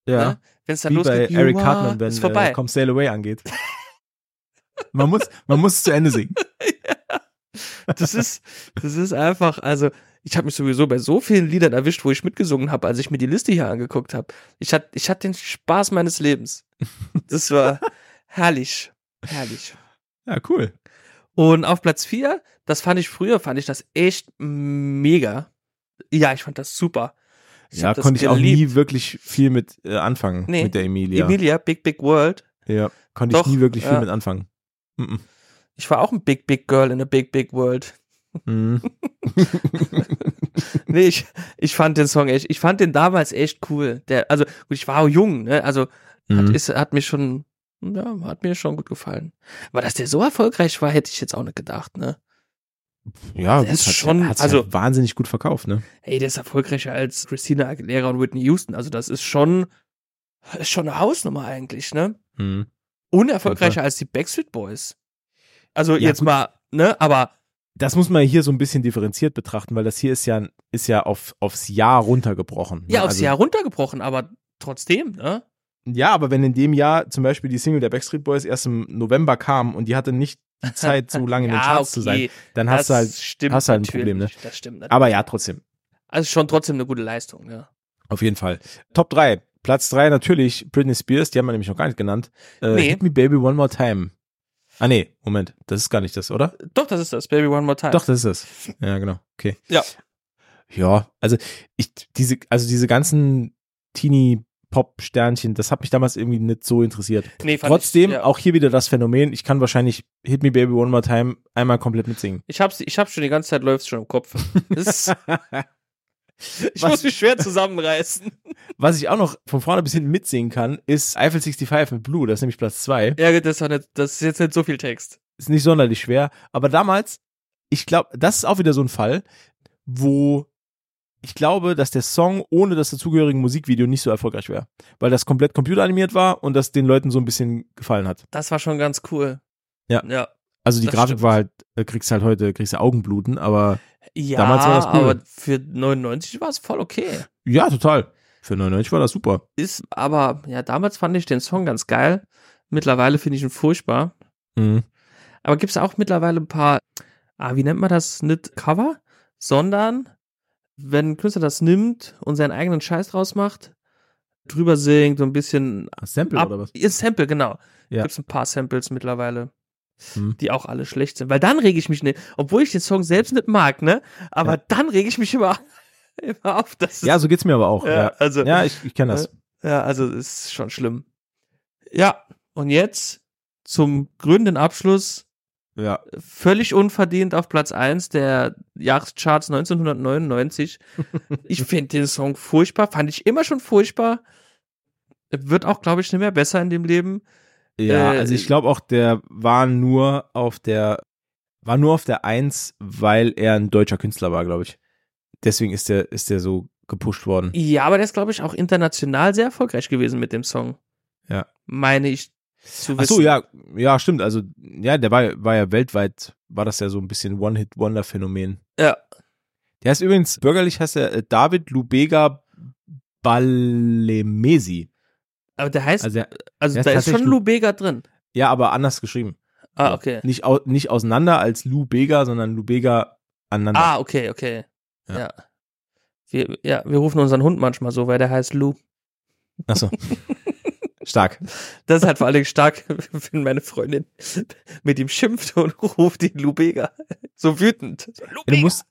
Ja.
Ne? Wenn es dann
Wie bei
losgeht,
Eric
Jura,
Cartman, wenn
ist vorbei.
äh, Come Sail Away angeht. Man muss, man muss es zu Ende singen.
das ist, das ist einfach, also ich habe mich sowieso bei so vielen Liedern erwischt, wo ich mitgesungen habe, als ich mir die Liste hier angeguckt habe. Ich hatte, ich hatte den Spaß meines Lebens. Das war herrlich, herrlich.
Ja, cool.
Und auf Platz 4, das fand ich früher, fand ich das echt mega. Ja, ich fand das super. Ich
ja,
hab das
konnte ich auch
geliebt.
nie wirklich viel mit äh, anfangen,
Nee.
mit der Emilia.
Emilia, Big Big World.
ja, konnte
Doch,
ich nie wirklich viel
ja.
mit anfangen. Mhm.
Ich war auch ein Big Big Girl in a Big Big World.
Mhm.
Nee, ich, ich fand den Song echt, ich fand den damals echt cool. Der, also, gut, ich war auch jung, ne? Also, hat,
Mhm.
ist, hat mir schon, ja, hat mir schon gut gefallen. Aber dass der so erfolgreich war, hätte ich jetzt auch nicht gedacht, ne?
ja, gut,
ist
hat,
schon-
hat's
also-
halt wahnsinnig gut verkauft, ne?
Ey, der ist erfolgreicher als Christina Aguilera und Whitney Houston. Also, das ist schon, ist schon eine Hausnummer eigentlich, ne?
Mhm.
Unerfolgreicher als die Backstreet Boys. Also,
Ja,
jetzt
gut.
mal, ne? Aber,
Das muss man hier so ein bisschen differenziert betrachten, weil das hier ist ja, ist ja auf, aufs Jahr runtergebrochen. ne?
ja, aufs
also,
Jahr runtergebrochen, aber trotzdem, ne?
Ja, aber wenn in dem Jahr zum Beispiel die Single der Backstreet Boys erst im November kam und die hatte nicht die Zeit, so lange in den Charts zu sein, dann hast du halt
stimmt
hast du halt ein
natürlich,
Problem, ne?
Das stimmt. natürlich.
Aber ja, trotzdem.
Also schon trotzdem eine gute Leistung, ja.
Auf jeden Fall. Top 3. Platz 3 natürlich Britney Spears, die haben wir nämlich noch gar nicht genannt. Äh,
Nee.
Hit Me Baby One More Time. Ah nee, Moment, das ist gar nicht das, oder?
Doch, das ist das, Baby One More Time.
Doch, das ist es. Ja, genau. Okay.
Ja.
Ja, also ich diese also diese ganzen Teenie Pop Sternchen, das hat mich damals irgendwie nicht so interessiert.
nee, fand
Trotzdem
ich, ja.
auch hier wieder das Phänomen, ich kann wahrscheinlich Hit Me Baby One More Time einmal komplett mitsingen.
Ich hab's, ich hab's schon die ganze Zeit, läuft's schon im Kopf. Das ist, ich
Was-
muss mich schwer zusammenreißen.
Was ich auch noch von vorne bis hinten mitsingen kann, ist Eiffel 65 mit Blue, das ist nämlich Platz 2.
Ja, gut, das ist, doch nicht, das ist jetzt nicht so viel Text.
ist nicht sonderlich schwer. Aber damals, ich glaube, das ist auch wieder so ein Fall, wo ich glaube, dass der Song ohne das dazugehörige Musikvideo nicht so erfolgreich wäre. Weil das komplett computeranimiert war und das den Leuten so ein bisschen gefallen hat.
Das war schon ganz cool.
Ja.
Ja.
Also die
Das
Grafik
stimmt.
war halt, äh, kriegst halt heute, kriegst du Augenbluten, aber
ja
Damals war das cool.
aber für 99 war es voll okay.
ja, total. Für 99 war das super.
Ist, aber, ja, damals fand ich den Song ganz geil. Mittlerweile finde ich ihn furchtbar.
Mhm.
Aber gibt's auch mittlerweile ein paar, ah, wie nennt man das? Nicht Cover, sondern wenn ein Künstler das nimmt und seinen eigenen Scheiß draus macht, drüber singt, so ein bisschen
Ein Sample
ab.
oder was?
Ihr Sample, genau.
Ja.
Gibt's ein paar Samples mittlerweile,
Hm.
die auch alle schlecht sind. Weil dann rege ich mich, ne, obwohl ich den Song selbst nicht mag, ne? Aber dann rege ich mich immer, immer auf. Dass
Ja, so geht's mir aber auch.
ja,
Ja,
also,
ja.
ja.
ich, ich kenne das.
also ist schon schlimm. Ja, und jetzt zum gründenden Abschluss
Ja.
Völlig unverdient auf Platz 1 der Jahrescharts 1999. ich finde den Song furchtbar, fand ich immer schon furchtbar. Wird auch, glaube ich, nicht mehr besser in dem Leben.
Ja,
Äh,
also ich glaube auch, der war nur auf der, war nur auf der Eins, weil er ein deutscher Künstler war, glaube ich. Deswegen ist der, ist der so gepusht worden.
Ja, aber der ist, glaube ich, auch international sehr erfolgreich gewesen mit dem Song.
Ja.
Meine ich zu wissen.
Ach so, ja, ja, stimmt. Also, ja, der war, war ja weltweit, war das ja so ein bisschen One-Hit-Wonder-Phänomen.
Ja.
Der heißt übrigens, bürgerlich heißt er äh, David Lubega Balemesi.
Aber der heißt, also,
Also, er- der
da
ist
ist schon
tatsächlich-
Lubega drin.
ja, aber anders geschrieben.
Ah, okay.
Nicht, au nicht auseinander als Lubega, sondern Lubega aneinander.
Ah, okay, okay.
Ja.
Ja. Wir, ja, wir rufen unseren Hund manchmal so, weil der heißt Lou.
Achso. Stark.
Das ist halt vor allen Dingen stark, wenn meine Freundin mit ihm schimpft und ruft ihn Lubega. So wütend.
Ja,
Lubega.
du musst,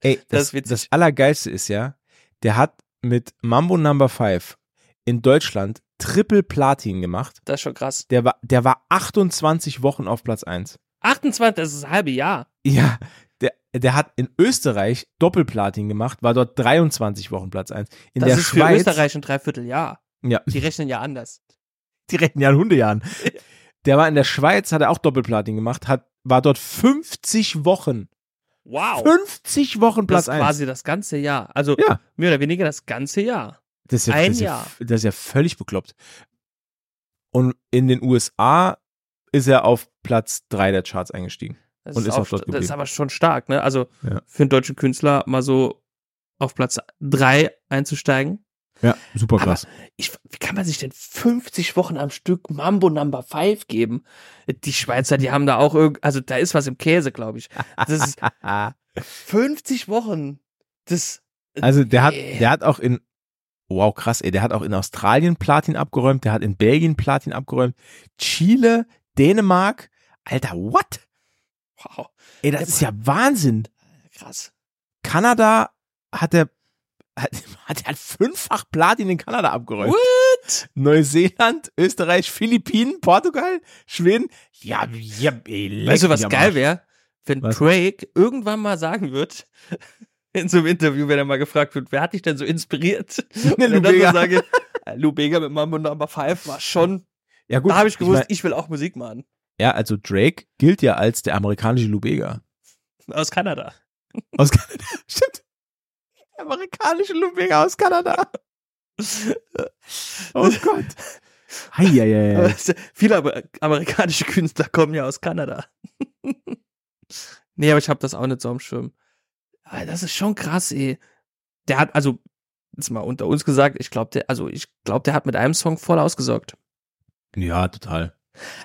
ey,
Das
das,
ist
das,
witzig.
Allergeilste ist ja, der hat mit Mambo Number 5 in Deutschland Triple Platin gemacht.
das ist schon krass.
Der war, der war 28 Wochen auf Platz 1.
28, das ist das halbe Jahr.
Ja, der, der hat in Österreich Doppelplatin gemacht, war dort 23 Wochen Platz 1. In
das
der
ist
Schweiz,
für Österreich ein Dreivierteljahr.
Ja,
Die rechnen ja anders.
direkt in den Hundejahren. Der war in der Schweiz, hat er auch Doppelplatin gemacht, hat, war dort 50 Wochen.
Wow.
50 Wochen Platz
das ist
1.
quasi das ganze Jahr. Also
Ja.
mehr oder weniger das ganze Jahr.
Das ist ja,
Ein
das ist ja,
Jahr.
f- das ist ja völlig bekloppt. Und in den USA ist er auf Platz 3 der Charts eingestiegen.
Das
Und ist auch
st-
dort
Das ist
geblieben.
aber schon stark, ne? Also
Ja.
für einen deutschen Künstler mal so auf Platz 3 einzusteigen.
Ja, super
Aber-
krass.
Ich, wie kann man sich denn 50 Wochen am Stück Mambo Number 5 geben? Die Schweizer, die haben da auch irgend, also da ist was im Käse, glaube ich. Das ist 50 Wochen. Das
also der hat,
Yeah.
der hat auch in, wow krass, ey, der hat auch in Australien Platin abgeräumt, der hat in Belgien Platin abgeräumt, Chile, Dänemark, Alter, what?
wow,
Ey, das
Der
ist ja Wahnsinn.
krass.
Kanada hat er, hat, hat er fünffach Platin in Kanada abgeräumt.
What?
Neuseeland, Österreich, Philippinen, Portugal, Schweden. Ja, ja ey,
Weißt du, was geil
wäre?
wäre? Wenn
Was?
Drake irgendwann mal sagen wird, in so einem Interview, wenn er mal gefragt wird, wer hat dich denn so inspiriert?
Ne,
Und dann
Lubega.
so sage, Lou Bega mit Mambo Number 5 war schon,
Ja, gut.
da habe ich gewusst,
Ich
ich, will auch Musik machen.
mein, ja, also Drake gilt ja als der amerikanische Lubega.
Aus Kanada.
Aus Kanada. Stimmt. Der amerikanische Lubega aus Kanada. Oh Gott. Hei, hei, hei, hei.
Viele aber äh, amerikanische Künstler kommen ja aus Kanada. nee, aber ich habe das auch nicht so am Schirm. Aber das ist schon krass, ey. Der hat, also, jetzt mal unter uns gesagt, ich glaube, der, also ich glaube, der hat mit einem Song voll ausgesorgt.
Ja, total.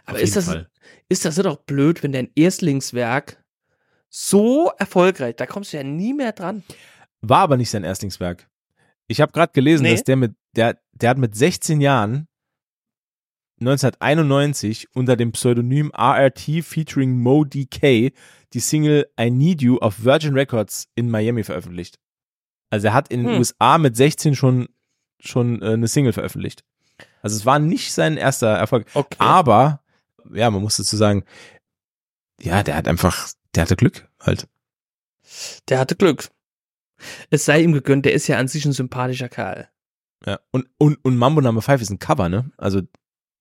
Aber
Auf
ist das,
jeden Fall.
ist das nicht auch blöd, wenn dein Erstlingswerk so erfolgreich, da kommst du ja nie mehr dran.
War aber nicht sein Erstlingswerk. Ich habe gerade gelesen,
Nee.
dass der mit der der hat mit 16 Jahren 1991 unter dem Pseudonym RRT featuring Mo DK die Single I Need You auf Virgin Records in Miami veröffentlicht. Also er hat in den
Hm.
USA mit 16 schon schon äh, eine Single veröffentlicht. Also es war nicht sein erster Erfolg,
Okay.
aber ja, man muss dazu sagen, ja, der hat einfach der hatte Glück halt.
der hatte Glück. Es sei ihm gegönnt, der ist ja an sich ein sympathischer Kerl.
Ja, und, und, und Mambo Number 5 ist ein Cover, ne? Also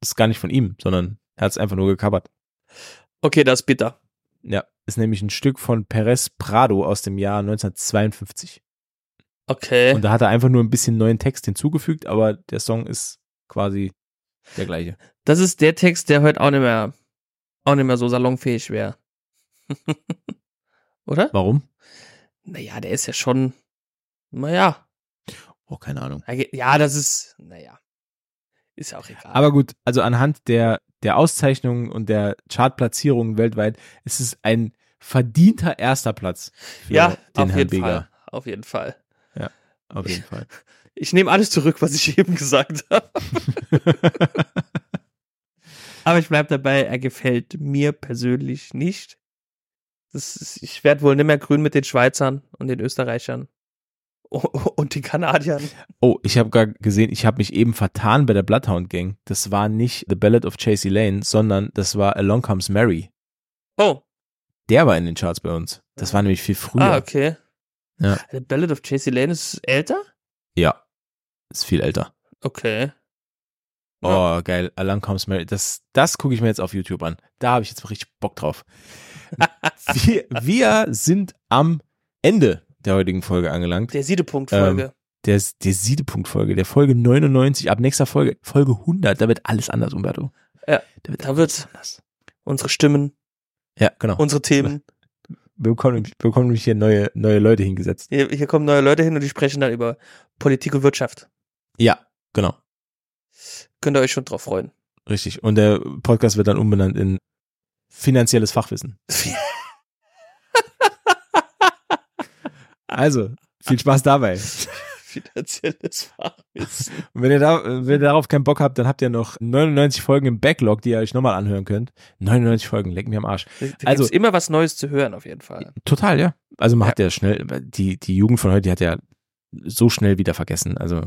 ist gar nicht von ihm, sondern er hat es einfach nur gecovert.
Okay, das ist bitter.
Ja, ist nämlich ein Stück von Perez Prado aus dem Jahr 1952.
Okay.
Und da hat er einfach nur ein bisschen neuen Text hinzugefügt, aber der Song ist quasi der gleiche.
Das ist der Text, der heute auch nicht mehr, auch nicht mehr so salonfähig wäre. Oder?
Warum?
Naja, der ist ja schon, naja,
Oh, keine Ahnung.
ja, das ist, naja, ist ja auch egal.
Aber gut, also anhand der, der Auszeichnungen und der Chartplatzierungen weltweit ist es ein verdienter erster Platz. Für
ja,
den
auf
Herrn
jeden
Beger.
Fall. Auf jeden Fall.
Auf jeden Fall.
Ich nehme alles zurück, was ich eben gesagt habe. Aber ich bleibe dabei, er gefällt mir persönlich nicht. Das ist, ich werde wohl nicht mehr grün mit den Schweizern und den Österreichern O- o- und den Kanadiern.
Oh, ich habe gar gesehen, ich habe mich eben vertan bei der Bloodhound Gang. Das war nicht The Ballad of Chasey Lane, sondern das war Along Comes Mary.
Oh,
Der war in den Charts bei uns. Das war nämlich viel früher.
Ah, okay.
Ja.
The Ballad of Tracy Lane ist älter?
Ja. Ist viel älter.
Okay.
Oh, geil. Along Comes Mary. Das, das gucke ich mir jetzt auf YouTube an. Da habe ich jetzt richtig Bock drauf. wir, wir sind am Ende der heutigen Folge angelangt.
Der Siedepunkt-Folge.
Der, der Siedepunkt-Folge, der Folge 99, ab nächster Folge, Folge 100, da wird alles anders, Umberto.
Ja.
Da wird
da wird
anders.
unsere Stimmen,
Ja, genau.
unsere Themen.
wir bekommen, wir bekommen nämlich hier neue, neue Leute hingesetzt.
Hier, hier kommen neue Leute hin und die sprechen dann über Politik und Wirtschaft.
Ja, genau.
Könnt ihr euch schon drauf freuen.
Richtig. Und der Podcast wird dann umbenannt in finanzielles Fachwissen. Also, viel Spaß dabei.
Finanzielles Fachwissen.
Und wenn ihr, da, wenn ihr darauf keinen Bock habt, dann habt ihr noch 99 Folgen im Backlog, die ihr euch nochmal anhören könnt. 99 Folgen, leck mir am Arsch.
Da gibt's
Also-
immer was Neues zu hören, auf jeden Fall.
Total, ja. Also man
Ja.
hat ja schnell, die, die Jugend von heute, die hat ja so schnell wieder vergessen. Also,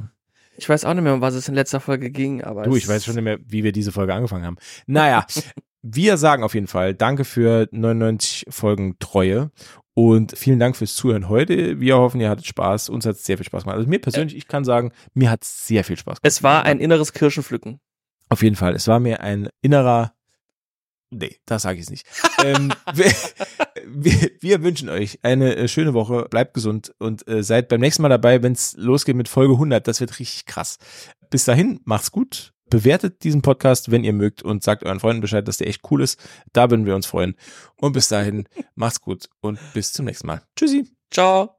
Ich weiß auch nicht mehr, um was es in letzter Folge ging, aber.
du,
es-
ich weiß schon nicht mehr, wie wir diese Folge angefangen haben. Naja, wir sagen auf jeden Fall danke für 99 Folgen Treue und vielen Dank fürs Zuhören heute. Wir hoffen, ihr hattet Spaß. Uns hat es sehr viel Spaß gemacht. Also mir persönlich, ich kann sagen, mir hat es sehr viel Spaß gemacht.
Es war ein inneres Kirschenpflücken.
Auf jeden Fall. Es war mir ein innerer. Nee, das sage ich nicht. ähm, wir, wir, wir wünschen euch eine äh, schöne Woche. Bleibt gesund und äh, seid beim nächsten Mal dabei, wenn es losgeht mit Folge 100. Das wird richtig krass. Bis dahin, macht's gut. Bewertet diesen Podcast, wenn ihr mögt, und sagt euren Freunden Bescheid, dass der echt cool ist. Da würden wir uns freuen. Und bis dahin, macht's gut und bis zum nächsten Mal. Tschüssi.
Ciao.